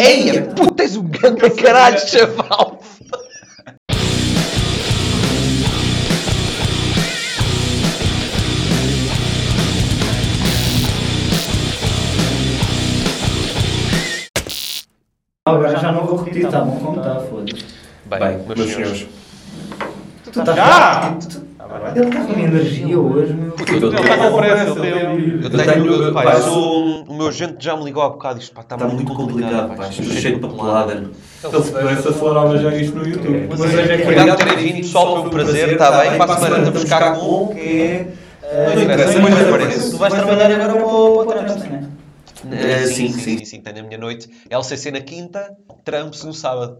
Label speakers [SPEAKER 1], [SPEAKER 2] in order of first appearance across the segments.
[SPEAKER 1] Eia, puta, és um grande caralho, chaval.
[SPEAKER 2] Agora já não vou repetir, tá bom como tá, foda-se.
[SPEAKER 3] Bem,
[SPEAKER 1] Bem,
[SPEAKER 3] meus senhores.
[SPEAKER 2] Tu tá já? Ele está com uma energia hoje, meu.
[SPEAKER 3] Eu
[SPEAKER 4] Ele
[SPEAKER 3] tenho-
[SPEAKER 4] está com pressa, ele
[SPEAKER 3] Eu
[SPEAKER 4] tem.
[SPEAKER 3] tenho.
[SPEAKER 4] pá,
[SPEAKER 3] pá,
[SPEAKER 4] eu-
[SPEAKER 3] sou- um- O meu gente já me ligou há bocado. Isto pá, está
[SPEAKER 1] Está
[SPEAKER 3] Tá muito complicado. pá, Isto é cheio de papelada.
[SPEAKER 4] Ele se pudesse acelerava já isto no YouTube. Mas hoje é que tá
[SPEAKER 3] Obrigado por terem vindo. Só foi um prazer. Está bem? Para a semana estamos cá com. um.
[SPEAKER 1] o que é.
[SPEAKER 3] Não interessa,
[SPEAKER 4] é
[SPEAKER 1] mas
[SPEAKER 3] mas
[SPEAKER 1] aparece.
[SPEAKER 3] aparece.
[SPEAKER 2] é, Tu vais trabalhar agora para o para o Trump, né?
[SPEAKER 3] Eh,
[SPEAKER 1] sim,
[SPEAKER 3] Sim,
[SPEAKER 1] sim.
[SPEAKER 3] sim, sim. Tenho a minha noite. LCC na quinta, Trumps no sábado.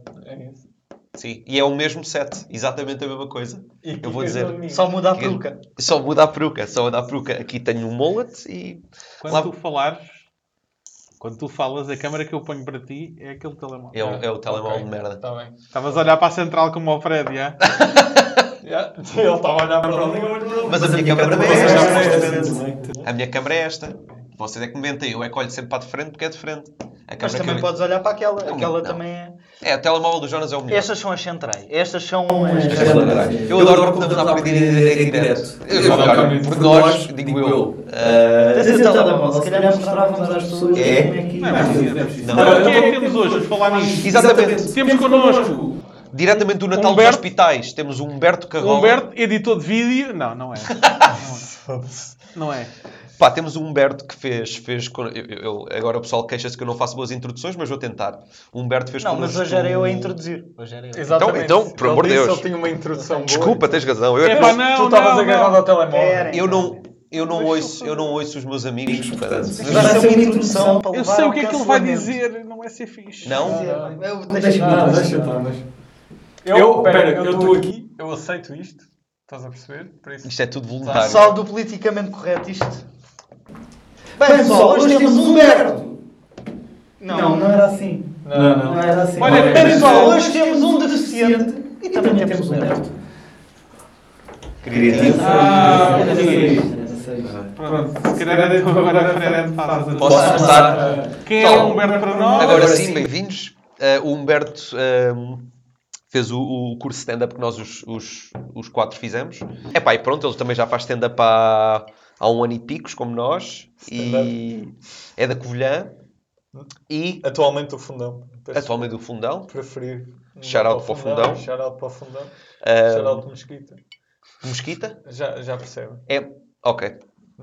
[SPEAKER 3] Sim, e é o mesmo set. Exatamente a mesma coisa. Eu vou dizer.
[SPEAKER 2] Só muda a
[SPEAKER 3] Que-
[SPEAKER 2] peruca.
[SPEAKER 3] Só muda a peruca, só muda a peruca. Aqui tenho um mullet e.
[SPEAKER 4] Quando
[SPEAKER 3] Lá-
[SPEAKER 4] tu falares, quando tu falas, a câmara que eu ponho para ti é aquele telemóvel.
[SPEAKER 3] É o, é o telemóvel de merda.
[SPEAKER 5] Está bem.
[SPEAKER 4] Estavas a olhar para a central como ao Fred, já?
[SPEAKER 5] Yeah. Ele estava a olhar para ali.
[SPEAKER 3] Mas a minha câmera
[SPEAKER 1] câmara
[SPEAKER 3] é
[SPEAKER 1] também
[SPEAKER 3] esta.
[SPEAKER 1] é esta.
[SPEAKER 2] né?
[SPEAKER 3] A minha câmera é esta. Vocês é que me mentem, eu é que olho sempre para de frente porque é de frente. A
[SPEAKER 2] Mas
[SPEAKER 3] câmera que
[SPEAKER 2] também
[SPEAKER 3] eu...
[SPEAKER 2] podes olhar para aquela.
[SPEAKER 3] Não,
[SPEAKER 2] aquela
[SPEAKER 3] não.
[SPEAKER 2] também é.
[SPEAKER 3] É, o telemóvel do Jonas é o melhor.
[SPEAKER 2] Estas são as centrais. Estas são
[SPEAKER 1] Estas são as-
[SPEAKER 2] as.
[SPEAKER 3] Eu, adoro quando estamos a aprender em direto. em direto. Eu sou melhor. Por nós, digo eu.
[SPEAKER 4] É,
[SPEAKER 2] Tens esse telemóvel, se
[SPEAKER 1] se
[SPEAKER 2] calhar mostrávamos às pessoas
[SPEAKER 1] É?
[SPEAKER 2] como é que.
[SPEAKER 4] Não tá é preciso, não é preciso.
[SPEAKER 3] Não.
[SPEAKER 4] Olha, Quem é que temos hoje? Vamos falar nisto.
[SPEAKER 3] Exatamente.
[SPEAKER 4] Temos connosco
[SPEAKER 3] Diretamente do Natal
[SPEAKER 4] Humberto.
[SPEAKER 3] dos Hospitais, temos o Humberto
[SPEAKER 4] o
[SPEAKER 3] Carrola.
[SPEAKER 4] Humberto, editor de vídeo. Não, não é. Não é. Não é.
[SPEAKER 3] Pá, temos o Humberto que fez. fez con- eu- eu- agora o pessoal queixa-se que eu não faço boas introduções, mas vou tentar. O Humberto fez
[SPEAKER 2] Não, mas
[SPEAKER 3] connosco
[SPEAKER 2] hoje era eu a
[SPEAKER 3] um-
[SPEAKER 2] introduzir. Hoje era eu.
[SPEAKER 5] Exatamente.
[SPEAKER 3] então, por
[SPEAKER 5] Ele
[SPEAKER 3] amor de
[SPEAKER 5] disse,
[SPEAKER 3] Deus.
[SPEAKER 5] Ele tinha uma introdução boa.
[SPEAKER 3] Desculpa, tens razão. Eu,
[SPEAKER 4] É pá, não,
[SPEAKER 5] Tu estavas
[SPEAKER 4] não,
[SPEAKER 5] agarrado
[SPEAKER 4] não.
[SPEAKER 5] ao telemóvel.
[SPEAKER 2] Era,
[SPEAKER 3] eu não,
[SPEAKER 2] então.
[SPEAKER 3] eu, não ouço, eu não ouço os meus amigos, portanto.
[SPEAKER 2] Vai ser uma introdução para
[SPEAKER 4] Eu
[SPEAKER 2] levar
[SPEAKER 4] sei o
[SPEAKER 2] ao
[SPEAKER 4] que é que ele vai
[SPEAKER 2] cancelamento.
[SPEAKER 4] dizer. Não vai ser fixe.
[SPEAKER 3] Não?
[SPEAKER 2] Eu-
[SPEAKER 5] Ah,
[SPEAKER 2] Deixa-me
[SPEAKER 5] deixa estar, deixa. Eu, pera, eu estou aqui, eu aceito isto. Estás a perceber? Por isso.
[SPEAKER 3] Isto é tudo voluntário.
[SPEAKER 2] Pessoal do politicamente correto, isto. Bem, pessoal, hoje temos um Humberto. Não, não era assim.
[SPEAKER 5] Não, não.
[SPEAKER 2] era assim.
[SPEAKER 4] Olha,
[SPEAKER 2] Olha,
[SPEAKER 4] pera,
[SPEAKER 2] pessoal,
[SPEAKER 4] pessoal,
[SPEAKER 2] hoje temos um deficiente e também temos um Humberto.
[SPEAKER 1] Criativo.
[SPEAKER 4] Ah, ok.
[SPEAKER 2] Sim.
[SPEAKER 4] Pronto, se calhar então agora a Fred faz a
[SPEAKER 3] Posso começar?
[SPEAKER 4] Quem é o Humberto para nós?
[SPEAKER 3] Agora sim, bem-vindos. Uh, o Humberto um, fez o, o curso de stand-up que nós os, os, os quatro fizemos. É pá, e pronto, ele também já faz stand-up há, há um ano e picos, como nós. E é da Covilhã. E
[SPEAKER 5] Atualmente o fundão.
[SPEAKER 3] atualmente do Fundão.
[SPEAKER 5] Preferir.
[SPEAKER 3] Shout-out para o fundão.
[SPEAKER 5] Shoutout para o fundão.
[SPEAKER 3] Uh,
[SPEAKER 5] Shoutout de Mesquita.
[SPEAKER 3] mosquita?
[SPEAKER 5] Já, já percebe.
[SPEAKER 3] É, ok.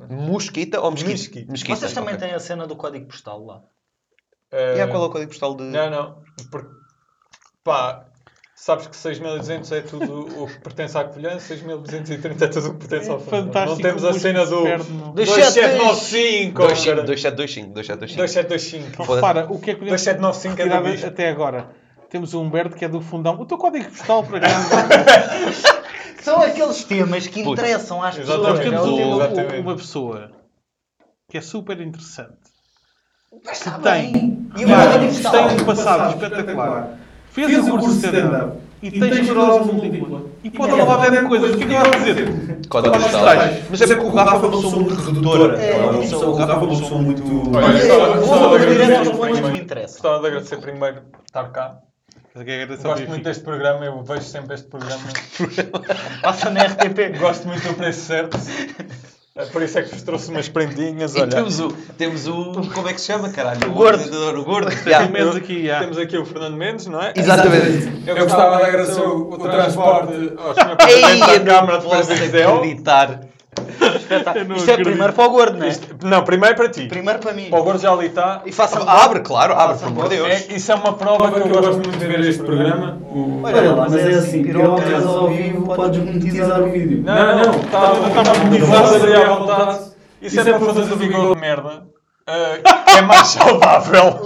[SPEAKER 3] Mosquita ou mesquita?
[SPEAKER 5] Mesquita.
[SPEAKER 3] Mesquita,
[SPEAKER 2] Vocês também
[SPEAKER 3] ok.
[SPEAKER 2] têm a cena do código postal lá.
[SPEAKER 5] Eh,
[SPEAKER 3] E há qual é o código postal de...
[SPEAKER 5] Não, não. Porque, pá, sabes que 6.200 é tudo o que pertence à Covilhã, 6.230 é tudo o que pertence ao fundão.
[SPEAKER 4] Fantástico.
[SPEAKER 5] Não temos a cena do...
[SPEAKER 4] Perto, não.
[SPEAKER 2] Dois sete-
[SPEAKER 5] 2795!
[SPEAKER 3] 2725, 2725.
[SPEAKER 5] 2725.
[SPEAKER 3] Foda-se.
[SPEAKER 4] Repara, o que é que podemos
[SPEAKER 5] 2795 é do
[SPEAKER 4] tirar
[SPEAKER 5] bicho.
[SPEAKER 4] até agora? Temos o Humberto que é do fundão. O teu código postal para cá.
[SPEAKER 2] São aqueles temas que
[SPEAKER 3] Puta.
[SPEAKER 2] interessam às pessoas.
[SPEAKER 4] Nós
[SPEAKER 5] Exatamente.
[SPEAKER 2] é
[SPEAKER 4] temos
[SPEAKER 2] o
[SPEAKER 4] um-
[SPEAKER 2] tema-
[SPEAKER 5] Exatamente.
[SPEAKER 4] um- uma pessoa que é super interessante.
[SPEAKER 2] Mas
[SPEAKER 4] Que
[SPEAKER 2] está
[SPEAKER 4] tem.
[SPEAKER 2] bem. E o
[SPEAKER 4] Repara,
[SPEAKER 2] código
[SPEAKER 4] que
[SPEAKER 2] postal?
[SPEAKER 4] tem um passado espetacular. Fez, o curso de stand-up. E tem esclerose múltipla. E pode falar de qualquer coisa. O que é que vai dizer?
[SPEAKER 3] Código
[SPEAKER 4] Código
[SPEAKER 3] postal.
[SPEAKER 4] postais.
[SPEAKER 3] Mas é porque o Rafa é uma pessoa muito redutora.
[SPEAKER 2] É,
[SPEAKER 3] Não, não sou- O Rafa é uma pessoa muito...
[SPEAKER 5] Olha,
[SPEAKER 2] Eu
[SPEAKER 5] gostava- gostava
[SPEAKER 2] Vou
[SPEAKER 5] de
[SPEAKER 2] direto
[SPEAKER 5] agradecer
[SPEAKER 2] ao ponto é que me
[SPEAKER 5] primeiro-
[SPEAKER 2] interessa.
[SPEAKER 5] gostava de agradecer primeiro por estar cá.
[SPEAKER 4] Mas é que agradeço ao
[SPEAKER 5] Gosto muito
[SPEAKER 4] Benfica.
[SPEAKER 5] deste programa, eu vejo sempre este programa.
[SPEAKER 2] Passa na RTP.
[SPEAKER 5] Gosto muito do preço certo. É Por isso é que vos trouxe umas prendinhas.
[SPEAKER 3] E
[SPEAKER 5] Olha,
[SPEAKER 3] temos o, temos o. Como é que se chama, caralho? O
[SPEAKER 2] gordo.
[SPEAKER 3] apresentador, O gordo.
[SPEAKER 4] Pelo menos aqui, já.
[SPEAKER 5] temos aqui o Fernando Mendes, não é?
[SPEAKER 3] Exatamente.
[SPEAKER 5] Eu gostava de agradecer o, o transporte ao Sr. Presidente
[SPEAKER 3] Ei,
[SPEAKER 5] da
[SPEAKER 3] eu
[SPEAKER 5] Câmara
[SPEAKER 3] não
[SPEAKER 5] de
[SPEAKER 3] posso
[SPEAKER 5] Previseu.
[SPEAKER 3] acreditar.
[SPEAKER 4] Eu não
[SPEAKER 2] Isto é
[SPEAKER 4] acredito.
[SPEAKER 2] primeiro para o gordo, não é?
[SPEAKER 5] Não, primeiro para ti.
[SPEAKER 2] Primeiro para mim.
[SPEAKER 5] Para o Gordo já ali está.
[SPEAKER 2] E faça
[SPEAKER 3] Abre, claro, abre, por amor de Deus.
[SPEAKER 5] É, isso é uma prova que eu gosto muito de ver este programa. O-
[SPEAKER 2] Olha lá, mas é assim, pirocas ao vivo, podes monetizar o vídeo.
[SPEAKER 5] Não, não, não. Estava tá,
[SPEAKER 4] monetizado.
[SPEAKER 5] ali à vontade. Isso é para fazer o vigor de merda. Ah, é mais saudável.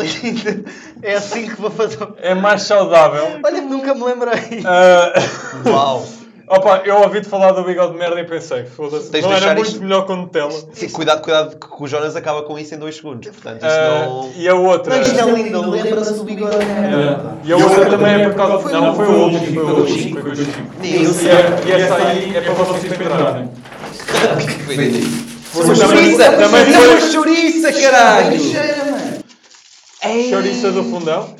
[SPEAKER 2] É assim que vou fazer.
[SPEAKER 5] É mais saudável.
[SPEAKER 2] Olha que nunca me lembrei.
[SPEAKER 5] Ah,
[SPEAKER 3] Uau.
[SPEAKER 5] opa, eu ouvi-te falar do bigode de merda e pensei, foda-se,
[SPEAKER 3] Tens de
[SPEAKER 5] não era
[SPEAKER 3] deixar
[SPEAKER 5] muito
[SPEAKER 3] isto-
[SPEAKER 5] melhor com Nutella.
[SPEAKER 3] Sim, cuidado, cuidado, que o Jonas acaba com isso em dois segundos. Portanto, isto
[SPEAKER 5] Ah,
[SPEAKER 3] não.
[SPEAKER 5] e a outra.
[SPEAKER 2] Mas isto é lindo, lembra-se do bigode.
[SPEAKER 5] E a outra também é por causa. Não, foi o último, foi o último, foi o último.
[SPEAKER 3] Nem eu
[SPEAKER 5] E
[SPEAKER 3] sei
[SPEAKER 5] a- e essa aí é para vocês pendurarem.
[SPEAKER 3] o que é que foi é, disso.
[SPEAKER 5] é, Também- um
[SPEAKER 3] Chouriça!
[SPEAKER 5] também
[SPEAKER 3] Não,
[SPEAKER 5] foi-
[SPEAKER 3] chouriça, um caralho!
[SPEAKER 2] Cheira, mano.
[SPEAKER 5] Chouriça do fundão.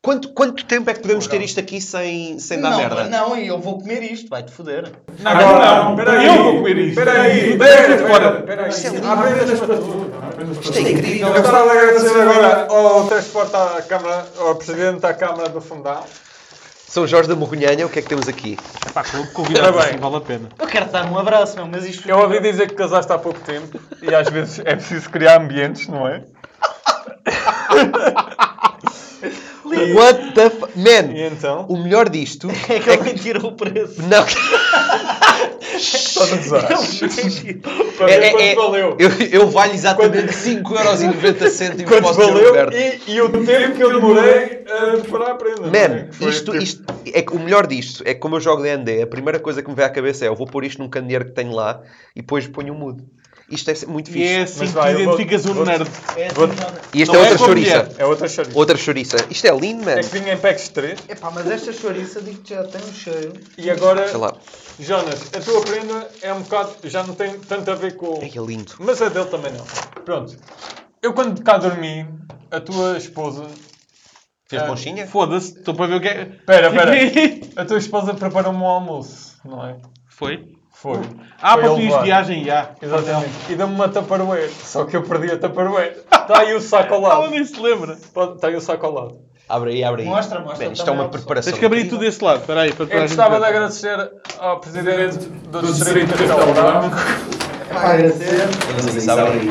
[SPEAKER 3] Quanto, quanto tempo é que podemos ter isto aqui sem, sem dar
[SPEAKER 2] não,
[SPEAKER 3] merda?
[SPEAKER 2] Não, eu vou comer isto, vai-te foder.
[SPEAKER 4] Agora,
[SPEAKER 5] não,
[SPEAKER 4] peraí.
[SPEAKER 5] eu vou comer isto.
[SPEAKER 4] Peraí,
[SPEAKER 5] Deixa
[SPEAKER 4] peraí,
[SPEAKER 5] fora.
[SPEAKER 4] peraí.
[SPEAKER 3] Isto é lindo.
[SPEAKER 4] Apenas para tudo.
[SPEAKER 3] Isto é incrível.
[SPEAKER 5] Eu gostava de agradecer agora ao transporte à Câmara, ao Presidente da Câmara do Fundão.
[SPEAKER 3] São Jorge da Morronhanha, o que é que temos aqui?
[SPEAKER 4] Pá, convidado
[SPEAKER 5] Parabéns.
[SPEAKER 4] assim vale a pena.
[SPEAKER 2] Eu quero dar um abraço, meu, mas isto
[SPEAKER 5] Eu ouvi dizer que casaste há pouco tempo e às vezes é preciso criar ambientes, não é?
[SPEAKER 3] What the f... Man,
[SPEAKER 5] E então?
[SPEAKER 3] o melhor disto...
[SPEAKER 2] é que ele me tirou o preço.
[SPEAKER 3] Não...
[SPEAKER 5] Estás a gozar. Para
[SPEAKER 3] É,
[SPEAKER 5] ver
[SPEAKER 3] é,
[SPEAKER 5] quanto
[SPEAKER 3] é,
[SPEAKER 5] valeu.
[SPEAKER 3] Eu, eu valho exatamente 5,90€ para o
[SPEAKER 5] Quanto
[SPEAKER 3] Sr.
[SPEAKER 5] valeu
[SPEAKER 3] Humberto.
[SPEAKER 5] e, e o tempo que eu demorei a preparar a prenda. não é?
[SPEAKER 3] Man,
[SPEAKER 5] Que foi
[SPEAKER 3] isto,
[SPEAKER 5] tipo-
[SPEAKER 3] isto, é que o melhor disto é que como eu jogo D&D, a primeira coisa que me vem à cabeça é eu vou pôr isto num candeeiro que tenho lá e depois ponho o mudo. Isto é muito
[SPEAKER 4] E é
[SPEAKER 3] fixe.
[SPEAKER 4] assim
[SPEAKER 5] Mas
[SPEAKER 4] que
[SPEAKER 5] vai, eu vou-
[SPEAKER 4] identificas um
[SPEAKER 5] vou-
[SPEAKER 4] nerd.
[SPEAKER 2] É assim,
[SPEAKER 5] Vou-
[SPEAKER 2] não-
[SPEAKER 3] E esta
[SPEAKER 5] Não
[SPEAKER 3] é outra
[SPEAKER 5] com
[SPEAKER 3] chouriça.
[SPEAKER 5] mulher, É outra chouriça.
[SPEAKER 3] Outra chouriça. Isto é lindo, man.
[SPEAKER 5] É que vinha em packs de 3
[SPEAKER 2] Epá, mas esta chouriça digo já tem um cheiro.
[SPEAKER 5] e agora,
[SPEAKER 3] Sei lá.
[SPEAKER 5] Jonas, a tua prenda é um bocado, já não tem tanto a ver com...
[SPEAKER 3] Ai, é lindo.
[SPEAKER 5] Mas a dele também não. Pronto. Eu quando cá dormi, a tua esposa...
[SPEAKER 3] Fez
[SPEAKER 5] Ah,
[SPEAKER 3] conchinha?
[SPEAKER 4] Foda-se, estou para ver o que é.
[SPEAKER 5] Espera, espera. A tua esposa preparou-me um almoço, não é?
[SPEAKER 4] Foi?
[SPEAKER 5] Foi.
[SPEAKER 4] Ah,
[SPEAKER 5] Foi
[SPEAKER 4] para
[SPEAKER 5] ao
[SPEAKER 4] tu ires
[SPEAKER 5] levar.
[SPEAKER 4] de viagem já.
[SPEAKER 5] Exatamente. E dá-me uma Tupperware. Só que eu perdi a Tupperware. Está aí o saco ao
[SPEAKER 4] Ela
[SPEAKER 5] lado.
[SPEAKER 4] nem se lembra.
[SPEAKER 5] Está aí o saco ao lado.
[SPEAKER 3] Abre aí, abre aí.
[SPEAKER 2] Mostra, mostra
[SPEAKER 3] Man, isto é
[SPEAKER 2] também
[SPEAKER 3] uma
[SPEAKER 2] ao pessoal.
[SPEAKER 3] preparação.
[SPEAKER 4] Tens que abrir tudo desse lado. Espera aí, para
[SPEAKER 5] Eu
[SPEAKER 4] trás.
[SPEAKER 5] gostava de agradecer ao Presidente do Distrito é? de
[SPEAKER 2] Epá, agradecer.
[SPEAKER 3] Mas abre aí.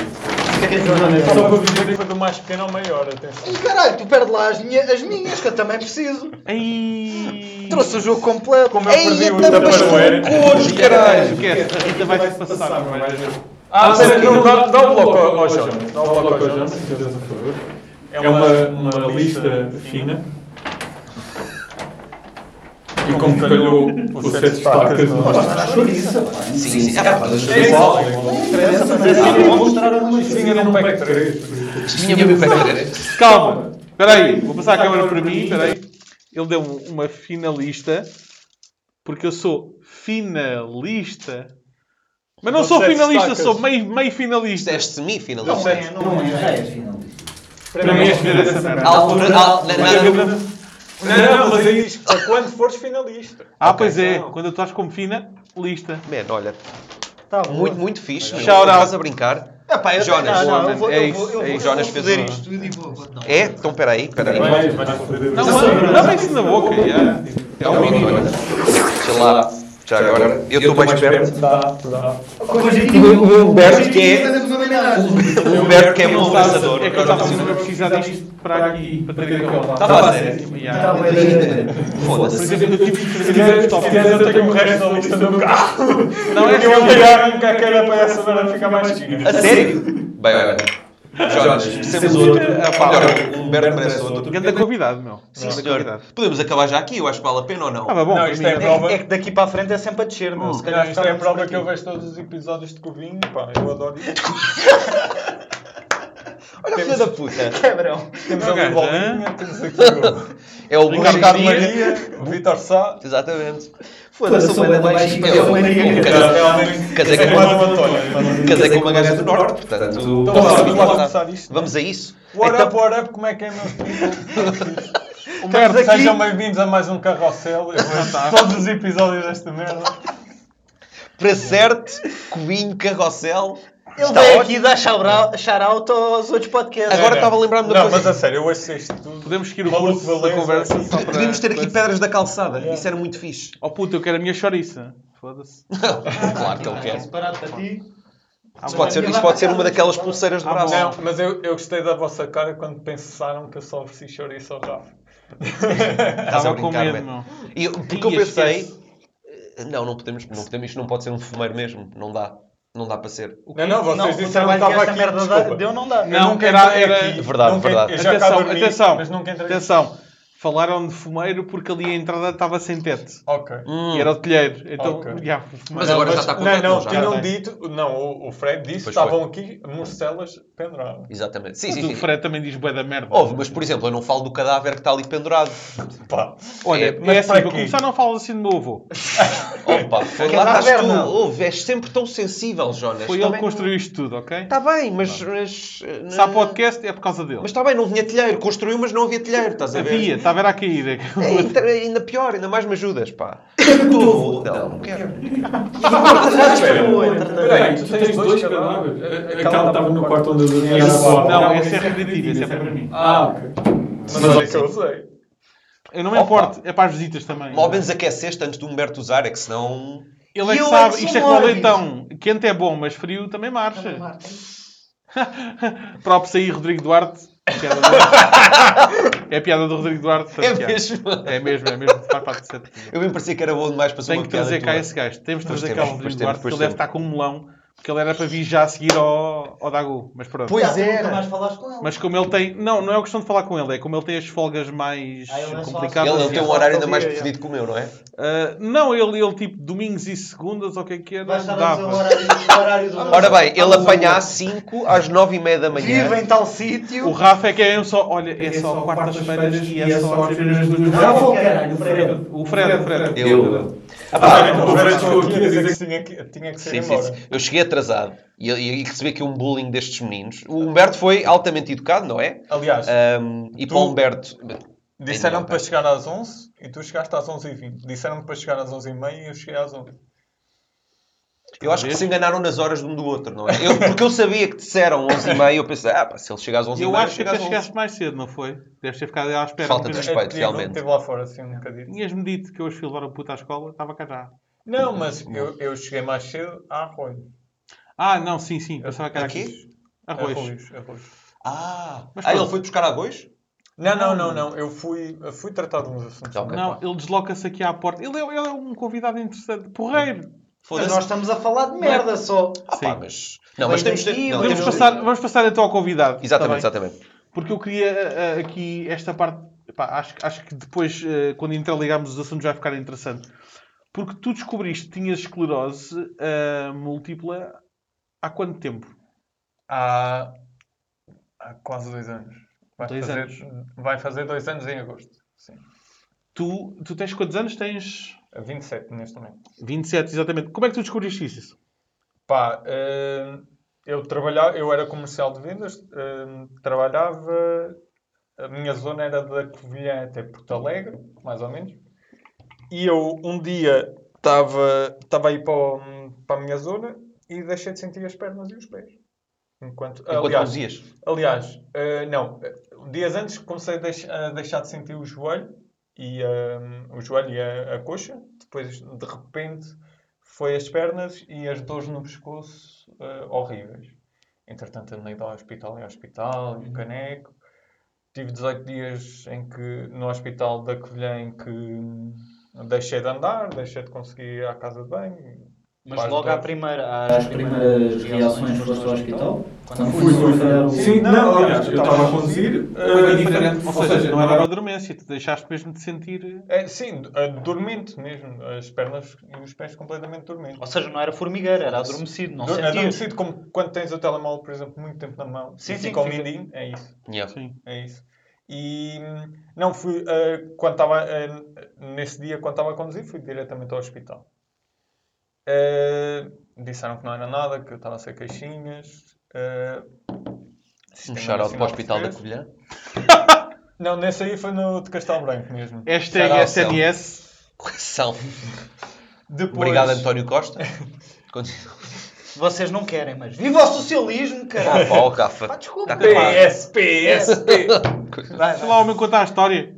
[SPEAKER 5] Só para dizer que do mais pequeno ao maior, atenção.
[SPEAKER 2] Caralho, tu perde lá as, minha- as minhas, que eu também preciso.
[SPEAKER 4] Ai.
[SPEAKER 2] Trouxe o jogo completo.
[SPEAKER 5] Como eu
[SPEAKER 3] Ei,
[SPEAKER 5] perdi o
[SPEAKER 3] então, mas tu
[SPEAKER 5] Tupperware...
[SPEAKER 3] cores, caralho.
[SPEAKER 4] Esquece, a Rita é? vai-se passar. não vai?
[SPEAKER 5] Ah, espera, não, dá, dá o bloco ao- ao Jonas. Dá o bloco ao Jonas, se fizeres um favor. É uma, uma lista fina. E como calhou o sete estacas, não
[SPEAKER 2] Mostra a chouriça. pá.
[SPEAKER 3] Sim, sim. Ah, pá, mas-
[SPEAKER 5] é igual.
[SPEAKER 2] Vou mostrar a minha.
[SPEAKER 5] Vinha num pack 3.
[SPEAKER 3] Minha mãe vai é fazer.
[SPEAKER 4] Calma. Espera aí, vou passar a câmera para mim. Espera aí. Ele deu uma finalista. Porque eu sou finalista. Mas não
[SPEAKER 5] Não
[SPEAKER 4] sou
[SPEAKER 5] sei se
[SPEAKER 4] finalista,
[SPEAKER 5] destacas.
[SPEAKER 4] sou meio, meio finalista.
[SPEAKER 3] Isto é
[SPEAKER 5] um
[SPEAKER 3] semifinalista.
[SPEAKER 2] não é. Já é final.
[SPEAKER 4] Para mim é essa merda.
[SPEAKER 3] A altura- a- na- na-
[SPEAKER 5] Não, não, mas é isto. Para quando fores finalista.
[SPEAKER 4] Ah,
[SPEAKER 3] Ok,
[SPEAKER 4] pois é.
[SPEAKER 5] não.
[SPEAKER 4] Quando tu estás como fina, lista.
[SPEAKER 3] Man, olha,
[SPEAKER 2] Tá bom.
[SPEAKER 3] muito, muito fixe. meu.
[SPEAKER 4] Shout out.
[SPEAKER 3] Estás a brincar?
[SPEAKER 2] Epá, eu
[SPEAKER 3] Jonas,
[SPEAKER 2] não, não, eu vou,
[SPEAKER 4] é
[SPEAKER 2] eu
[SPEAKER 4] isso,
[SPEAKER 2] vou, eu
[SPEAKER 4] é
[SPEAKER 2] vou, eu
[SPEAKER 4] isso.
[SPEAKER 2] vou
[SPEAKER 3] Jonas fez um-
[SPEAKER 2] fazer
[SPEAKER 3] uma-
[SPEAKER 2] isto tudo e vou. Não.
[SPEAKER 3] É? Então peraí, peraí.
[SPEAKER 4] Não, não, não, isso na boca. já. É um mini.
[SPEAKER 3] Sei Então, lá. Já agora, eu estou mais perto.
[SPEAKER 2] O
[SPEAKER 3] Humberto que é-
[SPEAKER 2] é.
[SPEAKER 3] O Humberto que é bom
[SPEAKER 4] É
[SPEAKER 3] dançador.
[SPEAKER 4] que eu estava sempre a precisar disto para aqui, para ter aquela.
[SPEAKER 3] Estava a sério.
[SPEAKER 4] Yeah. Por
[SPEAKER 3] Foda-se.
[SPEAKER 4] exemplo, eu tive que
[SPEAKER 5] Se
[SPEAKER 4] escrever
[SPEAKER 5] quiseres,
[SPEAKER 4] os é
[SPEAKER 5] se
[SPEAKER 4] top.
[SPEAKER 5] quiseres, eu
[SPEAKER 4] um
[SPEAKER 5] tenho o resto da lista do carro.
[SPEAKER 4] Não é
[SPEAKER 5] E eu pegar um cacara para essa merda ficar mais
[SPEAKER 3] A
[SPEAKER 5] fina.
[SPEAKER 3] É sério? É. Bem, olha. Jonas, precisamos outro. Olha, o Humberto merece outro.
[SPEAKER 4] Ganda convidado, meu.
[SPEAKER 3] Sim,
[SPEAKER 4] Ganda
[SPEAKER 3] senhor.
[SPEAKER 4] convidado.
[SPEAKER 3] Podemos acabar já aqui, eu acho que vale a pena ou não?
[SPEAKER 4] Estava bom
[SPEAKER 5] Não,
[SPEAKER 4] para
[SPEAKER 5] isto
[SPEAKER 4] mim.
[SPEAKER 5] é
[SPEAKER 4] agora.
[SPEAKER 2] É que daqui para a frente é sempre a descer, meu. Se calhar
[SPEAKER 5] Isto é a
[SPEAKER 2] ficava
[SPEAKER 5] prova
[SPEAKER 2] por
[SPEAKER 5] que eu
[SPEAKER 2] aqui.
[SPEAKER 5] vejo todos os episódios de Cubinho. Pá, eu adoro isto.
[SPEAKER 3] Olha, filha da puta.
[SPEAKER 2] Quebrão.
[SPEAKER 5] Temos
[SPEAKER 4] Ok,
[SPEAKER 5] ali o Bolinha, temos aqui o
[SPEAKER 3] É o
[SPEAKER 5] o
[SPEAKER 3] Bruno
[SPEAKER 5] Ricardo
[SPEAKER 3] Maria.
[SPEAKER 5] Maria, o Vitor Sá.
[SPEAKER 3] Exatamente.
[SPEAKER 2] Foda-se, eu sou bem baixo.
[SPEAKER 3] Eu- eu-
[SPEAKER 5] Era realmente-
[SPEAKER 3] Casei com
[SPEAKER 5] era
[SPEAKER 3] uma-
[SPEAKER 5] quase o
[SPEAKER 3] é
[SPEAKER 5] António.
[SPEAKER 3] Casei com uma gaja do Norte, portanto.
[SPEAKER 5] Então vá, vamos lá
[SPEAKER 3] vamos
[SPEAKER 5] começar isto.
[SPEAKER 3] Vamos a isso.
[SPEAKER 5] What
[SPEAKER 3] Então-
[SPEAKER 5] up, what up, como é que é, meus people?
[SPEAKER 4] Humberto,
[SPEAKER 5] Sejam bem-vindos a mais um Carrossel. Eu vejo todos os episódios desta merda.
[SPEAKER 3] Para certo, Covinho, Carrossel.
[SPEAKER 2] Ele
[SPEAKER 3] Está
[SPEAKER 2] veio
[SPEAKER 3] ótimo.
[SPEAKER 2] aqui dar shout-out- shout-out aos outros podcasts.
[SPEAKER 3] Agora
[SPEAKER 5] É,
[SPEAKER 3] estava a lembrar-me da
[SPEAKER 5] Não,
[SPEAKER 3] coisa.
[SPEAKER 5] mas a sério, eu ouço isto tudo.
[SPEAKER 4] Podemos seguir o
[SPEAKER 5] Maluco
[SPEAKER 4] curso da
[SPEAKER 5] Valença.
[SPEAKER 4] conversa só para...
[SPEAKER 3] Podíamos ter aqui
[SPEAKER 4] para-
[SPEAKER 3] pedras da calçada. Isso era muito fixe.
[SPEAKER 4] Oh puta, eu quero a minha chouriça. Foda-se.
[SPEAKER 3] claro que é. ele quer. Isso
[SPEAKER 2] Separado para ti.
[SPEAKER 3] pode ser, isso pode ser uma daquelas pulseiras de braço.
[SPEAKER 5] Não, mas eu, eu gostei da vossa cara quando pensaram que eu só ofereci chouriço ao Rafa.
[SPEAKER 3] Estás a
[SPEAKER 4] Estava com
[SPEAKER 3] brincar,
[SPEAKER 4] medo,
[SPEAKER 3] man.
[SPEAKER 4] meu.
[SPEAKER 3] E eu- porque eu
[SPEAKER 4] Ih,
[SPEAKER 3] pensei.
[SPEAKER 4] esquece.
[SPEAKER 3] Não, não podemos, não podemos. Isto não pode ser um fumeiro mesmo. Não dá. Não dá para ser.
[SPEAKER 5] Não, não, vocês
[SPEAKER 2] Não, o
[SPEAKER 5] disseram que
[SPEAKER 2] trabalho que
[SPEAKER 5] estava
[SPEAKER 2] esta
[SPEAKER 5] aqui.
[SPEAKER 2] merda dá-
[SPEAKER 5] desculpa.
[SPEAKER 2] deu não dá.
[SPEAKER 4] Não,
[SPEAKER 5] nunca
[SPEAKER 4] era-
[SPEAKER 5] entrei
[SPEAKER 4] era-
[SPEAKER 5] aqui.
[SPEAKER 3] Verdade,
[SPEAKER 5] Nunca-
[SPEAKER 3] verdade.
[SPEAKER 5] Eu já cá
[SPEAKER 4] atenção,
[SPEAKER 5] dormi,
[SPEAKER 4] atenção,
[SPEAKER 5] mas nunca entrei.
[SPEAKER 4] atenção. Falaram de fumeiro porque ali a entrada estava sem teto.
[SPEAKER 5] Ok.
[SPEAKER 3] Hum.
[SPEAKER 4] E era o telheiro. Então,
[SPEAKER 5] Ok.
[SPEAKER 4] já,
[SPEAKER 3] Mas agora já está com
[SPEAKER 5] Não,
[SPEAKER 3] teto,
[SPEAKER 5] não,
[SPEAKER 3] já.
[SPEAKER 5] tinham
[SPEAKER 4] tem.
[SPEAKER 5] dito... Não, o, o Fred disse que
[SPEAKER 3] Pois
[SPEAKER 5] estavam aqui morcelas penduradas.
[SPEAKER 3] Exatamente. Sim,
[SPEAKER 4] Mas
[SPEAKER 3] sim,
[SPEAKER 4] o
[SPEAKER 3] sim.
[SPEAKER 4] Fred também diz bué da merda.
[SPEAKER 3] Houve, mas por exemplo, eu não falo do cadáver que está ali pendurado.
[SPEAKER 5] Pá.
[SPEAKER 4] Olha,
[SPEAKER 3] É,
[SPEAKER 4] é,
[SPEAKER 5] mas
[SPEAKER 4] assim,
[SPEAKER 5] para
[SPEAKER 4] para
[SPEAKER 5] quê?
[SPEAKER 4] começar não falas assim do meu avô.
[SPEAKER 3] Opa, foi
[SPEAKER 2] Que
[SPEAKER 3] lá
[SPEAKER 2] é
[SPEAKER 3] estás tu.
[SPEAKER 2] taverna.
[SPEAKER 3] Ouve, és sempre tão sensível, Jonas. Tá,
[SPEAKER 4] Foi ele que
[SPEAKER 3] Também-
[SPEAKER 4] construiu isto tudo, ok?
[SPEAKER 2] Tá,
[SPEAKER 3] Está bem, mas... mas eh,
[SPEAKER 4] Se há
[SPEAKER 3] não-
[SPEAKER 4] podcast, é por causa dele.
[SPEAKER 3] Mas tá está bem, não vinha telheiro. Construiu, mas não havia telheiro, estás a ver?
[SPEAKER 4] Havia, estava era a cair. é que-
[SPEAKER 3] É, ainda- ainda pior, ainda mais me ajudas, pá.
[SPEAKER 2] Não,
[SPEAKER 3] Não, não quero.
[SPEAKER 6] Peraí, tu tens dois É, cadáveres? Aquela estava no quarto onde eu dormia. era só-
[SPEAKER 4] Não, esse é repetitivo, esse é para mim.
[SPEAKER 6] Ah, ok.
[SPEAKER 5] Mas olha que eu usei.
[SPEAKER 4] Eu não me
[SPEAKER 3] Opa.
[SPEAKER 4] importo, é para as visitas também.
[SPEAKER 3] Logo menos aqueceste antes do Humberto usar, é que senão...
[SPEAKER 4] Ele é que
[SPEAKER 2] Eu
[SPEAKER 4] sabe,
[SPEAKER 2] é que
[SPEAKER 4] isto é
[SPEAKER 2] sou
[SPEAKER 4] como o
[SPEAKER 2] mórbis.
[SPEAKER 4] leitão. Quente é bom, mas frio também marcha. Props aí, Rodrigo Duarte. É piada do- É a piada do Rodrigo Duarte. portanto, já. É mesmo, é mesmo. Faz parte de sete.
[SPEAKER 3] Eu bem parecia que era bom demais para ser
[SPEAKER 4] Tenho
[SPEAKER 3] uma
[SPEAKER 4] que
[SPEAKER 3] piada
[SPEAKER 4] trazer cá
[SPEAKER 3] tua.
[SPEAKER 4] esse gajo. Temos de
[SPEAKER 3] Pois
[SPEAKER 4] trazer cá
[SPEAKER 3] temos,
[SPEAKER 4] o
[SPEAKER 3] pois
[SPEAKER 4] Rodrigo
[SPEAKER 3] temos,
[SPEAKER 4] Duarte,
[SPEAKER 3] pois
[SPEAKER 4] porque ele deve
[SPEAKER 3] temos.
[SPEAKER 4] estar com um melão. Porque ele era para vir já a seguir ao, ao Dagu. Mas pronto.
[SPEAKER 3] Pois é.
[SPEAKER 2] Nunca mais falaste com ele.
[SPEAKER 4] Mas como ele tem. Não, não é questão de falar com ele, é como ele tem as folgas mais
[SPEAKER 2] Ah, ele é só-
[SPEAKER 4] complicadas.
[SPEAKER 3] Ele, ele
[SPEAKER 4] e
[SPEAKER 3] tem um
[SPEAKER 4] assim.
[SPEAKER 3] horário ainda
[SPEAKER 2] Eu
[SPEAKER 3] mais
[SPEAKER 2] sabia,
[SPEAKER 3] preferido que o meu, não é?
[SPEAKER 4] Ah, não, ele, ele tipo domingos e segundas, ou o que é que era?
[SPEAKER 2] Vai estar a dizer o
[SPEAKER 4] dava.
[SPEAKER 2] horário, o horário do
[SPEAKER 3] Ora bem, ele apanha às 5 às 9 e meia da manhã.
[SPEAKER 2] Vive em tal sítio.
[SPEAKER 4] O Rafa é que é só. Olha, é, só quartas-feiras e é só as primeiras duas.
[SPEAKER 2] Rafa ou caralho, Freire?
[SPEAKER 4] O Fred, o Fred.
[SPEAKER 3] Eu. Ah,
[SPEAKER 6] Ah,
[SPEAKER 3] pá,
[SPEAKER 6] então,
[SPEAKER 5] O
[SPEAKER 6] o Fred
[SPEAKER 5] resto
[SPEAKER 6] ficou
[SPEAKER 5] que eu
[SPEAKER 6] aqui a
[SPEAKER 5] ia
[SPEAKER 6] dizer
[SPEAKER 5] dizer
[SPEAKER 6] que
[SPEAKER 5] que tinha que, tinha que ser
[SPEAKER 3] Sim, sim,
[SPEAKER 5] embora.
[SPEAKER 3] sim. Eu cheguei atrasado e, e, e recebi aqui um bullying destes meninos. O Humberto foi altamente educado, não é? é.
[SPEAKER 5] Aliás,
[SPEAKER 3] Ahm, e
[SPEAKER 5] Tu-
[SPEAKER 3] para o Humberto.
[SPEAKER 5] disseram-me
[SPEAKER 3] ainda
[SPEAKER 5] para
[SPEAKER 3] não,
[SPEAKER 5] chegar às 11 e tu chegaste às 11h20. Disseram-me para chegar às 11h30 e eu cheguei às 11
[SPEAKER 3] Eu acho que se enganaram nas horas de um do outro, não é? Eu, porque eu sabia que disseram 11h30, eu pensei, ah, pá, se ele chegar às 11h30,
[SPEAKER 4] Eu acho que
[SPEAKER 3] chega
[SPEAKER 4] até
[SPEAKER 3] às 11
[SPEAKER 4] chegaste mais cedo, não foi? Deves ter ficado à espera.
[SPEAKER 3] Falta
[SPEAKER 4] um
[SPEAKER 3] de
[SPEAKER 5] É,
[SPEAKER 4] bocadinho.
[SPEAKER 3] respeito, realmente.
[SPEAKER 5] Esteve lá fora assim um bocadinho.
[SPEAKER 4] Tinhas-me dito que eu hoje fui levar o puto à escola, estava cá já.
[SPEAKER 5] Não, mas eu, eu cheguei mais cedo a arroz.
[SPEAKER 4] Ah, não, sim, sim, pensava que era
[SPEAKER 3] Aqui? É
[SPEAKER 4] aqui.
[SPEAKER 5] É
[SPEAKER 4] Arroz.
[SPEAKER 5] arroz.
[SPEAKER 3] Ah,
[SPEAKER 4] Mas
[SPEAKER 3] ah, ele
[SPEAKER 4] pronto.
[SPEAKER 3] foi buscar arroz?
[SPEAKER 5] Não, não, não, não. Eu fui, eu fui tratar de uns assuntos.
[SPEAKER 3] Ok.
[SPEAKER 4] Não, ele desloca-se aqui à porta. Ele é, ele é um convidado interessante, porreiro.
[SPEAKER 2] Mas
[SPEAKER 3] Foda-se.
[SPEAKER 2] nós estamos a falar de merda só.
[SPEAKER 3] Ah, pá,
[SPEAKER 4] Sim.
[SPEAKER 3] mas. Não, mas
[SPEAKER 2] Vem
[SPEAKER 3] temos.
[SPEAKER 2] daqui,
[SPEAKER 3] Não,
[SPEAKER 4] Vamos
[SPEAKER 2] vem
[SPEAKER 3] temos...
[SPEAKER 2] daqui.
[SPEAKER 4] passar, vamos passar então ao convidado. tá
[SPEAKER 3] é um- Exatamente,
[SPEAKER 4] bem?
[SPEAKER 3] exatamente.
[SPEAKER 4] Porque eu queria ah, ah, aqui esta parte. pá, acho, acho que depois, ah, quando interligarmos os assuntos, vai ficar interessante. Porque tu descobriste que tinhas esclerose ah, múltipla há quanto tempo?
[SPEAKER 5] Há, há quase dois anos. Vai
[SPEAKER 4] Dois
[SPEAKER 5] fazer, Vai fazer dois anos em agosto. Sim.
[SPEAKER 4] Tu, tu tens quantos anos? Tens
[SPEAKER 5] 27 neste momento.
[SPEAKER 4] 27, exatamente. Como é que tu descobriste isso?
[SPEAKER 5] Pá, eh, eu trabalhava, eu era comercial de vendas, eh, trabalhava, a minha zona era da Covilhã até Porto Alegre, mais ou menos. E eu um dia estava estava aí para, o- para a minha zona e deixei de sentir as pernas e os pés. Enquanto,
[SPEAKER 3] Enquanto um
[SPEAKER 5] aliás,
[SPEAKER 3] cozias.
[SPEAKER 5] Aliás, eh, não, eh, dias antes comecei a, deix- a deixar de sentir o joelho e, ah, o joelho e a, a coxa, depois de repente foi as pernas e as dores no pescoço ah, horríveis. Entretanto, andei de hospital em hospital, em caneco. Tive 18 dias em que, no hospital da Covilhã em que hum, deixei de andar, deixei de conseguir ir à casa de banho.
[SPEAKER 2] Mas
[SPEAKER 5] Quase
[SPEAKER 2] logo
[SPEAKER 5] todos.
[SPEAKER 2] à primeira.
[SPEAKER 7] As primeiras reações foste ao hospital? Quando fui, fui fazer o...
[SPEAKER 6] Sim, não, aliás, eu estava a conduzir,
[SPEAKER 5] eh,
[SPEAKER 6] foi diferente,
[SPEAKER 4] Ou seja, não era uma dormência, tu deixaste mesmo de sentir. eh,
[SPEAKER 5] É, sim, ah, dormente mesmo, as pernas e os pés completamente dormentes.
[SPEAKER 2] Ou seja, não era formigueiro, era adormecido. Não
[SPEAKER 5] Dor- é
[SPEAKER 2] sentias.
[SPEAKER 5] adormecido como quando tens o telemóvel, por exemplo, muito tempo na mão.
[SPEAKER 2] Sim,
[SPEAKER 5] e
[SPEAKER 2] sim,
[SPEAKER 5] fica ao
[SPEAKER 2] fica-
[SPEAKER 5] mindinho. É isso,
[SPEAKER 3] Yeah.
[SPEAKER 4] Sim.
[SPEAKER 5] é isso. E hum, não, fui, ah, quando estava, ah, nesse dia, quando estava a conduzir, fui diretamente ao hospital. Ah, disseram que não era nada, que eu estava a ser queixinhas. ah,
[SPEAKER 3] Um
[SPEAKER 5] Sistema
[SPEAKER 3] shout-out para o
[SPEAKER 5] Nacional de
[SPEAKER 3] Hospital da
[SPEAKER 5] Defesa.
[SPEAKER 3] Covilhã.
[SPEAKER 5] Não, nesse aí foi no de Castelo Branco mesmo.
[SPEAKER 3] É.
[SPEAKER 4] Hashtag
[SPEAKER 3] Shout out,
[SPEAKER 4] SNS.
[SPEAKER 3] Correção.
[SPEAKER 5] Depois,
[SPEAKER 3] Obrigado, António Costa. Continua.
[SPEAKER 2] Vocês não querem, mas. Viva o socialismo,
[SPEAKER 3] Oh,
[SPEAKER 2] caralho!
[SPEAKER 3] pá, oh, Rafa.
[SPEAKER 2] Pá, Ah, desculpa.
[SPEAKER 3] Tá capaz.
[SPEAKER 5] PS, PS, PS. Vai,
[SPEAKER 4] Sei lá, o
[SPEAKER 5] vai.
[SPEAKER 4] meu conta a história.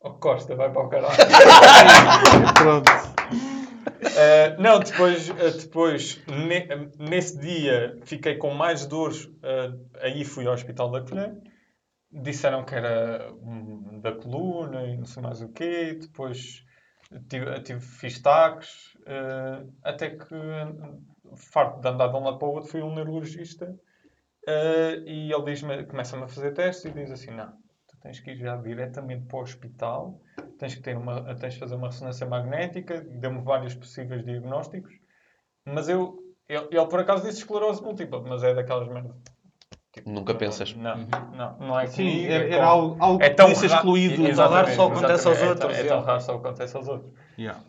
[SPEAKER 5] Oh, Costa, vai para o caralho.
[SPEAKER 4] Pronto.
[SPEAKER 5] Uh, não, depois, uh, depois ne- uh, nesse dia fiquei com mais dores. uh, aí fui ao Hospital da Colher. Disseram que era hum, da coluna e não sei mais o quê. Depois tive, eh, tive, fiz taques. uh, até que, hum, farto de andar de um lado para o outro, fui a um neurologista. uh, e ele diz-me, começa-me a fazer testes e diz assim: Não, tu tens que ir já diretamente para o hospital tens que ter uma, tens de fazer uma ressonância magnética, deu-me vários possíveis diagnósticos, mas eu, ele, ele por acaso disse esclerose múltipla, mas é daquelas merdas. tipo,
[SPEAKER 3] Nunca
[SPEAKER 5] não-
[SPEAKER 3] pensas.
[SPEAKER 5] Não, não, não é
[SPEAKER 4] Sim,
[SPEAKER 5] comigo,
[SPEAKER 4] era,
[SPEAKER 5] com-
[SPEAKER 4] era algo, algo que podia ser
[SPEAKER 5] ra-
[SPEAKER 4] excluído.
[SPEAKER 5] Exatamente,
[SPEAKER 2] raro, só acontece
[SPEAKER 5] exatamente,
[SPEAKER 2] aos
[SPEAKER 5] é tão-
[SPEAKER 2] outros,
[SPEAKER 5] É
[SPEAKER 2] é.
[SPEAKER 5] tão raro, só acontece aos outros.
[SPEAKER 4] Yeah.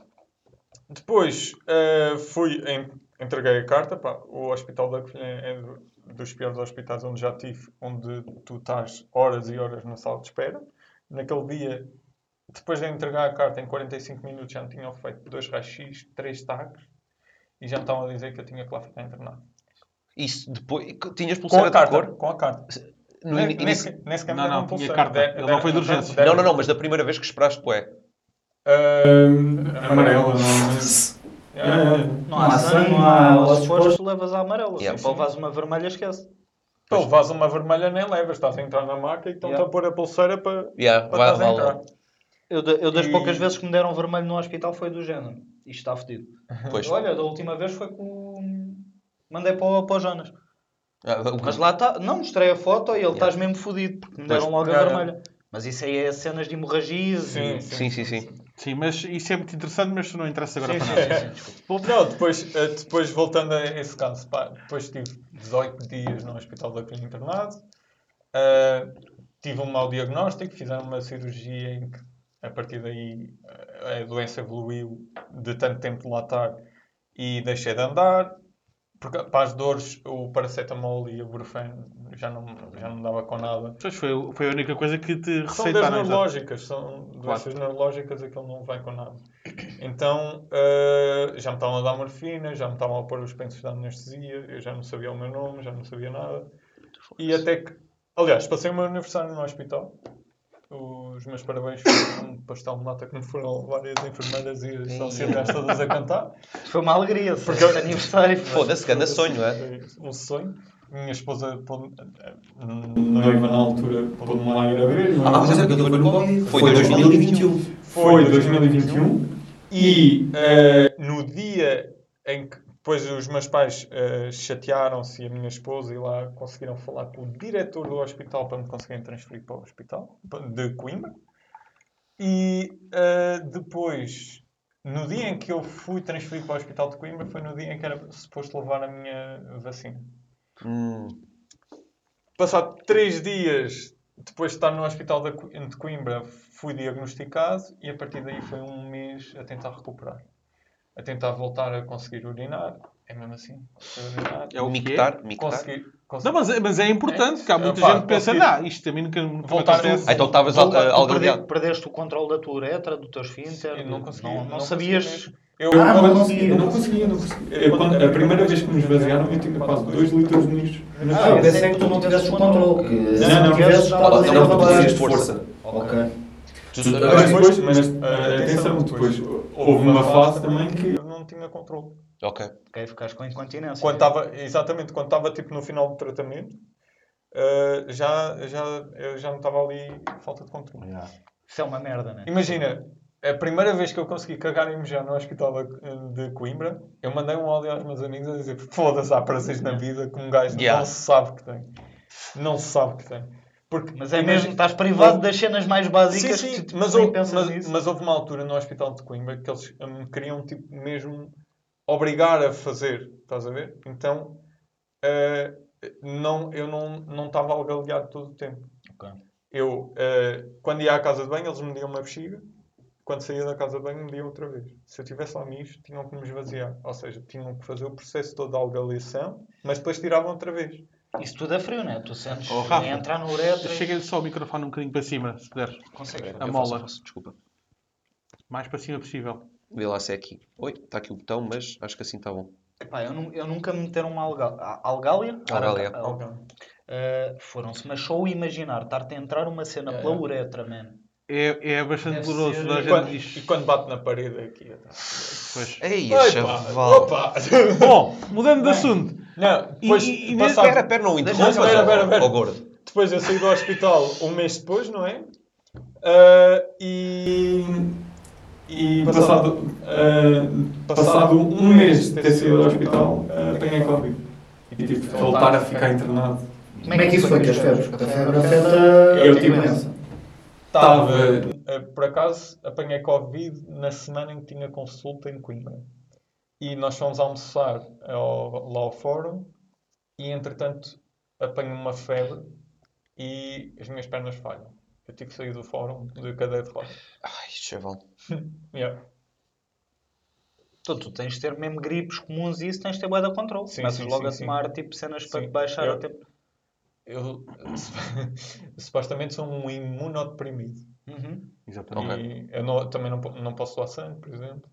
[SPEAKER 5] Depois eh, fui, en- entreguei a carta. Pá, o Hospital da Colhã é do- dos piores hospitais onde já tive, onde tu estás horas e horas na sala de espera. Naquele dia, depois de entregar a carta, em 45 minutos já me tinham feito dois raios-x, três taques e já me estavam a dizer que eu tinha que lá ficar internado.
[SPEAKER 3] Isso depois. que Tinhas
[SPEAKER 5] Com a
[SPEAKER 3] pulseira de
[SPEAKER 5] carta,
[SPEAKER 3] cor?
[SPEAKER 5] com a carta.
[SPEAKER 3] No
[SPEAKER 5] Ne-
[SPEAKER 3] ini-
[SPEAKER 5] nesse,
[SPEAKER 3] início-
[SPEAKER 5] nesse caminho
[SPEAKER 4] Não,
[SPEAKER 5] era
[SPEAKER 4] não,
[SPEAKER 5] um
[SPEAKER 4] tinha
[SPEAKER 5] pulseiro.
[SPEAKER 4] carta.
[SPEAKER 5] Der-
[SPEAKER 4] Ele não
[SPEAKER 5] deram- um
[SPEAKER 4] foi de urgência.
[SPEAKER 3] Não,
[SPEAKER 5] deram-
[SPEAKER 3] não, não, mas da primeira vez que esperaste, bué.
[SPEAKER 5] Ah,
[SPEAKER 6] Amarelo, não.
[SPEAKER 5] ah,
[SPEAKER 2] Não há
[SPEAKER 7] maçã,
[SPEAKER 2] sangue, não há ossos postos, tu levas a amarela.
[SPEAKER 3] Yeah.
[SPEAKER 2] Se levas uma vermelha, esquece.
[SPEAKER 5] Tu levas Então uma vermelha, nem levas, estás a entrar na maca e estão-te
[SPEAKER 2] Yeah.
[SPEAKER 5] a pôr a pulseira para
[SPEAKER 3] Yeah,
[SPEAKER 5] para
[SPEAKER 3] vai,
[SPEAKER 5] estás a
[SPEAKER 3] vai
[SPEAKER 5] entrar.
[SPEAKER 3] lá.
[SPEAKER 2] Eu, da- eu das
[SPEAKER 5] E-
[SPEAKER 2] poucas vezes que me deram vermelho no hospital foi do género. Isto está fodido.
[SPEAKER 3] Pois.
[SPEAKER 2] Olha, da última vez foi com... Mandei para o, para o Jonas.
[SPEAKER 3] Ah, o que-
[SPEAKER 2] Mas lá está... Não, mostrei a foto e ele estás mesmo fodido, porque me deram logo a
[SPEAKER 5] Yeah,
[SPEAKER 2] vermelha. Mas isso aí é cenas de hemorragias
[SPEAKER 5] Sim,
[SPEAKER 2] e...
[SPEAKER 5] sim.
[SPEAKER 3] Sim, sim, sim.
[SPEAKER 4] Sim, mas isso é muito interessante, mas isso não interessa agora
[SPEAKER 2] Sim,
[SPEAKER 4] para
[SPEAKER 2] sim,
[SPEAKER 4] nada.
[SPEAKER 2] sim, desculpa.
[SPEAKER 5] Não, depois, eh, depois voltando a esse caso, pá, depois tive 18 dias no Hospital da Cunha internado, Ah, tive um mau diagnóstico, fizeram uma cirurgia em que a partir daí eh, a doença evoluiu de tanto tempo de lá estar e deixei de andar. Porque para as dores, o paracetamol e o ibuprofeno já não, já não dava com nada.
[SPEAKER 4] Pois foi, foi a única coisa que te
[SPEAKER 5] São das
[SPEAKER 4] receitaram. exato.
[SPEAKER 5] neurológicas, são doenças neurológicas, aquilo não vai com nada. Então, eh, já me estavam a dar morfina, já me estavam a pôr os pensos de anestesia, eu já não sabia o meu nome, já não sabia nada. E até que, aliás, passei o meu aniversário no hospital. Os meus parabéns foram um pastel de nata que me foram várias enfermeiras e são cirurgiãs todas a cantar.
[SPEAKER 2] Foi uma alegria, porque
[SPEAKER 5] Porque eu-
[SPEAKER 2] esse aniversário.
[SPEAKER 3] Foda-se, grande sonho, é?
[SPEAKER 5] Um sonho. Minha esposa, eh, pô- é
[SPEAKER 6] Noiva na altura, pôde me lá ir a ver. não
[SPEAKER 7] Ah, mas é que aquilo foi no Covid. Foi em 2021.
[SPEAKER 6] Foi 2021 e
[SPEAKER 5] eh, um. no dia em que depois os meus pais eh, chatearam-se e a minha esposa e lá conseguiram falar com o diretor do hospital para me conseguirem transferir para o hospital pa- de Coimbra. E eh, depois, no dia em que eu fui transferido para o hospital de Coimbra, foi no dia em que era suposto levar a minha vacina.
[SPEAKER 3] Hum,
[SPEAKER 5] Passado três dias depois de estar no hospital da Co- de Coimbra, fui diagnosticado e a partir daí foi um mês a tentar recuperar. A tentar voltar a conseguir urinar. É mesmo assim? conseguir urinar.
[SPEAKER 4] É o que é.
[SPEAKER 3] mictar, mictar.
[SPEAKER 5] Conseguir, conseguir-
[SPEAKER 4] Não, mas, mas é importante, porque há muita
[SPEAKER 5] Epá,
[SPEAKER 4] gente que pensa,
[SPEAKER 5] consegui-
[SPEAKER 4] ah, isto a mim nunca, nunca me
[SPEAKER 5] Voltar-
[SPEAKER 4] acontece.
[SPEAKER 3] Ah, então estavas
[SPEAKER 2] Volta- tu
[SPEAKER 3] algadeado.
[SPEAKER 2] perde- Perdeste o controle da tua uretra, do teu esfínter.
[SPEAKER 5] Eu não consegui,
[SPEAKER 2] Não,
[SPEAKER 5] não consegui
[SPEAKER 2] sabias.
[SPEAKER 5] mesmo. Eu,
[SPEAKER 6] Ah,
[SPEAKER 5] quando-
[SPEAKER 6] não conseguia, não conseguia, não conseguia. Eu, quando- a primeira vez que me esvaziaram, eu tinha quase 2 litros de nicho. na
[SPEAKER 7] Ah, eu
[SPEAKER 6] frente.
[SPEAKER 7] pensei que tu não tivesses o controle. que se
[SPEAKER 6] Não, não,
[SPEAKER 7] não tivesses,
[SPEAKER 2] não,
[SPEAKER 7] estavas
[SPEAKER 2] não,
[SPEAKER 7] a
[SPEAKER 2] não,
[SPEAKER 7] falar de
[SPEAKER 3] não,
[SPEAKER 7] força. Ok.
[SPEAKER 6] Mas
[SPEAKER 7] Agora,
[SPEAKER 6] depois,
[SPEAKER 5] Mas,
[SPEAKER 6] mas
[SPEAKER 5] ah,
[SPEAKER 6] atenção,
[SPEAKER 5] atenção,
[SPEAKER 6] depois houve uma fase também que.
[SPEAKER 5] Eu não tinha controle.
[SPEAKER 3] Ok.
[SPEAKER 2] Ok, ficaste com incontinência.
[SPEAKER 5] Quando estava, exatamente, quando estava tipo no final do tratamento, ah, já, já, eu já não estava ali falta de controle.
[SPEAKER 2] Isso é uma merda, né?
[SPEAKER 5] Imagina, a primeira vez que eu consegui cagar e mijar no hospital de- de Coimbra, eu mandei um áudio aos meus amigos a dizer: foda-se, há prazeres na vida que um gajo
[SPEAKER 3] Yeah.
[SPEAKER 5] não se sabe que tem. Não se sabe que tem. Porque,
[SPEAKER 2] Mas é
[SPEAKER 5] imagina-
[SPEAKER 2] mesmo, estás privado das cenas mais
[SPEAKER 5] Sim,
[SPEAKER 2] básicas que
[SPEAKER 5] sim,
[SPEAKER 2] tu- tu
[SPEAKER 5] mas,
[SPEAKER 2] nem
[SPEAKER 5] houve,
[SPEAKER 2] pensas
[SPEAKER 5] mas,
[SPEAKER 2] nisso.
[SPEAKER 5] mas houve uma altura no hospital de Coimbra que eles me queriam tipo, mesmo obrigar a fazer, estás a ver? Então eh, não, eu não não estava algaleado todo o tempo.
[SPEAKER 2] Ok.
[SPEAKER 5] Eu, eh, quando ia à casa de banho, eles mediam uma bexiga. Quando saía da casa de banho, mediam outra vez. Se eu tivesse lá mijo, tinham que me esvaziar. Ou seja, tinham que fazer o processo todo de algaleação, mas depois tiravam outra vez.
[SPEAKER 2] Isso tudo é frio, né? Tu sentes
[SPEAKER 4] Oh, Rafa,
[SPEAKER 2] é entrar na uretra. e-
[SPEAKER 4] Chega-lhe só o microfone um bocadinho para cima, se puder.
[SPEAKER 5] É
[SPEAKER 2] Consegues.
[SPEAKER 4] A
[SPEAKER 3] Eu
[SPEAKER 4] mola.
[SPEAKER 3] faço, eu faço, Desculpa.
[SPEAKER 4] Mais para cima possível.
[SPEAKER 3] Vê lá se é aqui. Oi, está aqui o botão, mas acho que assim está bom.
[SPEAKER 2] Pá, eu, nu- eu nunca me meteram uma alga... a- algália.
[SPEAKER 3] Algália.
[SPEAKER 2] Aranga- al- Ah, Foram-se, mas só o imaginar, estar-te a entrar uma cena pela uretra, man.
[SPEAKER 4] É, é bastante
[SPEAKER 2] Deve
[SPEAKER 4] doloroso.
[SPEAKER 2] ser-
[SPEAKER 4] toda a
[SPEAKER 5] E
[SPEAKER 4] gente
[SPEAKER 5] quando,
[SPEAKER 4] diz.
[SPEAKER 5] e quando bate na parede é aqui. atrás.
[SPEAKER 4] Pois.
[SPEAKER 3] Ei,
[SPEAKER 5] tá. Ai, pá,
[SPEAKER 3] chaval.
[SPEAKER 5] opa.
[SPEAKER 4] Bom, mudando de assunto.
[SPEAKER 5] Não,
[SPEAKER 4] Ah, E-
[SPEAKER 5] depois,
[SPEAKER 4] e- e
[SPEAKER 5] passado-
[SPEAKER 3] Espera, espera, não
[SPEAKER 5] Deixa-me
[SPEAKER 3] interrompas,
[SPEAKER 5] saber,
[SPEAKER 3] ó-
[SPEAKER 5] espera, espera.
[SPEAKER 3] ó gordo.
[SPEAKER 5] depois eu saí do hospital um mês depois, não é? Ah, e.
[SPEAKER 6] E passado, ah, passado um mês de ter saído do hospital, ah, apanhei Covid. E tive que voltar a ficar internado.
[SPEAKER 7] Como é que isso foi com as febres? Porque a febre afeta
[SPEAKER 6] Eu tive-
[SPEAKER 7] a doença.
[SPEAKER 5] Estava.
[SPEAKER 6] Estava-
[SPEAKER 5] ah, por acaso, apanhei Covid na semana em que tinha consulta em Coimbra. E nós fomos almoçar ao- lá ao fórum e, entretanto, apanho uma febre e as minhas pernas falham. Eu tive que sair do fórum de cadeia de rodas.
[SPEAKER 3] Ai, chaval.
[SPEAKER 5] Yeah.
[SPEAKER 2] Então tu tens de ter mesmo gripes comuns e isso tens de ter bué de controle.
[SPEAKER 5] Sim,
[SPEAKER 2] Começas
[SPEAKER 5] sim,
[SPEAKER 2] logo
[SPEAKER 5] sim,
[SPEAKER 2] a
[SPEAKER 5] sim.
[SPEAKER 2] tomar tipo cenas para
[SPEAKER 5] Sim.
[SPEAKER 2] te baixar
[SPEAKER 5] Eu-
[SPEAKER 2] o tempo.
[SPEAKER 5] Eu sup- supostamente sou um imunodeprimido.
[SPEAKER 2] Uhum,
[SPEAKER 3] Exatamente.
[SPEAKER 5] E eu não- também não, po- não posso doar sangue, por exemplo.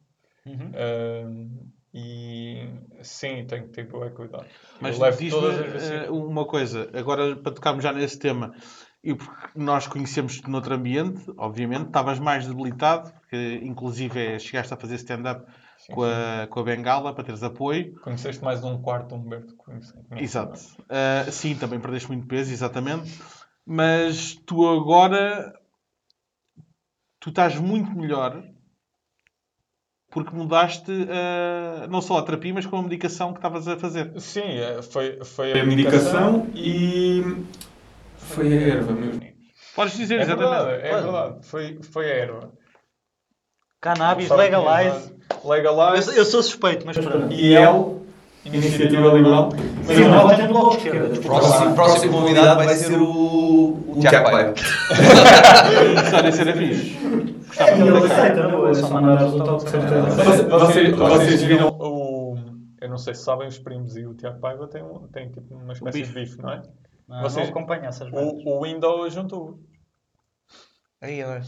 [SPEAKER 2] uhum.
[SPEAKER 5] Ahm, e sim, tenho que ter bué cuidado.
[SPEAKER 4] Mas
[SPEAKER 5] eu levo
[SPEAKER 4] diz-me
[SPEAKER 5] todas as vacinas.
[SPEAKER 4] eh, uma coisa, agora para tocarmos já nesse tema, e porque nós conhecemos-te noutro ambiente, obviamente, estavas mais debilitado, porque inclusive eh, chegaste a fazer stand-up
[SPEAKER 5] Sim,
[SPEAKER 4] com a, com a bengala para teres apoio.
[SPEAKER 5] Conheceste mais de um quarto do Humberto que é? conheci.
[SPEAKER 4] Exato. Ah, sim, também perdeste muito peso, exatamente. Mas tu agora tu estás muito melhor porque mudaste ah, não só a terapia, mas com a medicação que estavas a fazer.
[SPEAKER 5] Sim, é, foi, foi
[SPEAKER 6] A medicação e. Foi a erva mesmo.
[SPEAKER 4] Podes dizer
[SPEAKER 5] É
[SPEAKER 4] exatamente.
[SPEAKER 5] verdade, é
[SPEAKER 2] Olha.
[SPEAKER 5] verdade. Foi, foi a erva.
[SPEAKER 2] Cannabis,
[SPEAKER 5] Sabe que
[SPEAKER 2] Ah, legalize.
[SPEAKER 5] é Legalize.
[SPEAKER 2] Eu, eu sou suspeito, mas pronto.
[SPEAKER 6] E ele, Iniciativa Liberal.
[SPEAKER 5] Mas
[SPEAKER 2] Sim,
[SPEAKER 5] eu
[SPEAKER 2] não
[SPEAKER 5] não-
[SPEAKER 7] é
[SPEAKER 2] votei no bloco de esquerda. desculpa.
[SPEAKER 1] Próximo, próximo convidado vai ser o, o Tiago Paio.
[SPEAKER 4] Olha, isso era fixe.
[SPEAKER 7] É, ele aceita, não é? É só mandar o resultado, de certeza.
[SPEAKER 6] Vocês, vocês, vocês viram.
[SPEAKER 5] o. Eu não sei se sabem, os primos e o Tiago Paiva têm, um- têm tipo uma espécie de bife, não é?
[SPEAKER 2] Não,
[SPEAKER 5] Vocês-
[SPEAKER 2] não acompanha essas merdas.
[SPEAKER 5] O, o Windows juntou-os.
[SPEAKER 3] Ai, ai.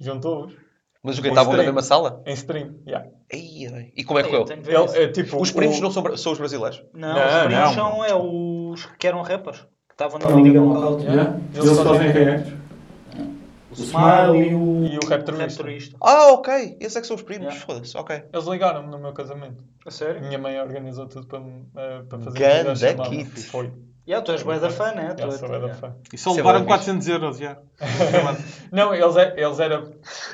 [SPEAKER 5] Juntou-os.
[SPEAKER 3] Mas o que estavam na
[SPEAKER 5] Mostrei.
[SPEAKER 3] mesma sala?
[SPEAKER 5] Em stream. Yeah.
[SPEAKER 3] Ai, ai. E como é que
[SPEAKER 2] Eu
[SPEAKER 3] eu?
[SPEAKER 2] tenho que ver isso.
[SPEAKER 5] Ele, é, tipo,
[SPEAKER 3] Os primos
[SPEAKER 5] o-
[SPEAKER 3] não são, bra- são os brasileiros?
[SPEAKER 2] Não,
[SPEAKER 5] Não,
[SPEAKER 2] os primos
[SPEAKER 5] não.
[SPEAKER 2] são é, os que eram rappers. Que estavam na
[SPEAKER 7] Não
[SPEAKER 2] Liga
[SPEAKER 7] ligam
[SPEAKER 2] Local.
[SPEAKER 7] ao
[SPEAKER 4] é?
[SPEAKER 6] Yeah? Eles fazem reacts.
[SPEAKER 7] O Smile e o...
[SPEAKER 5] E o rap terrorista.
[SPEAKER 2] Raptorista.
[SPEAKER 3] Ah, ok. Esses é que são os primos.
[SPEAKER 2] Yeah.
[SPEAKER 3] Foda-se, ok.
[SPEAKER 5] Eles ligaram-me no meu casamento.
[SPEAKER 2] A
[SPEAKER 5] A
[SPEAKER 2] sério?
[SPEAKER 5] minha mãe organizou tudo para, me, eh, para fazer
[SPEAKER 3] Ganda
[SPEAKER 5] videochamada.
[SPEAKER 3] kit.
[SPEAKER 5] Foi.
[SPEAKER 2] Yeah, tu és bué da fã, né? Tu
[SPEAKER 5] Já
[SPEAKER 2] é-
[SPEAKER 5] sou bué da fã.
[SPEAKER 4] E só
[SPEAKER 3] Isso é
[SPEAKER 4] levaram
[SPEAKER 3] bem
[SPEAKER 4] 400 euros, já.
[SPEAKER 5] Não, eles, é- eles era,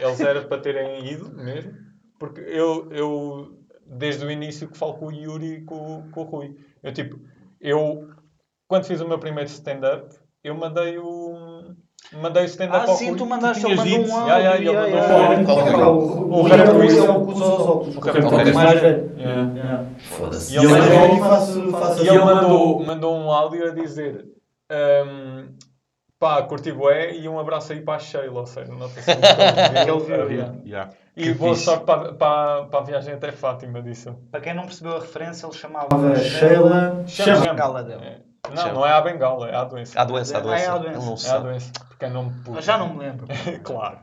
[SPEAKER 5] eles era para terem ido mesmo, porque eu, eu desde o início que falo com o Yuri e com, o- com o Rui. Eu tipo, eu quando fiz o meu primeiro stand-up, eu mandei o mandei o stand-up
[SPEAKER 2] Ah,
[SPEAKER 5] ao
[SPEAKER 2] sim,
[SPEAKER 5] Rui.
[SPEAKER 2] tu mandaste, ele
[SPEAKER 4] tinhas
[SPEAKER 2] mandou um
[SPEAKER 4] dito.
[SPEAKER 2] áudio.
[SPEAKER 5] Yeah, yeah, ele
[SPEAKER 2] yeah,
[SPEAKER 5] mandou
[SPEAKER 2] yeah.
[SPEAKER 5] um áudio.
[SPEAKER 7] O
[SPEAKER 5] Rap Ruiz
[SPEAKER 7] Raptorista é
[SPEAKER 5] é o
[SPEAKER 7] o que usa os óculos.
[SPEAKER 5] O
[SPEAKER 6] Ok,
[SPEAKER 5] rap-
[SPEAKER 6] ok.
[SPEAKER 7] O mais velho.
[SPEAKER 5] Yeah.
[SPEAKER 7] Yeah.
[SPEAKER 1] Foda-se.
[SPEAKER 5] E ele
[SPEAKER 7] Mas
[SPEAKER 5] mandou-
[SPEAKER 7] é que faço- faço
[SPEAKER 5] E
[SPEAKER 7] assim.
[SPEAKER 5] ele mandou, mandou um áudio a dizer hum, pá, curti bué e um abraço aí para a Sheila, ou seja, não sei se ele viu.
[SPEAKER 2] Ele viu,
[SPEAKER 5] Ah,
[SPEAKER 4] Yeah.
[SPEAKER 5] E boa sorte para, para, para a viagem até Fátima, disse ele.
[SPEAKER 2] Para quem não percebeu a referência, ele chamava
[SPEAKER 7] eh, Sheila.
[SPEAKER 5] Chama.
[SPEAKER 2] a bengala dele.
[SPEAKER 5] É. Não, não é a bengala, é a doença.
[SPEAKER 3] Há doença, há
[SPEAKER 2] Ah,
[SPEAKER 3] doença.
[SPEAKER 2] é, há doença.
[SPEAKER 3] Ele não
[SPEAKER 5] É a
[SPEAKER 3] sabe.
[SPEAKER 5] doença, porque é nome puto.
[SPEAKER 2] Mas já não me lembro.
[SPEAKER 5] claro.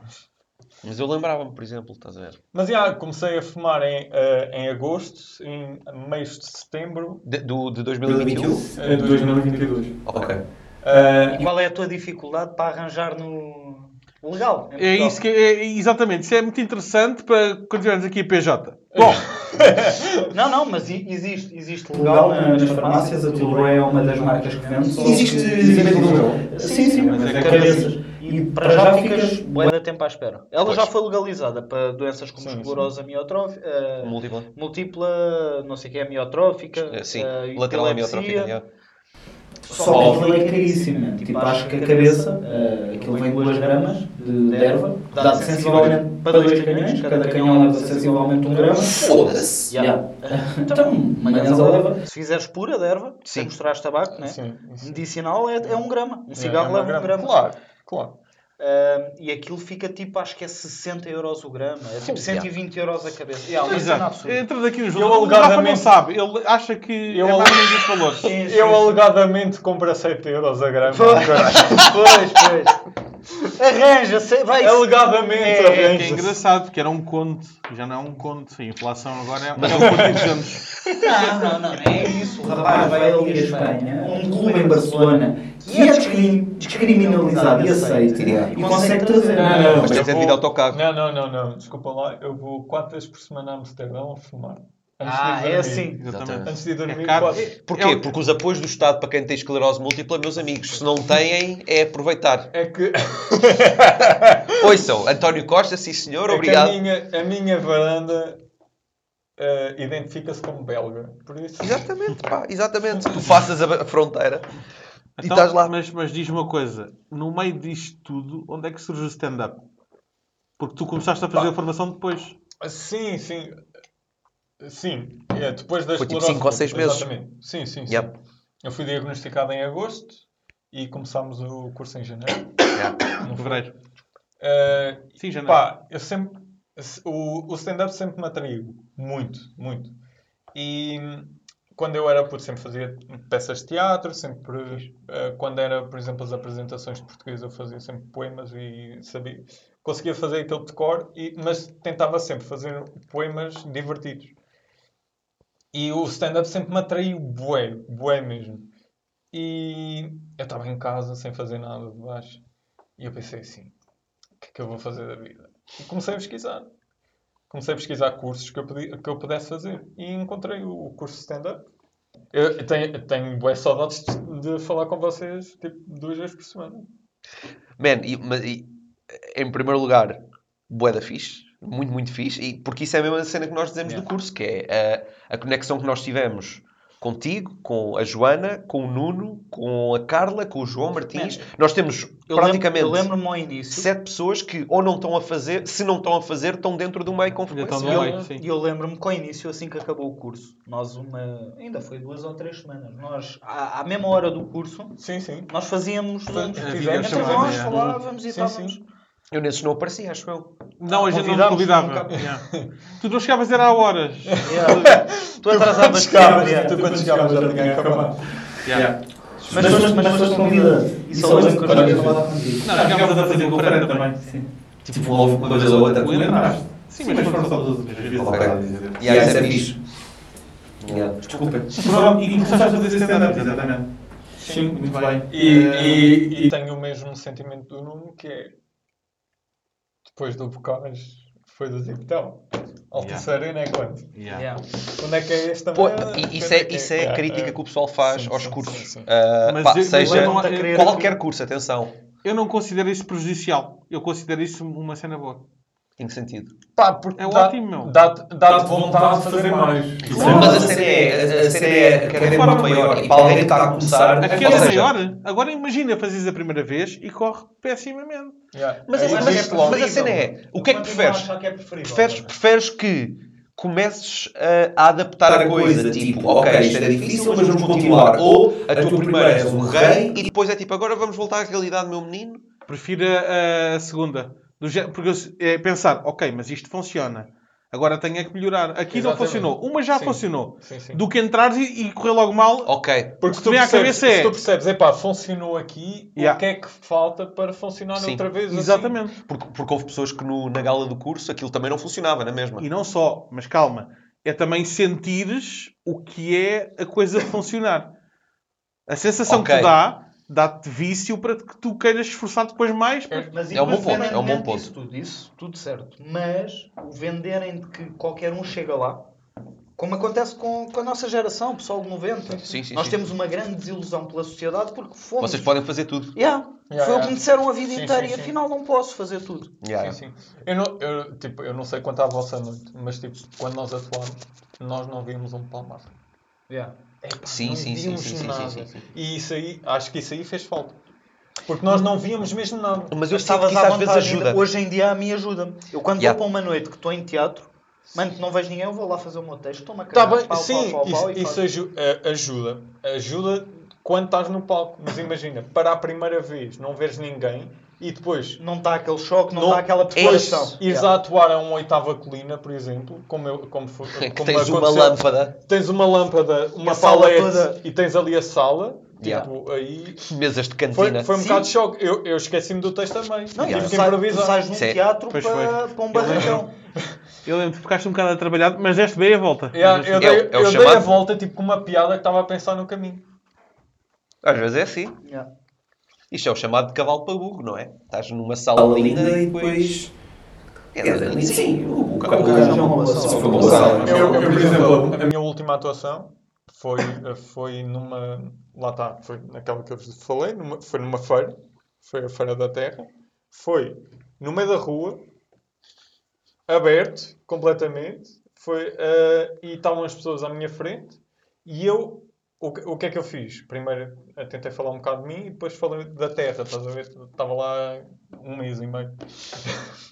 [SPEAKER 3] Mas eu lembrava-me, por exemplo, estás a ver?
[SPEAKER 5] Mas já, comecei a fumar em, eh, em agosto, em meios de setembro.
[SPEAKER 3] De, do, de 2021?
[SPEAKER 1] 2021?
[SPEAKER 6] É de 2022.
[SPEAKER 3] Ok.
[SPEAKER 5] Eh,
[SPEAKER 2] E qual é a tua dificuldade para arranjar no legal? em
[SPEAKER 4] É
[SPEAKER 2] Portugal?
[SPEAKER 4] isso que é, é- exatamente. Isso é muito interessante para quando tivermos aqui a PJ. Bom,
[SPEAKER 2] Não, não, mas i- existe, existe legal,
[SPEAKER 7] Legal
[SPEAKER 2] na-
[SPEAKER 7] nas farmácias, a Tilroy é uma das marcas que vende. só que-
[SPEAKER 1] Existe- existe Tilroy?
[SPEAKER 7] Sim, sim, mas é
[SPEAKER 2] cabeças.
[SPEAKER 7] cabeças.
[SPEAKER 2] E para já ficas bué da tempo à espera. Ela já foi legalizada para doenças como
[SPEAKER 5] Sim,
[SPEAKER 2] esclerose amiotrófica, eh,
[SPEAKER 3] Múltipla.
[SPEAKER 2] múltipla, não sei o que é, amiotrófica,
[SPEAKER 3] Eh, Sim,
[SPEAKER 2] eh,
[SPEAKER 3] lateral
[SPEAKER 2] epilepsia.
[SPEAKER 3] amiotrófica. yeah.
[SPEAKER 7] Só que aquilo é caríssimo. Tipo, acho que a cabeça, eh, aquilo vem 2 gramas de, de erva, dá sensivelmente para dois canhões, cada canhão leva sensivelmente 1 um grama.
[SPEAKER 1] Foda-se.
[SPEAKER 7] Yeah. Então, uma ganza leva.
[SPEAKER 2] Se fizeres pura de erva,
[SPEAKER 3] Sim.
[SPEAKER 2] sem mostrares tabaco, né?
[SPEAKER 5] sim, sim.
[SPEAKER 2] medicinal é, é um grama. Um cigarro
[SPEAKER 5] É, é
[SPEAKER 2] leva um grama.
[SPEAKER 5] Claro, claro.
[SPEAKER 2] Ah, e aquilo fica tipo, acho que é 60 euros o grama. É tipo 120 euros a cabeça. Yeah, mas é um
[SPEAKER 4] exato.
[SPEAKER 2] absurdo.
[SPEAKER 4] Entra daqui uns
[SPEAKER 5] Eu
[SPEAKER 4] valores. O Rafa não
[SPEAKER 5] alegadamente-
[SPEAKER 4] sabe. Ele acha que eu
[SPEAKER 5] Eu
[SPEAKER 4] é mais ou menos os valores.
[SPEAKER 2] Sim, sim,
[SPEAKER 5] Eu
[SPEAKER 2] sim.
[SPEAKER 5] alegadamente compro a 7 euros a grama.
[SPEAKER 2] Pois, pois, pois. Arranja-se, vai.
[SPEAKER 5] Alegadamente,
[SPEAKER 4] É, que é
[SPEAKER 5] arranja-se.
[SPEAKER 4] engraçado, que era um conto. Já não é um conto. A inflação agora é um conto de anos.
[SPEAKER 2] Não, não, não, não é isso.
[SPEAKER 7] O rapaz vai ali à Espanha, a um clube em Barcelona, que é descrim- descriminalizado e aceito, e consegue trazer.
[SPEAKER 6] Não, não,
[SPEAKER 3] Mas
[SPEAKER 6] mas
[SPEAKER 3] tem que ser devido ao autocarro.
[SPEAKER 5] Não, não, não, não. Desculpa lá, eu vou 4 vezes por semana a Amsterdão a fumar. Antes
[SPEAKER 2] Ah,
[SPEAKER 5] de
[SPEAKER 2] é
[SPEAKER 5] dormir.
[SPEAKER 2] assim.
[SPEAKER 3] Exatamente.
[SPEAKER 5] Antes de dormir,
[SPEAKER 4] É caro.
[SPEAKER 5] quatro-
[SPEAKER 3] Porquê?
[SPEAKER 4] É um-
[SPEAKER 3] Porque os apoios do Estado para quem tem esclerose múltipla, meus amigos, se não têm, é aproveitar.
[SPEAKER 5] É que,
[SPEAKER 3] Ouçam, António Costa, sim senhor,
[SPEAKER 5] é que a,
[SPEAKER 3] obrigado.
[SPEAKER 5] minha, a minha varanda eh, identifica-se como belga. Por isso.
[SPEAKER 3] Exatamente, pá, exatamente. Tu faças a a fronteira e
[SPEAKER 4] Então,
[SPEAKER 3] estás lá.
[SPEAKER 4] Mas, mas diz uma coisa: no meio disto tudo, onde é que surge o stand-up? Porque tu começaste a fazer a formação depois.
[SPEAKER 5] Sim, sim. Sim, é, depois da
[SPEAKER 3] Foi tipo
[SPEAKER 5] esclerose
[SPEAKER 3] cinco ou seis
[SPEAKER 5] múltipla,
[SPEAKER 3] meses.
[SPEAKER 5] Exatamente. Sim, sim, sim.
[SPEAKER 3] Yep.
[SPEAKER 5] Eu fui diagnosticado em agosto e começámos o curso em janeiro.
[SPEAKER 3] Yeah.
[SPEAKER 4] Em fevereiro.
[SPEAKER 5] Eh,
[SPEAKER 4] Sim, já não.
[SPEAKER 5] Pá, eu sempre, se- o, o stand-up sempre me atraiu. Muito, muito. E hum, quando eu era puto sempre fazia peças de teatro, sempre... eh, quando era, por exemplo, as apresentações de português, eu fazia sempre poemas e sabia... Conseguia fazer aquele decor, e, mas tentava sempre fazer poemas divertidos. E o stand-up sempre me atraiu bué, bué mesmo. E eu estava em casa sem fazer nada de baixo. E eu pensei assim, o que é que eu vou fazer da vida? E comecei a pesquisar. Comecei a pesquisar cursos que eu, podia, que eu pudesse fazer. E encontrei o curso de stand-up. Eu eu tenho, eu tenho bué saudades de, de falar com vocês, tipo, duas vezes por semana.
[SPEAKER 3] Man, e- mas, e, em primeiro lugar, bué da fixe, muito, muito fixe, e, porque isso é a mesma cena que nós dizemos do curso, que é a, a conexão que nós tivemos contigo, com a Joana, com o Nuno, com a Carla, com o João Martins. nós temos
[SPEAKER 2] Eu
[SPEAKER 3] praticamente
[SPEAKER 2] lembro- eu lembro-me ao início.
[SPEAKER 3] sete pessoas que ou não estão a fazer, se não estão a fazer, estão dentro do meio com frequência.
[SPEAKER 4] estão no
[SPEAKER 2] E eu-
[SPEAKER 4] meio, sim.
[SPEAKER 2] E eu, lembro-me que ao início, assim que acabou o curso, nós uma. ainda foi duas ou três semanas, nós, à, à mesma hora do curso,
[SPEAKER 5] Sim, sim.
[SPEAKER 2] nós fazíamos uns
[SPEAKER 5] Fizemos
[SPEAKER 2] fizemos, entre
[SPEAKER 5] chamada,
[SPEAKER 2] nós,
[SPEAKER 5] é.
[SPEAKER 2] falávamos e
[SPEAKER 5] Sim,
[SPEAKER 2] estávamos.
[SPEAKER 3] Eu nesses não apareci, acho eu.
[SPEAKER 4] Não, a gente não me
[SPEAKER 5] convidámos,
[SPEAKER 4] convidava.
[SPEAKER 5] nunca-
[SPEAKER 4] Yeah. Tu não chegavas era há horas.
[SPEAKER 2] Yeah. tu atrasavas cada dia.
[SPEAKER 5] tu quando chegavas já tinha acabado.
[SPEAKER 2] Mas foste- mas foste convidado. Isso eu lembro que eu
[SPEAKER 6] Várias
[SPEAKER 2] tinha falado
[SPEAKER 6] vezes.
[SPEAKER 2] contigo.
[SPEAKER 4] Não, chegavas a fazer com o Fernando também.
[SPEAKER 1] Tipo, houve uma vez ou outra que lembraste.
[SPEAKER 4] Sim, mas foram só duas vezes.
[SPEAKER 1] E aí, isso é fixe. Yeah.
[SPEAKER 6] Desculpa. Prova- E começaste a fazer stand-up, exatamente. Sim, muito bem.
[SPEAKER 5] E,
[SPEAKER 6] Eh,
[SPEAKER 5] e- e tenho o mesmo sentimento do Nuno, que é depois do Bocage, foi do tipo, então, Altice Arena é quando?
[SPEAKER 2] Yeah.
[SPEAKER 5] Quando é que é esta
[SPEAKER 3] Pô,
[SPEAKER 5] merda?
[SPEAKER 3] e- isso
[SPEAKER 5] Quando
[SPEAKER 3] é,
[SPEAKER 5] que
[SPEAKER 3] isso é a
[SPEAKER 5] Yeah,
[SPEAKER 3] crítica
[SPEAKER 5] é.
[SPEAKER 3] que o pessoal faz
[SPEAKER 5] Sim,
[SPEAKER 3] aos
[SPEAKER 5] sim,
[SPEAKER 3] cursos.
[SPEAKER 5] sim, sim.
[SPEAKER 3] Ah,
[SPEAKER 4] Mas
[SPEAKER 3] pá,
[SPEAKER 4] eu-
[SPEAKER 3] seja
[SPEAKER 4] lembram-te a querer-
[SPEAKER 3] qualquer curso, atenção.
[SPEAKER 4] Eu não considero isso prejudicial. Eu considero isso uma cena boa.
[SPEAKER 3] Em que sentido?
[SPEAKER 5] Pá, porque
[SPEAKER 4] É
[SPEAKER 5] dá-
[SPEAKER 4] ótimo, meu.
[SPEAKER 5] Dá-te dá-te
[SPEAKER 6] Dá-te
[SPEAKER 5] vontade de fazer mais.
[SPEAKER 1] Mas a cena é, a- a cena é cada vez muito maior. E para alguém que está a começar.
[SPEAKER 4] Aquele é
[SPEAKER 1] ou seja,
[SPEAKER 4] maior. Agora imagina fazeres a primeira vez e corre pessimamente.
[SPEAKER 5] Yeah.
[SPEAKER 3] Mas,
[SPEAKER 5] É
[SPEAKER 3] a-
[SPEAKER 5] isso.
[SPEAKER 3] mas- mas a cena é, o que é que
[SPEAKER 2] Continuo a
[SPEAKER 3] preferes?
[SPEAKER 2] achar que é preferível,
[SPEAKER 3] Preferes,
[SPEAKER 2] mas-
[SPEAKER 3] preferes que comeces a, a adaptar
[SPEAKER 1] Para
[SPEAKER 3] a coisa, tipo, ok, isto é difícil, mas vamos continuar. Ou a tua primeira és um rei e depois é tipo, agora vamos voltar à realidade, meu menino.
[SPEAKER 4] Prefiro a, a segunda. Do gé- porque eu se- é pensar, ok, mas isto funciona. Agora tenho é que melhorar. Aqui não
[SPEAKER 5] Exatamente.
[SPEAKER 4] funcionou. Uma já
[SPEAKER 5] Sim.
[SPEAKER 4] funcionou.
[SPEAKER 5] Sim,
[SPEAKER 3] é
[SPEAKER 5] sim.
[SPEAKER 4] Do que entrares e, e correr logo mal.
[SPEAKER 3] Ok,
[SPEAKER 5] Porque se tu
[SPEAKER 4] Vem à
[SPEAKER 5] percebes,
[SPEAKER 4] cabeça é-
[SPEAKER 5] se tu percebes, epá, funcionou aqui,
[SPEAKER 4] Yeah.
[SPEAKER 5] o que é que falta para funcionar
[SPEAKER 3] Sim.
[SPEAKER 5] outra vez? assim?
[SPEAKER 4] Exatamente.
[SPEAKER 3] porque, porque houve pessoas que no- na gala do curso aquilo também não funcionava, na mesma.
[SPEAKER 4] E não só, mas calma, é também sentires o que é a coisa de funcionar. A sensação que
[SPEAKER 3] Ok.
[SPEAKER 4] te dá, dá-te vício para que tu queiras esforçar depois mais. para-
[SPEAKER 2] Mas
[SPEAKER 3] É um bom ponto, é um bom
[SPEAKER 2] independentemente
[SPEAKER 3] ponto.
[SPEAKER 2] disso Tudo, isso tudo certo. Mas o venderem de que qualquer um chega lá, como acontece com, com a nossa geração, o pessoal de 90,
[SPEAKER 3] Sim, sim,
[SPEAKER 2] nós
[SPEAKER 3] sim.
[SPEAKER 2] temos uma grande desilusão pela sociedade porque fomos.
[SPEAKER 3] Vocês podem fazer tudo.
[SPEAKER 2] Yeah. Foi o
[SPEAKER 5] Yeah, yeah.
[SPEAKER 2] que me disseram a vida
[SPEAKER 5] Sim,
[SPEAKER 2] inteira
[SPEAKER 5] sim,
[SPEAKER 2] e
[SPEAKER 5] sim.
[SPEAKER 2] afinal não posso fazer tudo.
[SPEAKER 3] Yeah.
[SPEAKER 5] Sim, sim. Eu não, eu, tipo, eu não sei quanto à vossa noite, mas tipo, quando nós atuámos, nós não vimos um palmar. Epá,
[SPEAKER 3] Sim, sim,
[SPEAKER 5] não
[SPEAKER 3] sim,
[SPEAKER 5] víamos
[SPEAKER 3] sim, sim,
[SPEAKER 5] nada.
[SPEAKER 3] sim, sim, sim.
[SPEAKER 5] E isso aí, acho que isso aí fez falta. Porque nós não víamos mesmo nada.
[SPEAKER 3] Mas eu sinto
[SPEAKER 2] Estavas
[SPEAKER 3] que isso
[SPEAKER 2] à
[SPEAKER 3] às vezes
[SPEAKER 2] vontade ainda.
[SPEAKER 3] ajuda.
[SPEAKER 2] Hoje em dia a mim ajuda-me. Eu quando
[SPEAKER 3] Yeah.
[SPEAKER 2] vou para uma noite que estou em teatro, mano, que não vejo ninguém, eu vou lá fazer o meu texto, toma
[SPEAKER 5] Tá
[SPEAKER 2] cara,
[SPEAKER 5] bem,
[SPEAKER 2] pau,
[SPEAKER 5] sim,
[SPEAKER 2] pau, pau, pau, e
[SPEAKER 5] isso, isso
[SPEAKER 2] faço.
[SPEAKER 5] aju- a- ajuda. Ajuda quando estás no palco. Mas imagina, para a primeira vez não veres ninguém e depois
[SPEAKER 2] Não está aquele choque, não
[SPEAKER 5] Não- é
[SPEAKER 2] está
[SPEAKER 3] é
[SPEAKER 2] aquela preparação.
[SPEAKER 5] ires
[SPEAKER 2] Yeah.
[SPEAKER 5] a atuar a uma um oitava colina, por exemplo, como, eu, como, foi,
[SPEAKER 3] Que
[SPEAKER 5] como é
[SPEAKER 3] tens uma
[SPEAKER 5] aconteceu.
[SPEAKER 3] lâmpada,
[SPEAKER 5] Tens uma lâmpada, uma
[SPEAKER 2] a sala
[SPEAKER 5] palete
[SPEAKER 2] toda-
[SPEAKER 5] e tens ali a sala.
[SPEAKER 3] Yeah.
[SPEAKER 5] Tipo, aí
[SPEAKER 3] mesas de
[SPEAKER 5] foi,
[SPEAKER 3] cantina.
[SPEAKER 5] foi um
[SPEAKER 2] Sim.
[SPEAKER 5] bocado de choque. Eu, eu esqueci-me do texto também.
[SPEAKER 2] Não,
[SPEAKER 5] tive
[SPEAKER 2] e
[SPEAKER 5] que
[SPEAKER 2] tu, sai, tu
[SPEAKER 5] improvisar.
[SPEAKER 2] sais de um
[SPEAKER 3] Sim.
[SPEAKER 2] teatro
[SPEAKER 4] Pois
[SPEAKER 2] para, para um barracão.
[SPEAKER 4] Eu lembro que ficaste um bocado atrapalhado, mas deste bem a volta.
[SPEAKER 5] Yeah, eu
[SPEAKER 3] É o-
[SPEAKER 5] dei,
[SPEAKER 3] é o
[SPEAKER 5] eu dei a
[SPEAKER 3] chamado-
[SPEAKER 5] volta tipo com uma piada que estava a pensar no caminho.
[SPEAKER 3] Às vezes é assim.
[SPEAKER 2] Yeah.
[SPEAKER 3] Isto é o chamado de cavalo para burro, não é? Estás numa sala
[SPEAKER 1] Fala
[SPEAKER 3] linda
[SPEAKER 1] linda
[SPEAKER 3] e é
[SPEAKER 1] e depois.
[SPEAKER 3] Quer dizer, sim, o
[SPEAKER 1] é O gajo é uma boa
[SPEAKER 3] Se
[SPEAKER 1] ação.
[SPEAKER 3] for uma boa ação.
[SPEAKER 5] Eu, É eu,
[SPEAKER 6] Eu,
[SPEAKER 5] por
[SPEAKER 6] por
[SPEAKER 5] exemplo,
[SPEAKER 6] exemplo,
[SPEAKER 5] a minha última atuação foi, foi numa. Lá está, foi naquela que eu vos falei, numa- foi numa feira, foi a Feira da Terra, foi no meio da rua, aberto completamente, foi, eh, e estavam as pessoas à minha frente, e eu. O que, o que é que eu fiz? Primeiro eh, tentei falar um bocado de mim e depois falei da terra, estás a ver? Estava lá um mês e meio.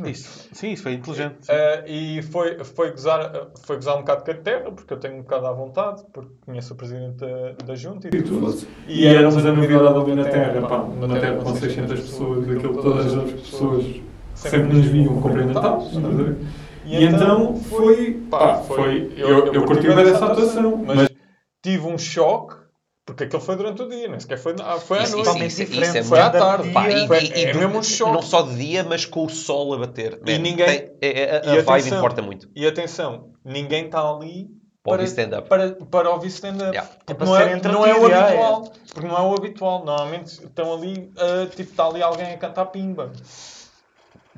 [SPEAKER 4] Isso, sim, isso foi inteligente.
[SPEAKER 5] Eh, e foi, foi, gozar, eh, foi gozar um bocado com a terra, porque eu tenho um bocado à vontade, porque conheço o presidente da, da junta e tudo.
[SPEAKER 6] E éramos a novidade ali na Terra, pá. Uma Terra com 600 pessoas, aquilo, todas as pessoas sempre nos vinham cumprimentar. estás a ver? E então foi. Pá, foi. Eu, eu curti bem essa atuação. Mas
[SPEAKER 5] tive um choque, porque aquilo foi durante o dia, nem sequer foi, ah, foi à
[SPEAKER 3] Isso-
[SPEAKER 5] noite.
[SPEAKER 3] isso- isso- isso é muito-
[SPEAKER 5] foi à tarde.
[SPEAKER 3] Pá, e-
[SPEAKER 5] foi,
[SPEAKER 3] e- e
[SPEAKER 5] é
[SPEAKER 3] do-
[SPEAKER 5] mesmo um choque.
[SPEAKER 3] Não só de dia, mas com o sol a bater.
[SPEAKER 5] E
[SPEAKER 3] Man,
[SPEAKER 5] ninguém-
[SPEAKER 3] tem- é- é- a
[SPEAKER 5] e
[SPEAKER 3] a vibe
[SPEAKER 5] atenção.
[SPEAKER 3] importa muito.
[SPEAKER 5] E atenção, ninguém está ali
[SPEAKER 3] Para ouvir
[SPEAKER 5] Para-
[SPEAKER 3] stand-up.
[SPEAKER 5] para, para ouvir stand-up.
[SPEAKER 3] Yeah.
[SPEAKER 5] Porque
[SPEAKER 2] É para
[SPEAKER 5] não,
[SPEAKER 2] ser
[SPEAKER 5] é, não é o
[SPEAKER 2] entretido, yeah,
[SPEAKER 5] habitual. Porque não é o habitual. Normalmente estão ali, ah, tipo, está ali alguém a cantar pimba.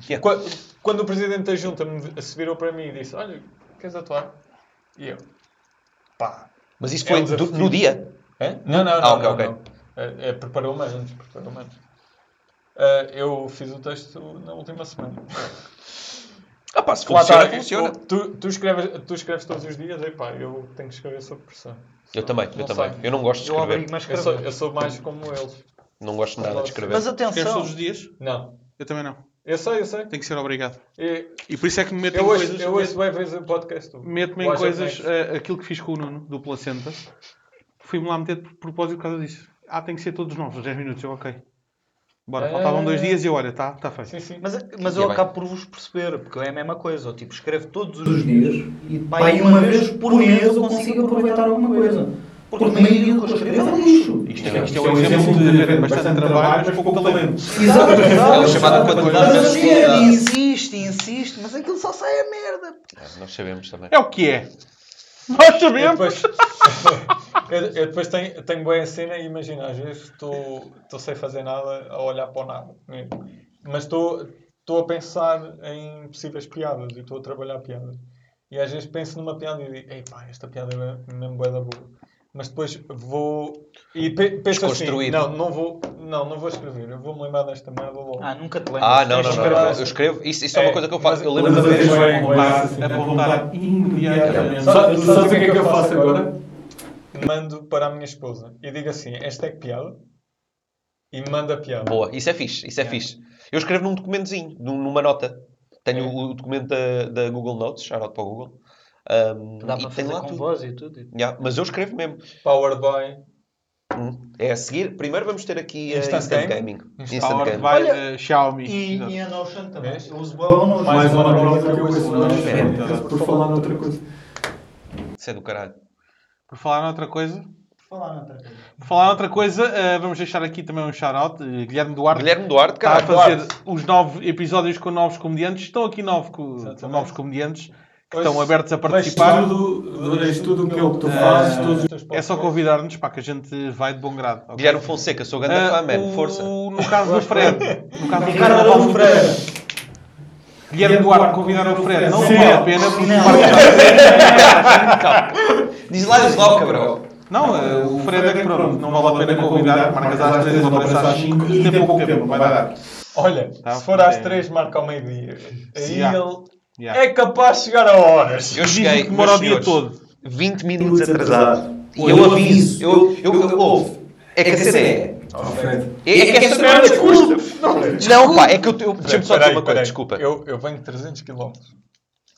[SPEAKER 3] Yeah.
[SPEAKER 5] Qua- Quando, o presidente da junta me, se virou para mim e disse: Olha, queres atuar? E eu, pá.
[SPEAKER 3] Mas isso
[SPEAKER 5] É
[SPEAKER 3] foi
[SPEAKER 5] um
[SPEAKER 3] do-
[SPEAKER 5] desafio.
[SPEAKER 3] no dia.
[SPEAKER 5] Hã? Não, não, não.
[SPEAKER 3] Ah, ok,
[SPEAKER 5] não,
[SPEAKER 3] ok.
[SPEAKER 5] não. É, é, preparou-me antes, preparou-me antes. Ah, eu fiz o texto na última semana.
[SPEAKER 3] Ah pá, se
[SPEAKER 5] Lá
[SPEAKER 3] funciona,
[SPEAKER 5] está,
[SPEAKER 3] funciona.
[SPEAKER 5] Tu, tu escreves, tu escreves todos os dias, epá, eu tenho que escrever sob pressão.
[SPEAKER 3] Eu também, eu
[SPEAKER 5] Não
[SPEAKER 3] também.
[SPEAKER 5] sei.
[SPEAKER 3] Eu não gosto de
[SPEAKER 2] Eu
[SPEAKER 3] É escrever.
[SPEAKER 2] obrigo-me a
[SPEAKER 5] Eu sou,
[SPEAKER 2] escrever.
[SPEAKER 5] eu sou mais como eles.
[SPEAKER 3] Não gosto nada de escrever.
[SPEAKER 2] Mas
[SPEAKER 4] Queres todos os
[SPEAKER 2] atenção,
[SPEAKER 4] dias?
[SPEAKER 5] Não.
[SPEAKER 4] Eu também não.
[SPEAKER 5] Eu sei, eu sei.
[SPEAKER 4] Tenho que ser obrigado.
[SPEAKER 5] E-
[SPEAKER 4] E por isso é que me metem
[SPEAKER 5] Eu ouço,
[SPEAKER 4] coisas.
[SPEAKER 5] eu ouço bem vezes o podcast. do-
[SPEAKER 4] Meto-me
[SPEAKER 5] do
[SPEAKER 4] em
[SPEAKER 5] Aja
[SPEAKER 4] coisas,
[SPEAKER 5] Next.
[SPEAKER 4] eh, aquilo que fiz com o Nuno, do Placenta, fui-me lá meter de propósito por causa disso. Ah, tem que ser todos novos, 10 minutos, eu ok. Bora,
[SPEAKER 5] Ah.
[SPEAKER 4] faltavam dois dias e eu, olha, está tá feito.
[SPEAKER 5] Sim, sim.
[SPEAKER 2] mas, mas
[SPEAKER 3] E
[SPEAKER 2] eu
[SPEAKER 3] bem.
[SPEAKER 2] acabo por vos perceber, porque é a mesma coisa. Eu, tipo, escrevo todos
[SPEAKER 7] todos
[SPEAKER 2] os
[SPEAKER 7] os
[SPEAKER 2] dias.
[SPEAKER 7] dias e pá, e uma vez por mês eu consigo aproveitar alguma coisa. Porque a maioria do que eu escrevo é lixo.
[SPEAKER 4] Isto é, isto é um exemplo um de haver bastante trabalho, mas pouco talento.
[SPEAKER 7] Exato,
[SPEAKER 3] É chamada quantidade
[SPEAKER 7] Mas
[SPEAKER 3] versus
[SPEAKER 7] assim é
[SPEAKER 3] qualidade.
[SPEAKER 7] disso.
[SPEAKER 2] Insiste, insiste, mas aquilo só sai a merda.
[SPEAKER 3] Ah, Nós sabemos também.
[SPEAKER 5] um-
[SPEAKER 4] É o que é. Nós
[SPEAKER 5] Eu
[SPEAKER 4] sabemos.
[SPEAKER 5] depois, eu, eu depois tenho, tenho bem a cena e imagina, às vezes estou estou sem fazer nada a olhar para o nada. né? Mas estou estou a pensar em possíveis piadas e estou a trabalhar piadas. E às vezes penso numa piada e digo, epá, esta piada é mesmo bué da boa. Mas depois vou e pe penso assim,
[SPEAKER 3] Desconstruir.
[SPEAKER 5] não, não vou, não, não vou escrever, eu vou-me lembrar desta merda logo.
[SPEAKER 2] Ah, nunca te lembro.
[SPEAKER 3] Ah, não, não,
[SPEAKER 5] Mas
[SPEAKER 3] não,
[SPEAKER 5] escrevo
[SPEAKER 3] não.
[SPEAKER 5] assim.
[SPEAKER 3] Eu escrevo. Isso, isso é,
[SPEAKER 5] É,
[SPEAKER 3] uma coisa que eu faço.
[SPEAKER 5] mas- é
[SPEAKER 3] Eu
[SPEAKER 6] Mas
[SPEAKER 3] lembro de
[SPEAKER 6] vocês
[SPEAKER 3] vez.
[SPEAKER 6] vão
[SPEAKER 4] Vai-se
[SPEAKER 6] apontar
[SPEAKER 4] a apontar imediatamente.
[SPEAKER 6] Sabe- Sabes o que é que eu faço agora?
[SPEAKER 5] Mando para a minha esposa e digo assim, esta é que piada e mando a piada.
[SPEAKER 3] Boa, isso é fixe, isso é
[SPEAKER 5] É.
[SPEAKER 3] fixe. Eu escrevo num documentozinho, num- numa nota. Tenho
[SPEAKER 5] É.
[SPEAKER 3] o documento da, da Google Notes, shout out para o Google. Um,
[SPEAKER 2] Dá para
[SPEAKER 3] e tem
[SPEAKER 2] fazer
[SPEAKER 3] lá
[SPEAKER 2] com
[SPEAKER 3] tudo.
[SPEAKER 2] voz e tudo.
[SPEAKER 3] Yeah, mas eu escrevo mesmo.
[SPEAKER 5] Powered by.
[SPEAKER 3] Hum, É a seguir. Primeiro vamos ter aqui eh,
[SPEAKER 5] Instant
[SPEAKER 3] Instant,
[SPEAKER 5] Gaming.
[SPEAKER 3] Gaming.
[SPEAKER 4] Power
[SPEAKER 3] Instant Gaming.
[SPEAKER 4] by eh, Xiaomi.
[SPEAKER 2] E,
[SPEAKER 4] Exato.
[SPEAKER 2] e a Notion também.
[SPEAKER 5] Vês?
[SPEAKER 2] Eu uso
[SPEAKER 6] Bom, Mais É. uma prova que eu ouço
[SPEAKER 5] ouço
[SPEAKER 6] mais.
[SPEAKER 3] mais.
[SPEAKER 6] Obrigado Por falar noutra coisa.
[SPEAKER 3] Isso é do caralho.
[SPEAKER 4] Por falar noutra coisa,
[SPEAKER 2] falar outra coisa.
[SPEAKER 4] por falar noutra coisa, eh, vamos deixar aqui também um shout-out. eh, Guilherme Duarte
[SPEAKER 3] Guilherme Duarte,
[SPEAKER 4] está Tá a
[SPEAKER 3] caralho.
[SPEAKER 4] fazer
[SPEAKER 3] Duarte.
[SPEAKER 4] os nove episódios com novos comediantes. Estão aqui nove, co-
[SPEAKER 5] Exatamente.
[SPEAKER 4] novos comediantes que
[SPEAKER 5] Hoje-
[SPEAKER 4] estão abertos a
[SPEAKER 5] mas
[SPEAKER 4] participar.
[SPEAKER 6] Tudo, és tudo aquilo que tu fazes, todos os
[SPEAKER 4] É só convidar-nos para que a gente vai de bom grado. ok?
[SPEAKER 3] Guilherme Fonseca, sou grande
[SPEAKER 4] Ah,
[SPEAKER 3] fã, man.
[SPEAKER 4] o-
[SPEAKER 3] Força.
[SPEAKER 4] No caso do Fred, no caso do Fred,
[SPEAKER 7] Ricardo Araújo Pereira.
[SPEAKER 4] Guilherme Duarte convidar o Fred. Não
[SPEAKER 6] Sim.
[SPEAKER 4] vale a pena. porque
[SPEAKER 7] Não.
[SPEAKER 4] parte-
[SPEAKER 3] Diz lá, diz lá, cabrão.
[SPEAKER 4] Não, eh, o Fred é que pronto, não vale a pena convidar. Marcas às três,
[SPEAKER 6] ou
[SPEAKER 4] outras às cinco e tem pouco tempo. Vai dar.
[SPEAKER 5] Olha,
[SPEAKER 4] Tá,
[SPEAKER 5] se for às
[SPEAKER 4] é.
[SPEAKER 5] 3, marca ao meio-dia. Aí
[SPEAKER 4] Já.
[SPEAKER 5] ele
[SPEAKER 4] Yeah.
[SPEAKER 5] é capaz de chegar a horas.
[SPEAKER 3] Eu
[SPEAKER 4] Dizem
[SPEAKER 3] cheguei.
[SPEAKER 4] que demora
[SPEAKER 3] meus
[SPEAKER 4] o dia
[SPEAKER 3] senhores,
[SPEAKER 4] todo.
[SPEAKER 3] 20 minutos atrasado. E
[SPEAKER 7] Eu
[SPEAKER 3] eu aviso.
[SPEAKER 7] aviso.
[SPEAKER 3] Eu, eu, eu, ouve. É que a cena é.
[SPEAKER 6] Alfredo.
[SPEAKER 3] É, é que esta merda custa. Não, pá, é que eu. eu Deixa-me só dizer
[SPEAKER 5] Peraí,
[SPEAKER 3] uma coisa,
[SPEAKER 5] peraí.
[SPEAKER 3] desculpa. Eu,
[SPEAKER 5] Eu, eu venho 300 km.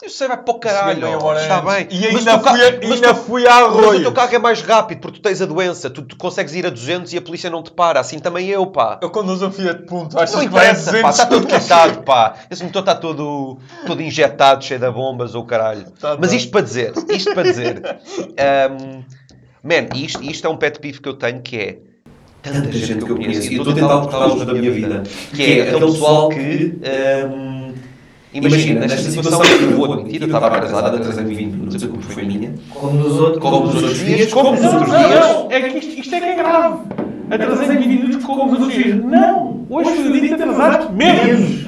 [SPEAKER 3] sei, vai para o caralho.
[SPEAKER 5] Cheguei meia hora
[SPEAKER 3] Está
[SPEAKER 5] antes.
[SPEAKER 3] bem.
[SPEAKER 5] E
[SPEAKER 3] mas
[SPEAKER 5] ainda
[SPEAKER 3] o teu
[SPEAKER 5] fui,
[SPEAKER 3] ca-
[SPEAKER 5] a-
[SPEAKER 3] mas
[SPEAKER 5] ainda
[SPEAKER 3] tu-
[SPEAKER 5] fui a
[SPEAKER 3] Mas o
[SPEAKER 5] arroio.
[SPEAKER 3] teu carro é mais rápido porque tu tens a doença. Tu, tu consegues ir a 200 e a polícia não te para. Assim também eu, pá.
[SPEAKER 5] Eu conduzo a Fiat Punto. Achas
[SPEAKER 3] Não
[SPEAKER 5] que vai a
[SPEAKER 3] interessa,
[SPEAKER 5] 200
[SPEAKER 3] pá. Está todo
[SPEAKER 5] km?
[SPEAKER 3] tratado, pá. Esse motor está todo, todo injetado, cheio de bombas ou caralho.
[SPEAKER 5] Tá
[SPEAKER 3] mas
[SPEAKER 5] bem.
[SPEAKER 3] isto para dizer, isto para dizer. Um, man, isto, isto é um pet peeve que eu tenho que é.
[SPEAKER 1] tanta gente que eu conheço e eu estou a tentar cortá-los da minha vida. Que é aquele pessoal que. hum, Imagina, nesta situação que eu vou admitir, eu estava atrasado, atrasei-me 20 minutos, a culpa foi minha.
[SPEAKER 7] Como nos outros,
[SPEAKER 1] Como nos outros dias, como nos
[SPEAKER 4] Não,
[SPEAKER 1] outros
[SPEAKER 4] não,
[SPEAKER 1] dias.
[SPEAKER 4] não. É que isto, isto é que é grave. Atrasei 20 minutos com o Rodrigo. Não! Hoje foi o dia de atrasados menos.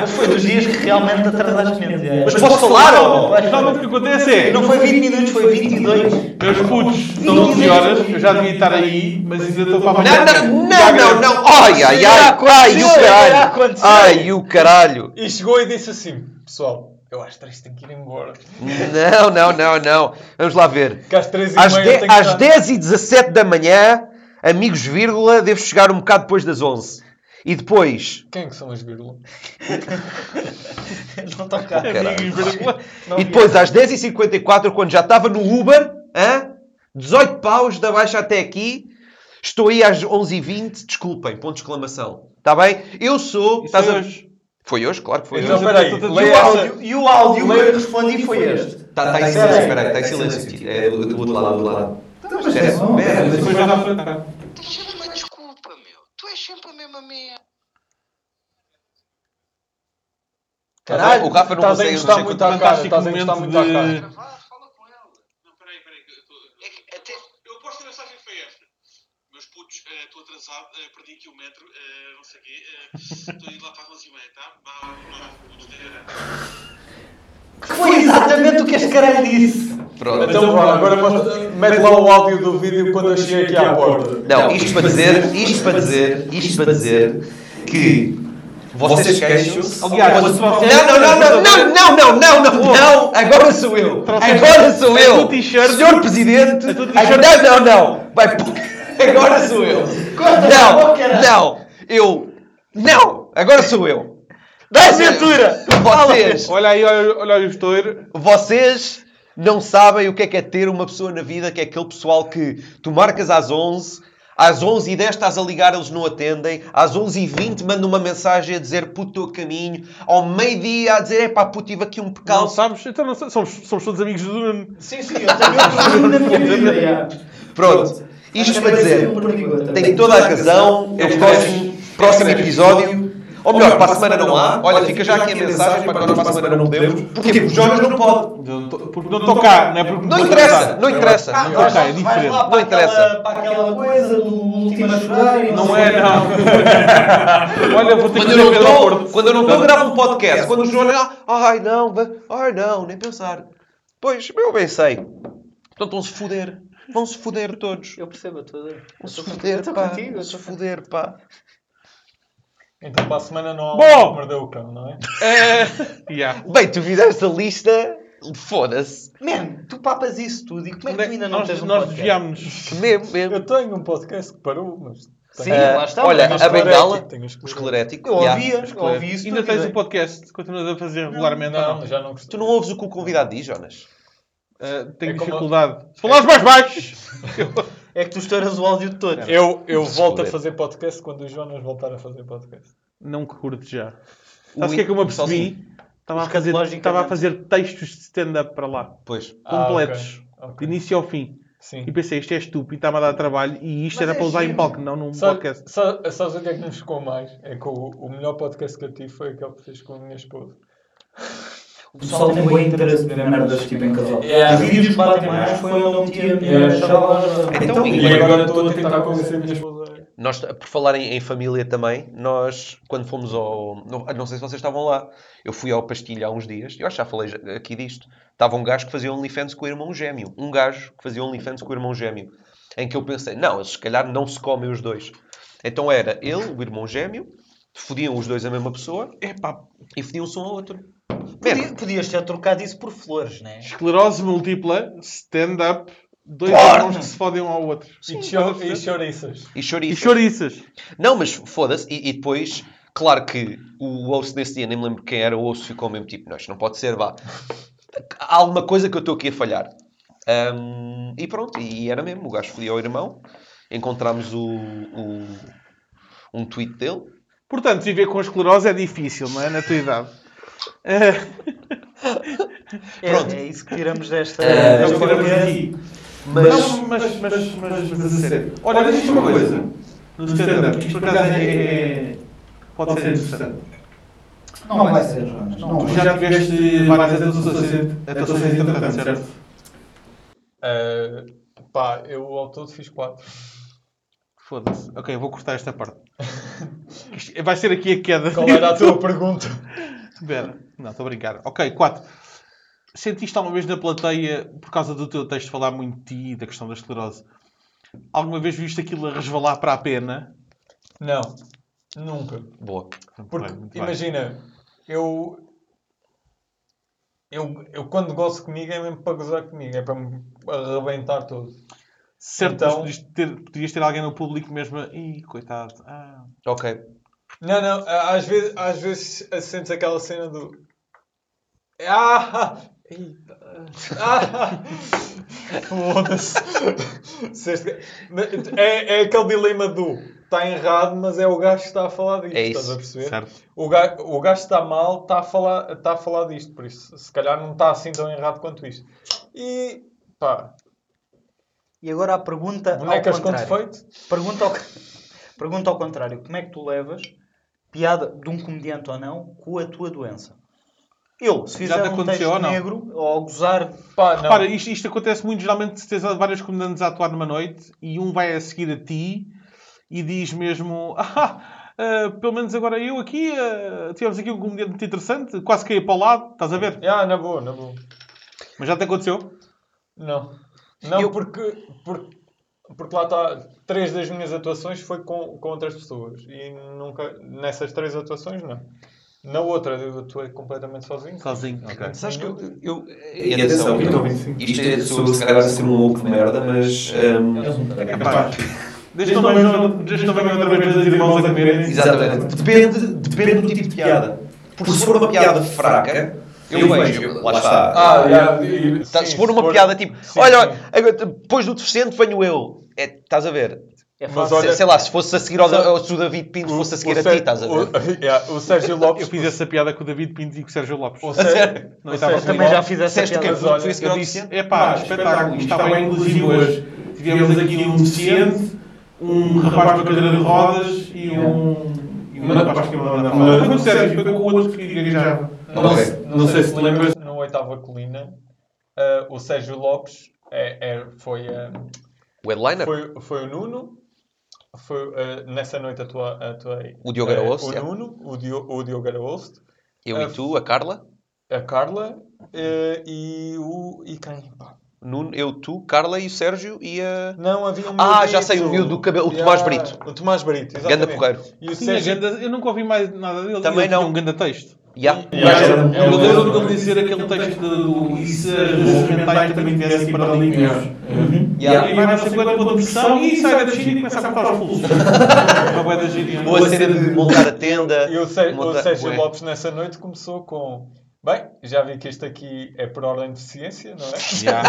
[SPEAKER 2] Mas foi dos dias que realmente atrasaste menos. é.
[SPEAKER 3] Mas posso falar? ó?
[SPEAKER 4] Mas normalmente o que acontece é,
[SPEAKER 2] Não foi 20 minutos, foi 22.
[SPEAKER 4] meus putos, estão 11 horas, eu já devia estar aí, mas ainda estou para apanhar.
[SPEAKER 3] Não, não, não, não, não. Ai, ai, ai. Ai, o caralho. Ai, o caralho.
[SPEAKER 5] E chegou e disse assim: Pessoal, eu às 3 tenho que ir embora.
[SPEAKER 3] Não, não, não, não. Vamos lá ver.
[SPEAKER 5] Que às 3 e
[SPEAKER 3] Às,
[SPEAKER 5] meia
[SPEAKER 3] de,
[SPEAKER 5] eu tenho que
[SPEAKER 3] às
[SPEAKER 5] estar-
[SPEAKER 3] 10 e 17 da manhã, amigos, vírgula, devo chegar um bocado depois das 11. E depois...
[SPEAKER 5] Quem é que são as vírgulas?
[SPEAKER 2] Não está cá.
[SPEAKER 3] Caralho. E depois, às 10h54, quando já estava no Uber, hã? 18 paus da baixa até aqui, estou aí às 11h20, desculpem, ponto de exclamação. Está Tá bem? Eu sou...
[SPEAKER 4] Isso
[SPEAKER 3] estás
[SPEAKER 4] é
[SPEAKER 3] a-
[SPEAKER 4] hoje.
[SPEAKER 3] Foi hoje, claro que foi
[SPEAKER 5] Então,
[SPEAKER 3] hoje.
[SPEAKER 5] peraí,
[SPEAKER 1] E
[SPEAKER 5] leia
[SPEAKER 1] o
[SPEAKER 5] essa.
[SPEAKER 1] áudio, e o áudio que eu respondi foi este.
[SPEAKER 3] Está tá em silêncio, espera aí, está em silêncio
[SPEAKER 1] tipo,
[SPEAKER 3] aqui. É do, do outro lado, do outro lado.
[SPEAKER 7] Então, mas
[SPEAKER 3] Espera,
[SPEAKER 7] tem som.
[SPEAKER 3] espera,
[SPEAKER 6] Mas Depois vais à frente.
[SPEAKER 8] Tens sempre é uma desculpa, meu. Tu és sempre a mesma merda.
[SPEAKER 5] Caralho,
[SPEAKER 3] O Rafa não
[SPEAKER 5] estás a
[SPEAKER 3] consegue-
[SPEAKER 5] encostar
[SPEAKER 3] não sei
[SPEAKER 5] muito à
[SPEAKER 4] quanto-
[SPEAKER 5] cara. Estás a
[SPEAKER 4] Fantásticamente
[SPEAKER 5] encostar muito à
[SPEAKER 4] de-
[SPEAKER 5] cara.
[SPEAKER 8] Vá, fala com ela. Não, peraí, peraí. Eu, É até... eu aposto que a mensagem foi esta. Meus putos, estou atrasado, eh, perdi aqui o metro, eh, não sei o quê. Estou a ir lá para a 11h30, tá?
[SPEAKER 2] Que foi exatamente o que este caralho disse.
[SPEAKER 3] Pronto.
[SPEAKER 5] Então, pronto, agora posso- mete lá o áudio do vídeo quando eu cheguei aqui à porta.
[SPEAKER 3] Não, isto para dizer, isto para dizer, isto para dizer que vocês queixam-se.
[SPEAKER 4] Aliás, se vocês-
[SPEAKER 3] Não, não, não, não, um não, não, não, não, não, não, agora sou eu. Agora sou
[SPEAKER 4] a
[SPEAKER 3] eu.
[SPEAKER 4] tua t-shirt-
[SPEAKER 3] Senhor Presidente,
[SPEAKER 4] a tua
[SPEAKER 3] agora- não, não, não. Vai, p- É agora sou eu. Não, não, eu, não, agora sou eu. Dá
[SPEAKER 4] Ventura!
[SPEAKER 3] Vocês,
[SPEAKER 4] Olha aí, olha, olha aí o estouro.
[SPEAKER 3] vocês não sabem o que é que é ter uma pessoa na vida que é aquele pessoal que tu marcas às 11, às 11 e 10 estás a ligar, eles não atendem, às 11 e 20 manda uma mensagem a dizer puto o caminho, ao meio-dia a dizer epá puto tive aqui um
[SPEAKER 4] Não
[SPEAKER 3] pecado.
[SPEAKER 4] sabes? Então não sabes. Somos, somos todos amigos do Nuno.
[SPEAKER 2] Sim, sim, eu também eu na minha vida. já.
[SPEAKER 3] Pronto, isto para dizer, tem
[SPEAKER 7] Tem
[SPEAKER 3] toda a razão, é o próximo, próximo um episódio. Ou melhor, para a semana não há. Olha, fica já aqui a mensagem para que nós para a semana não podemos. Porquê? Porque o Jonas não pode.
[SPEAKER 4] Porque não estou cá, não é porque
[SPEAKER 3] Não
[SPEAKER 4] me
[SPEAKER 3] interessa,
[SPEAKER 4] atrasaram.
[SPEAKER 3] não interessa.
[SPEAKER 2] Ah,
[SPEAKER 4] Ok, é
[SPEAKER 2] vai
[SPEAKER 4] diferente.
[SPEAKER 2] lá para
[SPEAKER 3] Não interessa.
[SPEAKER 2] aquela- Para aquela coisa do último a chorar e
[SPEAKER 4] Não
[SPEAKER 2] sei
[SPEAKER 4] é,
[SPEAKER 2] o quê.
[SPEAKER 4] não. Olha, vou ter que
[SPEAKER 3] Quando eu não
[SPEAKER 4] dizer Pedro
[SPEAKER 3] estou,
[SPEAKER 4] Porto.
[SPEAKER 3] quando eu não estou, gravo um podcast. Quando o João ah, ai não, vai- ai não, nem pensar. Pois, eu bem sei. Portanto, vão-se foder. Vão-se foder todos.
[SPEAKER 2] Eu percebo a tua dor.
[SPEAKER 3] Vão-se
[SPEAKER 2] eu
[SPEAKER 3] foder,
[SPEAKER 2] tô
[SPEAKER 3] pá.
[SPEAKER 2] contigo, eu
[SPEAKER 3] Vão-se
[SPEAKER 2] tô
[SPEAKER 3] foder, pá.
[SPEAKER 5] Então, para a semana não há
[SPEAKER 4] Bom.
[SPEAKER 5] um que mordeu o cão, não é?
[SPEAKER 4] Yeah.
[SPEAKER 3] Bem, tu fizeste a lista, foda-se.
[SPEAKER 2] Man, tu papas isso tudo e como é que tu ainda não
[SPEAKER 4] Nós,
[SPEAKER 2] tens um
[SPEAKER 4] nós
[SPEAKER 2] podcast?
[SPEAKER 4] desviámos.
[SPEAKER 3] Mesmo, mesmo.
[SPEAKER 5] Eu tenho um podcast que parou, mas.
[SPEAKER 2] Sim,
[SPEAKER 3] Ah,
[SPEAKER 2] lá está.
[SPEAKER 3] olha,
[SPEAKER 2] mas
[SPEAKER 3] a bengala,
[SPEAKER 5] Tenho
[SPEAKER 3] o é tipo
[SPEAKER 5] esclarecer.
[SPEAKER 3] esclerético.
[SPEAKER 2] Eu
[SPEAKER 3] já.
[SPEAKER 2] ouvia, eu ouvi isso
[SPEAKER 4] Ainda
[SPEAKER 2] tudo,
[SPEAKER 4] tens
[SPEAKER 2] é.
[SPEAKER 4] o podcast. Continuas a fazer regularmente ou não?
[SPEAKER 5] Não, já não gostei.
[SPEAKER 3] Tu não ouves o que o convidado diz, Jonas?
[SPEAKER 4] Ah, tenho
[SPEAKER 5] É como-
[SPEAKER 4] dificuldade. Se falares mais baixo.
[SPEAKER 2] É que tu estouras o áudio de todos.
[SPEAKER 5] Eu, eu
[SPEAKER 3] Se
[SPEAKER 5] volto a
[SPEAKER 3] fuder.
[SPEAKER 5] fazer podcast quando o Jonas voltar a fazer podcast.
[SPEAKER 4] Não curto já.
[SPEAKER 3] O
[SPEAKER 4] Sabes o que é que eu me
[SPEAKER 3] Igor-
[SPEAKER 4] apercebi? Estava a,
[SPEAKER 2] Busca
[SPEAKER 4] fazer,
[SPEAKER 2] logicamente.
[SPEAKER 4] estava a fazer textos de stand-up para lá,
[SPEAKER 3] Pois.
[SPEAKER 5] Ah,
[SPEAKER 4] completos,
[SPEAKER 5] ok,
[SPEAKER 4] de
[SPEAKER 5] ok.
[SPEAKER 4] início ao fim.
[SPEAKER 5] Sim.
[SPEAKER 4] E pensei, isto é estúpido, está-me a dar trabalho e isto
[SPEAKER 2] Mas
[SPEAKER 4] era
[SPEAKER 2] é
[SPEAKER 4] para usar em
[SPEAKER 2] giro.
[SPEAKER 4] palco, não num
[SPEAKER 5] Sabe-
[SPEAKER 4] podcast.
[SPEAKER 5] sa- Sabes o que é que nos ficou mais? É que o, o melhor podcast que eu tive foi aquele que fiz com a minha esposa.
[SPEAKER 7] O pessoal tem bom interesse de ver merdas tipo em casal.
[SPEAKER 4] É.
[SPEAKER 6] Yeah.
[SPEAKER 7] Os vídeos que batem mais foi onde eu metia a minha
[SPEAKER 6] Yeah.
[SPEAKER 7] chala.
[SPEAKER 3] Então,
[SPEAKER 6] E agora estou a tentar convencer a minha esposa.
[SPEAKER 3] Nós, por falar em, em família também, nós, quando fomos ao. Não, não sei se vocês estavam lá. Eu fui ao Pastilha há uns dias, eu acho que já falei já- aqui disto. Estava um gajo que fazia OnlyFans com o irmão gêmeo. Um gajo que fazia OnlyFans com o irmão gêmeo. Em que eu pensei, não, eles se calhar não se comem os dois. Então era ele, o irmão gêmeo, fodiam os dois a mesma pessoa
[SPEAKER 4] Epá,
[SPEAKER 3] e fodiam-se um ao outro.
[SPEAKER 2] Podia- Podias ter trocado isso por flores, né?
[SPEAKER 4] esclerose múltipla, stand-up, dois
[SPEAKER 3] Porra!
[SPEAKER 4] irmãos que se fodem um ao outro.
[SPEAKER 5] e,
[SPEAKER 4] estás a
[SPEAKER 5] cho
[SPEAKER 4] perceber?
[SPEAKER 5] e chouriças.
[SPEAKER 3] E
[SPEAKER 4] E
[SPEAKER 3] chouriças.
[SPEAKER 4] chouriças.
[SPEAKER 3] Não, mas foda-se. E, e depois, claro que o osso nesse dia, nem me lembro quem era, o osso ficou mesmo tipo, não, isto não pode ser, vá. Há alguma coisa que eu estou aqui a falhar. Ahm, e pronto, e era mesmo, o gajo fodia ao irmão, encontramos o, o- um tweet dele.
[SPEAKER 4] Portanto, viver com esclerose é difícil, não é? Na tua idade. Ah,
[SPEAKER 2] É,
[SPEAKER 3] Pronto.
[SPEAKER 2] é isso que tiramos desta.
[SPEAKER 6] É
[SPEAKER 2] desta
[SPEAKER 6] o que eu
[SPEAKER 2] conversa.
[SPEAKER 6] aqui.
[SPEAKER 4] não, mas, mas, mas, mas, mas a sério.
[SPEAKER 6] Olha, diz-te uma coisa. No stand-up,
[SPEAKER 4] stand-up,
[SPEAKER 6] isto por acaso é- é. Pode ser interessante.
[SPEAKER 7] Não vai ser, Jonas. Não
[SPEAKER 6] Tu
[SPEAKER 7] vai.
[SPEAKER 6] já tiveste várias atuações entretanto, certo?
[SPEAKER 5] Ah, pá, eu ao todo fiz quatro.
[SPEAKER 4] Foda-se. Ok, vou cortar esta parte. Isto- Vai ser aqui a queda.
[SPEAKER 5] Qual era a tua pergunta?
[SPEAKER 4] Espera. Não, estou a brincar. Ok, 4. Sentiste alguma vez na plateia, por causa do teu texto falar muito de ti e da questão da esclerose, alguma vez viste aquilo a resvalar para a pena?
[SPEAKER 5] Não, nunca.
[SPEAKER 3] Boa.
[SPEAKER 4] Muito
[SPEAKER 5] Porque,
[SPEAKER 4] bem, muito bem.
[SPEAKER 5] imagina, eu, eu. Eu quando gosto comigo é mesmo para gozar comigo, é para me arrebentar todo.
[SPEAKER 4] Certo,
[SPEAKER 5] então-
[SPEAKER 4] mas podias ter, podias ter alguém no público mesmo. a- Ih, coitado. Ah.
[SPEAKER 3] Ok.
[SPEAKER 5] Não, não, a- às vezes, às vezes sentes aquela cena do. Ah! Eita! Ah! Foda-se! Se este- É, é aquele dilema do. está errado, mas é o gajo que está a falar disto.
[SPEAKER 3] É
[SPEAKER 5] Estás
[SPEAKER 3] isso,
[SPEAKER 5] a perceber?
[SPEAKER 4] Certo.
[SPEAKER 5] O gajo, o gajo está mal, está a, falar, está a falar disto, por isso, se calhar não está assim tão errado quanto isto. E pá,
[SPEAKER 2] E agora a pergunta
[SPEAKER 5] bonecas
[SPEAKER 2] ao
[SPEAKER 5] com
[SPEAKER 2] contrário.
[SPEAKER 5] defeito,
[SPEAKER 2] Pergunta ao... pergunta ao contrário. Como é que tu levas piada de um comediante ou não com a tua doença? Eu, se
[SPEAKER 4] Já te
[SPEAKER 2] fizer um
[SPEAKER 4] aconteceu
[SPEAKER 2] texto
[SPEAKER 4] ou não?
[SPEAKER 2] negro ou a gozar...
[SPEAKER 5] pá, não.
[SPEAKER 4] Repara, isto, isto acontece muito, geralmente tens vários comandantes a atuar numa noite e um vai a seguir a ti e diz mesmo: ah, ah, pelo menos agora eu aqui, ah, tivemos aqui um comediante muito interessante, quase caí para o lado, estás a ver?
[SPEAKER 5] Ah, na boa, na boa.
[SPEAKER 4] Mas já te aconteceu?
[SPEAKER 5] Não. Não, porque, porque, porque lá está. Três das minhas atuações foi com, com outras pessoas. E nunca. Nessas três atuações, não. Na outra, eu atuei completamente sozinho.
[SPEAKER 4] Sozinho, ok.
[SPEAKER 1] Sabes que eu. eu-
[SPEAKER 3] E
[SPEAKER 1] e atenção,
[SPEAKER 3] atenção,
[SPEAKER 1] então, isto é sobre se
[SPEAKER 3] então,
[SPEAKER 1] calhar ser um louco de merda, mas.
[SPEAKER 3] hum,
[SPEAKER 1] ehm,
[SPEAKER 7] É
[SPEAKER 4] capaz. Deixa-me também outra vez os irmãos a comerem.
[SPEAKER 3] então,
[SPEAKER 1] Exatamente. Depende, depende do tipo de piada. Porque se for uma piada
[SPEAKER 3] então,
[SPEAKER 1] fraca, eu vejo, eu- lá está.
[SPEAKER 5] Ah,
[SPEAKER 6] Ah,
[SPEAKER 5] já,
[SPEAKER 6] e-
[SPEAKER 5] e-
[SPEAKER 3] Tá,
[SPEAKER 5] sim,
[SPEAKER 3] se for uma
[SPEAKER 5] for-
[SPEAKER 3] piada tipo,
[SPEAKER 5] sim,
[SPEAKER 3] olha,
[SPEAKER 5] sim.
[SPEAKER 3] agora, depois do deficiente venho eu. É, estás a ver?
[SPEAKER 2] É
[SPEAKER 5] Mas
[SPEAKER 2] fácil.
[SPEAKER 3] Se-
[SPEAKER 5] olha-
[SPEAKER 3] sei lá, se fosse a seguir ao, ao, se o David Pinto fosse a seguir a
[SPEAKER 5] Sé-
[SPEAKER 3] ti, estás a ver?
[SPEAKER 5] O, yeah, o Sérgio Lopes.
[SPEAKER 4] Eu fiz essa piada com o David Pinto e com o Sérgio Lopes.
[SPEAKER 5] O,
[SPEAKER 4] Não,
[SPEAKER 5] Sé-
[SPEAKER 3] sério?
[SPEAKER 5] o
[SPEAKER 4] eu estava-
[SPEAKER 5] Sérgio
[SPEAKER 2] Também já
[SPEAKER 5] Lopes.
[SPEAKER 2] fiz essa
[SPEAKER 3] Disseste o quê?
[SPEAKER 2] piada.
[SPEAKER 5] Mas olha,
[SPEAKER 3] Foi a seguir
[SPEAKER 4] Eu
[SPEAKER 3] ao
[SPEAKER 4] disse,
[SPEAKER 3] deficiente?
[SPEAKER 4] epá, É espetáculo, isto está bem inclusivo hoje. Tivemos aqui um deficiente, um rapaz com cadeira de rodas e um... E um rapaz que andava na
[SPEAKER 6] Não.
[SPEAKER 4] Foi com o Sérgio, foi com o outro que gaguejava.
[SPEAKER 6] Não sei- não sei se te lembras.
[SPEAKER 5] Na oitava colina, ah, o Sérgio Lopes é, é- foi, ah,
[SPEAKER 3] O headliner?
[SPEAKER 5] foi, foi o Nuno. Foi, ah, nessa noite atua- atuei
[SPEAKER 3] O Diogo
[SPEAKER 5] ah,
[SPEAKER 3] Araújo,
[SPEAKER 5] o
[SPEAKER 3] yeah.
[SPEAKER 5] Nuno, o, Dio, o Diogo Araújo,
[SPEAKER 3] Eu e tu, a Carla?
[SPEAKER 5] a Carla eh, e o. E quem? Pá.
[SPEAKER 3] Nuno, eu, tu, Carla e o Sérgio e a.
[SPEAKER 5] Não havia um
[SPEAKER 3] Ah,
[SPEAKER 5] miúdito.
[SPEAKER 3] já sei, o miúdo do cabelo- o Tomás Brito.
[SPEAKER 5] O Tomás Brito,
[SPEAKER 3] Ganda
[SPEAKER 5] exatamente.
[SPEAKER 3] porreiro.
[SPEAKER 5] E o
[SPEAKER 4] Tinha
[SPEAKER 5] Sérgio.
[SPEAKER 4] ganda- eu nunca ouvi mais nada dele.
[SPEAKER 3] Também
[SPEAKER 4] Ele tinha
[SPEAKER 3] não.
[SPEAKER 4] um grande texto.
[SPEAKER 3] Yeah.
[SPEAKER 5] Yeah.
[SPEAKER 4] Eu
[SPEAKER 5] É o-
[SPEAKER 4] lembro-me dele dizer aquele texto de- do é e se as luzes mentais também tivessem para ali. E vai não sei quanto ponto de pressão e sai da gira e começa a cortar os pulsos. Uma boa da é? gira.
[SPEAKER 3] Boa cena de montar a tenda.
[SPEAKER 5] E o, Sé- o
[SPEAKER 3] montar-
[SPEAKER 5] Sérgio
[SPEAKER 3] Ué.
[SPEAKER 5] Lopes nessa noite começou com. Bem, já vi que isto aqui é por ordem de ciência, não é?
[SPEAKER 4] Já.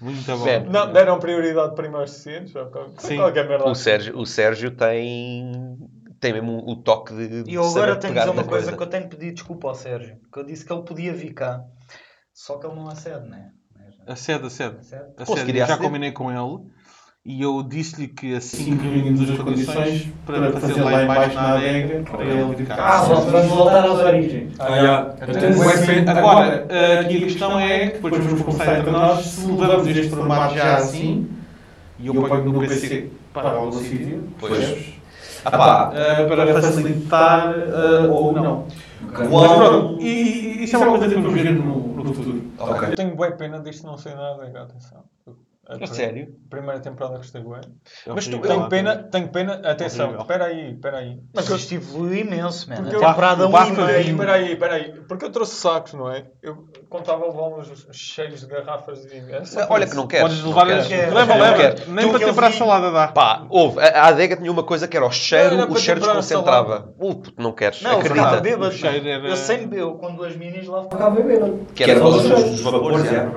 [SPEAKER 4] Muito bom.
[SPEAKER 3] Man.
[SPEAKER 5] Não, deram prioridade primeiro aos cientes, ou qual-
[SPEAKER 4] Sim.
[SPEAKER 5] qualquer merda.
[SPEAKER 3] O Sérgio, o Sérgio tem. tem mesmo o toque de.
[SPEAKER 2] E
[SPEAKER 3] de
[SPEAKER 2] eu agora
[SPEAKER 3] saber
[SPEAKER 2] tenho que
[SPEAKER 3] pegar
[SPEAKER 2] dizer uma
[SPEAKER 3] na
[SPEAKER 2] coisa que eu tenho que pedir desculpa ao Sérgio. Que eu disse que ele podia vir cá. Só que ele não acede, não é?
[SPEAKER 4] Acede, acede.
[SPEAKER 2] Acede?
[SPEAKER 4] Acede.
[SPEAKER 3] Conseguiria
[SPEAKER 4] Eu já
[SPEAKER 3] aceder.
[SPEAKER 4] combinei com ele e eu disse-lhe que assim
[SPEAKER 6] Sim,
[SPEAKER 4] que reunimos as condições para fazer lá embaixo na adega para ele vir cá.
[SPEAKER 7] Ah, vamos vamos voltar às origens.
[SPEAKER 6] Ah, yeah.
[SPEAKER 5] Então,
[SPEAKER 6] Então, vai ser-
[SPEAKER 4] Agora, aqui a questão é que depois vamos conversar entre nós se mudamos este formato já assim e eu ponho no PC para algum sítio
[SPEAKER 1] Pois. Ah,
[SPEAKER 4] ah,
[SPEAKER 1] pá,
[SPEAKER 4] para facilitar ah, ou não. Mas
[SPEAKER 1] qual.
[SPEAKER 4] pronto, e- e isso é uma coisa que vamos ver no no futuro.
[SPEAKER 1] Ok.
[SPEAKER 5] assim. Eu tenho boa pena disto não ser nada, atenção. A
[SPEAKER 3] É sério?
[SPEAKER 5] Primeira temporada gostei bem.
[SPEAKER 4] Mas tu
[SPEAKER 5] Tenho pena, tenho pena, atenção,
[SPEAKER 4] É Horrível.
[SPEAKER 5] espera aí, espera aí.
[SPEAKER 2] Mas isto evoluiu imenso, mano. A
[SPEAKER 5] Porque eu-
[SPEAKER 2] temporada
[SPEAKER 4] o Bafo
[SPEAKER 2] 1
[SPEAKER 5] Peraí,
[SPEAKER 4] veio-
[SPEAKER 2] evoluiu.
[SPEAKER 5] peraí, peraí. Porque eu trouxe sacos, não é? Eu contava levá-los cheios de garrafas de vinho. Era só por
[SPEAKER 3] Olha
[SPEAKER 5] isso.
[SPEAKER 3] que não queres.
[SPEAKER 4] Podes
[SPEAKER 3] não
[SPEAKER 4] levar
[SPEAKER 3] queres.
[SPEAKER 4] as...
[SPEAKER 2] quero.
[SPEAKER 4] Leva,
[SPEAKER 5] Não
[SPEAKER 4] leva.
[SPEAKER 3] quero.
[SPEAKER 4] Nem
[SPEAKER 2] Tu
[SPEAKER 4] para
[SPEAKER 2] que eu
[SPEAKER 4] temperar a
[SPEAKER 2] vi-
[SPEAKER 4] salada
[SPEAKER 5] Ah,
[SPEAKER 4] dá.
[SPEAKER 3] Pá, houve. A, a adega tinha uma coisa que era o cheiro,
[SPEAKER 5] Não, era
[SPEAKER 3] o
[SPEAKER 5] para
[SPEAKER 3] cheiro
[SPEAKER 5] temperar a
[SPEAKER 3] desconcentrava. Uh, puto, não queres.
[SPEAKER 2] Não, eu ficava
[SPEAKER 3] Acredita.
[SPEAKER 2] bêbado.
[SPEAKER 4] O cheiro era-
[SPEAKER 2] Eu sempre bebo com duas minis lá fora.
[SPEAKER 7] Acabei bêbado.
[SPEAKER 1] Que era
[SPEAKER 3] Quer
[SPEAKER 1] dos,
[SPEAKER 3] falar?
[SPEAKER 1] dos vapores, é.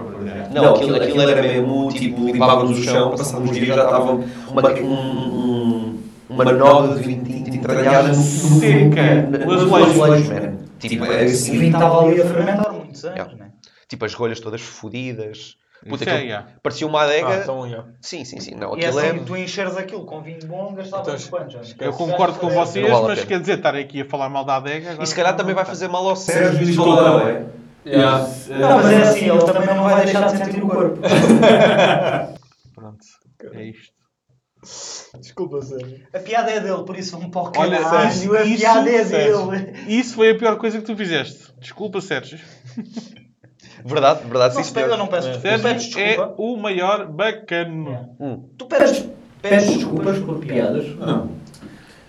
[SPEAKER 1] Não, aquilo, aquilo era mesmo, tipo, limpávamos o chão, passávamos uns dias já estava uma, tipo um- um- uma nova de vinho entranhada no
[SPEAKER 4] Seca.
[SPEAKER 1] no-
[SPEAKER 4] Os
[SPEAKER 1] nos
[SPEAKER 4] leis.
[SPEAKER 1] leis, man. Tipo, é
[SPEAKER 7] O
[SPEAKER 1] assim.
[SPEAKER 7] vinho estava ali a
[SPEAKER 2] Fermentar
[SPEAKER 7] fermentar.
[SPEAKER 2] muitos anos,
[SPEAKER 3] Yeah.
[SPEAKER 2] não é?
[SPEAKER 3] Tipo, as rolhas todas fodidas. Puta,
[SPEAKER 4] Isso é,
[SPEAKER 3] aquilo
[SPEAKER 4] yeah.
[SPEAKER 3] parecia uma adega.
[SPEAKER 5] Ah, então, yeah.
[SPEAKER 3] Sim, sim, sim. Não,
[SPEAKER 2] E é
[SPEAKER 3] aquilo é.
[SPEAKER 2] assim, tu encheres aquilo com vinho bom, gastava
[SPEAKER 5] Então,
[SPEAKER 2] uns quantos?
[SPEAKER 4] Eu concordo com
[SPEAKER 2] vocês.
[SPEAKER 4] vocês,
[SPEAKER 3] Não vale a
[SPEAKER 4] mas
[SPEAKER 3] pena.
[SPEAKER 4] quer dizer, estar aqui a falar mal da adega... agora
[SPEAKER 3] E se calhar
[SPEAKER 4] não-
[SPEAKER 3] também vai fazer mal ao Sérgio.
[SPEAKER 1] Sérgio e Nicolau, é?
[SPEAKER 5] Yeah.
[SPEAKER 4] eh,
[SPEAKER 7] Não, mas é assim, ele também não vai deixar de sentir o corpo.
[SPEAKER 4] Pronto, é isto.
[SPEAKER 5] Desculpa, Sérgio.
[SPEAKER 2] A piada é dele, por isso um pouco
[SPEAKER 4] Olha,
[SPEAKER 2] caralho,
[SPEAKER 4] isso-
[SPEAKER 2] a
[SPEAKER 4] isso-
[SPEAKER 2] piada é
[SPEAKER 5] Sérgio.
[SPEAKER 2] dele.
[SPEAKER 4] Isso foi a pior coisa que tu fizeste. Desculpa, Sérgio.
[SPEAKER 3] Verdade, verdade,
[SPEAKER 2] Não
[SPEAKER 3] sim,
[SPEAKER 2] se pega, eu
[SPEAKER 3] senhor.
[SPEAKER 2] não peço desculpa.
[SPEAKER 4] Sérgio
[SPEAKER 2] peço
[SPEAKER 4] é
[SPEAKER 2] desculpa.
[SPEAKER 4] o maior bacano.
[SPEAKER 2] Tu pedes, pedes
[SPEAKER 7] Pedes
[SPEAKER 2] desculpa.
[SPEAKER 7] desculpas por piadas.
[SPEAKER 6] Não.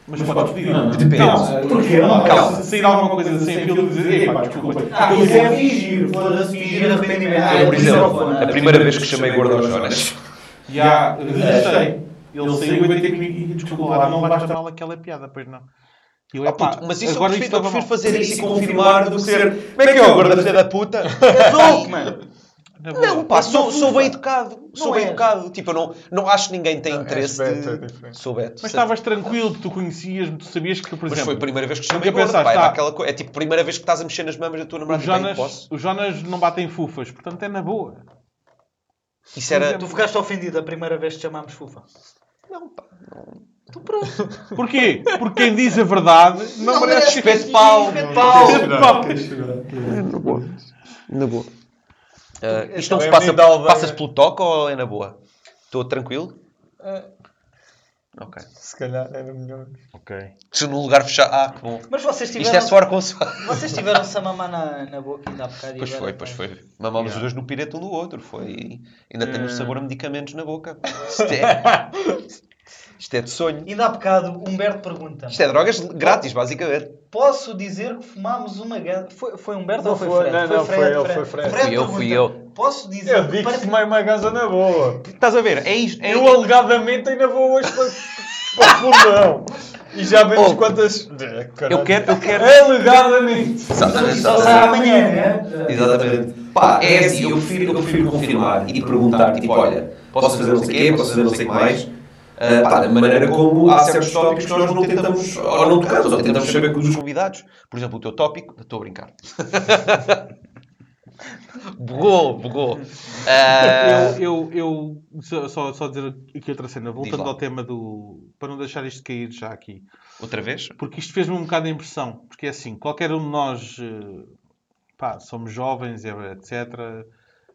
[SPEAKER 4] Mas podes pedir.
[SPEAKER 6] Não, não.
[SPEAKER 1] Depende.
[SPEAKER 4] Não,
[SPEAKER 7] Porquê? Não,
[SPEAKER 4] calma. Se sair alguma coisa sem aquilo, dizer, epá, desculpa.
[SPEAKER 7] Ah, isso é fingir. Foda-se, fingir arrependimento.
[SPEAKER 3] É,
[SPEAKER 7] Ah,
[SPEAKER 1] Eu, por exemplo,
[SPEAKER 7] microfone.
[SPEAKER 1] a primeira vez que chamei gordo aos Jonas.
[SPEAKER 4] Já, É, sei. Ele saiu e vai ter que me desculpar. Não basta mal aquela piada, pois não. E eu,
[SPEAKER 3] Ah,
[SPEAKER 4] epá,
[SPEAKER 3] puto, mas isso
[SPEAKER 4] agora
[SPEAKER 3] eu
[SPEAKER 4] isto
[SPEAKER 3] prefiro, eu
[SPEAKER 4] estava
[SPEAKER 3] prefiro
[SPEAKER 4] mal.
[SPEAKER 3] fazer isso e confirmar do que ser. Como é que é o gordo filha da puta?
[SPEAKER 2] É louco, mano.
[SPEAKER 4] Na boa.
[SPEAKER 3] Não, pá, sou, sou bem educado. Sou
[SPEAKER 7] Não
[SPEAKER 3] bem
[SPEAKER 7] és.
[SPEAKER 3] educado. Tipo, eu não, não acho que ninguém tem
[SPEAKER 5] Não,
[SPEAKER 3] interesse
[SPEAKER 5] és Beto, é
[SPEAKER 3] de...
[SPEAKER 5] diferente.
[SPEAKER 3] Sou Beto.
[SPEAKER 4] Mas
[SPEAKER 3] certo.
[SPEAKER 4] estavas tranquilo, tu conhecias-me, tu sabias que, por
[SPEAKER 3] Mas foi a
[SPEAKER 4] exemplo,
[SPEAKER 3] primeira vez que chamei
[SPEAKER 4] nunca
[SPEAKER 3] gordo,
[SPEAKER 4] pensaste,
[SPEAKER 3] pá, era
[SPEAKER 4] tá.
[SPEAKER 3] aquela co- É tipo, primeira vez que estás a mexer nas mamas da tua
[SPEAKER 4] os
[SPEAKER 3] namorada. Jonas... Bem,
[SPEAKER 4] Jonas,
[SPEAKER 3] posso?
[SPEAKER 4] os Jonas não batem fufas, portanto é na boa.
[SPEAKER 3] Isso era... tipo,
[SPEAKER 2] Tu ficaste ofendido a primeira vez que te chamámos Fufa.
[SPEAKER 3] Não, pá.
[SPEAKER 4] Porquê? Porque quem diz a verdade não, merece
[SPEAKER 3] pé de pau.
[SPEAKER 4] pau.
[SPEAKER 3] Na boa. Na boa. Ah, isto não
[SPEAKER 5] É
[SPEAKER 3] se
[SPEAKER 5] um
[SPEAKER 3] passa...
[SPEAKER 5] menino da aldeia.
[SPEAKER 3] Passas pelo toque ou é na boa? Estou tranquilo? Ok.
[SPEAKER 5] Se calhar era melhor.
[SPEAKER 3] Se num lugar fechado... Ah, que bom.
[SPEAKER 2] Mas vocês
[SPEAKER 3] Isto é
[SPEAKER 2] tiveram.
[SPEAKER 3] suor com suor.
[SPEAKER 2] Vocês tiveram-se a mamar na, na boca ainda há bocado. e
[SPEAKER 3] Pois
[SPEAKER 2] agora
[SPEAKER 3] foi, pois foi. Mamámos os dois no pirete um do outro. Foi... Ainda temos sabor a medicamentos na boca. Isto é... Isto é de sonho.
[SPEAKER 2] Ainda há bocado, Humberto pergunta
[SPEAKER 3] Isto é drogas grátis, basicamente.
[SPEAKER 2] Posso dizer que fumámos uma ganda... Foi, foi Humberto
[SPEAKER 5] Não
[SPEAKER 2] ou foi
[SPEAKER 5] foi-
[SPEAKER 2] Fred?
[SPEAKER 5] não, não, foi ele, foi Fred.
[SPEAKER 3] Fui eu, fui
[SPEAKER 2] pergunta, Posso dizer
[SPEAKER 5] Eu
[SPEAKER 2] que
[SPEAKER 5] digo que
[SPEAKER 2] para-
[SPEAKER 5] fumei uma gaza na boa.
[SPEAKER 3] Estás a ver? É isto. É...
[SPEAKER 5] Eu alegadamente ainda vou hoje para, para o fundão. E já vemos
[SPEAKER 3] Oh.
[SPEAKER 5] quantas.
[SPEAKER 3] Eu quero, eu quero.
[SPEAKER 4] É
[SPEAKER 5] Alegadamente.
[SPEAKER 1] Exatamente.
[SPEAKER 7] Ah,
[SPEAKER 1] exatamente.
[SPEAKER 7] amanhã, né?
[SPEAKER 1] Exatamente. Pá, é assim, eu prefiro, eu prefiro confirmar e perguntar, tipo, olha, posso fazer não sei o quê, posso fazer não sei o que mais. Ah, pá, da maneira como há certos tópicos que nós não tentamos, ou não tocamos, ou tentamos saber que os
[SPEAKER 3] Os convidados, por exemplo, o teu tópico, estou a brincar. bugou, bugou. Ah,
[SPEAKER 4] Eu, eu, eu só- só, só dizer aqui outra cena, voltando
[SPEAKER 3] lá.
[SPEAKER 4] ao tema do. para não deixar isto cair já aqui,
[SPEAKER 3] Outra vez?
[SPEAKER 4] porque isto fez-me um bocado de impressão, porque é assim, qualquer um de nós eh, pá, somos jovens, é, etc.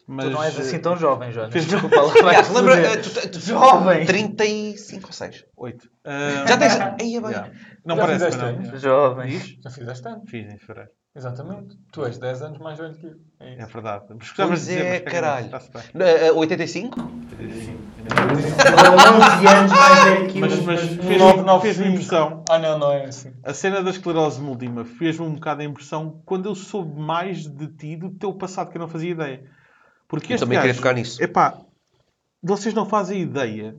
[SPEAKER 4] Mas
[SPEAKER 2] Tu não és assim
[SPEAKER 4] eh,
[SPEAKER 2] tão jovem, Jonas.
[SPEAKER 4] Fez-
[SPEAKER 2] Desculpa lá, vais
[SPEAKER 3] Ah, lembra,
[SPEAKER 2] foder.
[SPEAKER 3] ah, tu- tu-
[SPEAKER 2] Jovem.
[SPEAKER 3] 35 ou 6.
[SPEAKER 4] oito. Ah,
[SPEAKER 3] Já tens. Aí é bem.
[SPEAKER 4] yeah. Não
[SPEAKER 5] Já
[SPEAKER 4] parece, mas
[SPEAKER 5] fizeste
[SPEAKER 4] não.
[SPEAKER 5] anos?
[SPEAKER 2] Jovem.
[SPEAKER 4] Diz?
[SPEAKER 5] Já fizeste anos.
[SPEAKER 4] Fiz em fevereiro.
[SPEAKER 5] Exatamente. Tu és 10 anos mais velho que eu. É
[SPEAKER 4] É
[SPEAKER 5] isso.
[SPEAKER 4] verdade. Mas
[SPEAKER 3] Pois
[SPEAKER 4] gostava de dizer,
[SPEAKER 3] é,
[SPEAKER 4] mas caguei,
[SPEAKER 3] caralho.
[SPEAKER 4] está-se bem.
[SPEAKER 3] Ah, ah, 85?
[SPEAKER 7] Há 11 anos mais velho que eu.
[SPEAKER 4] Mas, mas
[SPEAKER 5] nove,
[SPEAKER 4] fez-me
[SPEAKER 5] nove,
[SPEAKER 4] fez
[SPEAKER 5] cinco.
[SPEAKER 4] impressão.
[SPEAKER 5] Ah, não, não é assim.
[SPEAKER 4] A cena da esclerose múltipla fez-me um bocado a impressão quando eu soube mais de ti do teu passado, que eu não fazia ideia. Porque
[SPEAKER 3] Eu
[SPEAKER 4] este
[SPEAKER 3] também queria
[SPEAKER 4] gajo,
[SPEAKER 3] tocar nisso.
[SPEAKER 4] epá, vocês não fazem ideia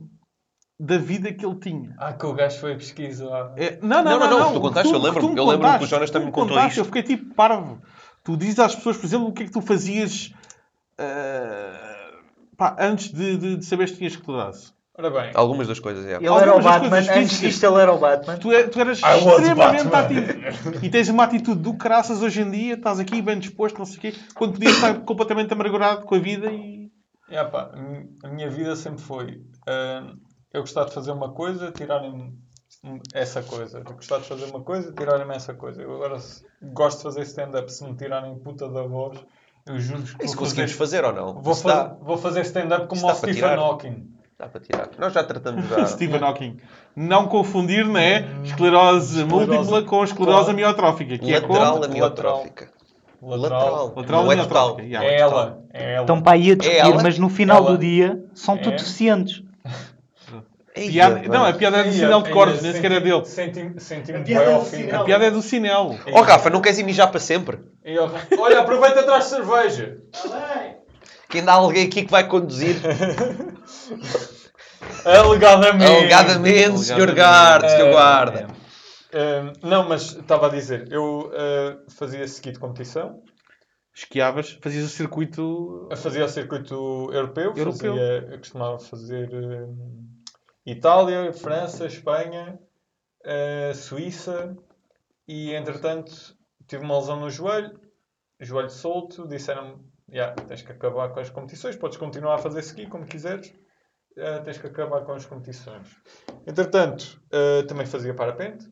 [SPEAKER 4] da vida que ele tinha.
[SPEAKER 5] Ah, que o gajo foi pesquisar.
[SPEAKER 4] É, não,
[SPEAKER 3] Não, não,
[SPEAKER 4] não, não,
[SPEAKER 3] não,
[SPEAKER 4] não,
[SPEAKER 3] tu
[SPEAKER 4] o
[SPEAKER 3] contaste, eu
[SPEAKER 4] me-
[SPEAKER 3] lembro-me,
[SPEAKER 4] me
[SPEAKER 3] eu lembro-me que o
[SPEAKER 4] contaste,
[SPEAKER 3] Jonas
[SPEAKER 4] tu
[SPEAKER 3] também me
[SPEAKER 4] me
[SPEAKER 3] contou
[SPEAKER 4] contaste,
[SPEAKER 3] isto.
[SPEAKER 4] Eu fiquei tipo parvo. Tu dizes às pessoas, por exemplo, o que é que tu fazias ah, pá, antes de, de, de saberes que tinhas esclerose.
[SPEAKER 5] Ora bem.
[SPEAKER 3] Algumas das coisas, é.
[SPEAKER 2] Ele era o
[SPEAKER 4] Algumas das
[SPEAKER 2] Batman.
[SPEAKER 4] coisas que
[SPEAKER 2] Antes
[SPEAKER 4] existem.
[SPEAKER 2] disto ele era o Batman.
[SPEAKER 4] Tu, é- tu eras
[SPEAKER 5] I was
[SPEAKER 4] extremamente
[SPEAKER 5] Batman.
[SPEAKER 4] ativo. E tens uma atitude do caraças hoje em dia, estás aqui bem disposto, não sei o quê, quando podias estar completamente amargurado com a vida e.
[SPEAKER 5] Yeah, pá, a mi- a minha vida sempre foi ah, eu gostava de fazer uma coisa, tirarem-me um- essa coisa. Eu gostava de fazer uma coisa, tirarem-me essa coisa. Eu agora se- gosto de fazer stand-up, se me tirarem puta da voz, eu juro-vos que
[SPEAKER 3] Isso
[SPEAKER 5] vou
[SPEAKER 3] conseguimos
[SPEAKER 5] fazer,
[SPEAKER 3] fazer ou não?
[SPEAKER 5] vou,
[SPEAKER 3] Isso
[SPEAKER 5] fa-
[SPEAKER 3] dá,
[SPEAKER 5] vou fazer stand-up como
[SPEAKER 3] Isso dá
[SPEAKER 5] o
[SPEAKER 3] para
[SPEAKER 5] Stephen
[SPEAKER 3] tirar.
[SPEAKER 5] Hawking.
[SPEAKER 3] dá para tirar. Nós já tratamos já.
[SPEAKER 4] Stephen Hawking. Não confundir, né? Esclerose múltipla com esclerose amiotrófica, que é com.
[SPEAKER 3] Lateral
[SPEAKER 5] contra-
[SPEAKER 3] amiotrófica.
[SPEAKER 4] Lateral
[SPEAKER 5] Lateral.
[SPEAKER 3] Não é total.
[SPEAKER 4] amiotrófica, já.
[SPEAKER 5] É ela, é ela.
[SPEAKER 4] Então,
[SPEAKER 2] Estão para aí a
[SPEAKER 3] discutir, ela? mas
[SPEAKER 2] no
[SPEAKER 5] final Ela? do
[SPEAKER 2] dia são
[SPEAKER 5] É. tudo
[SPEAKER 2] deficientes.
[SPEAKER 3] Ei,
[SPEAKER 4] Piada...
[SPEAKER 3] rapaz.
[SPEAKER 4] Não, a piada é do
[SPEAKER 5] Ia,
[SPEAKER 4] sinal de
[SPEAKER 5] ia,
[SPEAKER 4] cordas, nem sequer é
[SPEAKER 5] senti-
[SPEAKER 4] dele.
[SPEAKER 5] senti- Senti-me
[SPEAKER 7] A
[SPEAKER 5] bem
[SPEAKER 7] piada é
[SPEAKER 5] ao
[SPEAKER 7] do
[SPEAKER 5] fim.
[SPEAKER 7] sinal.
[SPEAKER 4] A piada é do sinal.
[SPEAKER 3] Oh, Rafa, não queres ir mijar para sempre?
[SPEAKER 5] E eu- Olha, aproveita e traz cerveja.
[SPEAKER 3] Que ainda há alguém aqui que vai conduzir.
[SPEAKER 5] É Alegadamente.
[SPEAKER 3] É Alegadamente, senhor guarda, senhor
[SPEAKER 5] É,
[SPEAKER 3] guarda.
[SPEAKER 5] Ahm, Ehm, não, mas estava a dizer, eu ah, fazia ski de competição,
[SPEAKER 4] Esquiavas, fazias o circuito.
[SPEAKER 5] eu fazia o circuito europeu,
[SPEAKER 4] Europeu.
[SPEAKER 5] Fazia, eu costumava fazer ahm, Itália, França, Espanha, ah, Suíça e entretanto tive uma lesão no joelho, joelho solto, disseram-me, "Ya, tens que acabar com as competições, podes continuar a fazer ski como quiseres, ah, tens que acabar com as competições. Entretanto, ah, também fazia parapente.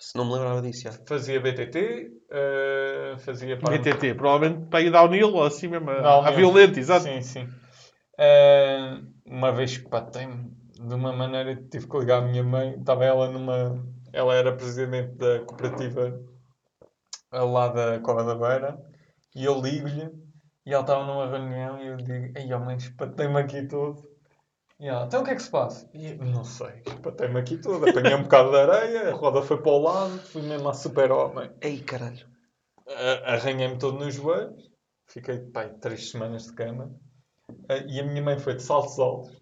[SPEAKER 3] Se não me lembrava disso já.
[SPEAKER 5] Fazia BTT, eh, fazia
[SPEAKER 4] BTT, provavelmente para ir downhill ou assim mesmo,
[SPEAKER 5] Não,
[SPEAKER 4] à
[SPEAKER 5] mesmo.
[SPEAKER 4] violenta, exato.
[SPEAKER 5] Sim, sim. Eh, uma vez que patei-me de uma maneira que tive que ligar à minha mãe, estava ela numa. Ela era presidente da cooperativa eh, lá da Cova da Beira e eu ligo-lhe e ela estava numa reunião e eu digo: Ei, ao menos patei-me aqui todo. E ela, então o que é que se passa? E eu, não sei, patei-me aqui todo, apanhei um bocado de areia, a roda foi para o lado, fui mesmo a super-homem.
[SPEAKER 3] Ei, caralho.
[SPEAKER 5] A- arranhei-me todo nos joelhos, fiquei pai, três semanas de cama, Eh, e a minha mãe foi de saltos altos,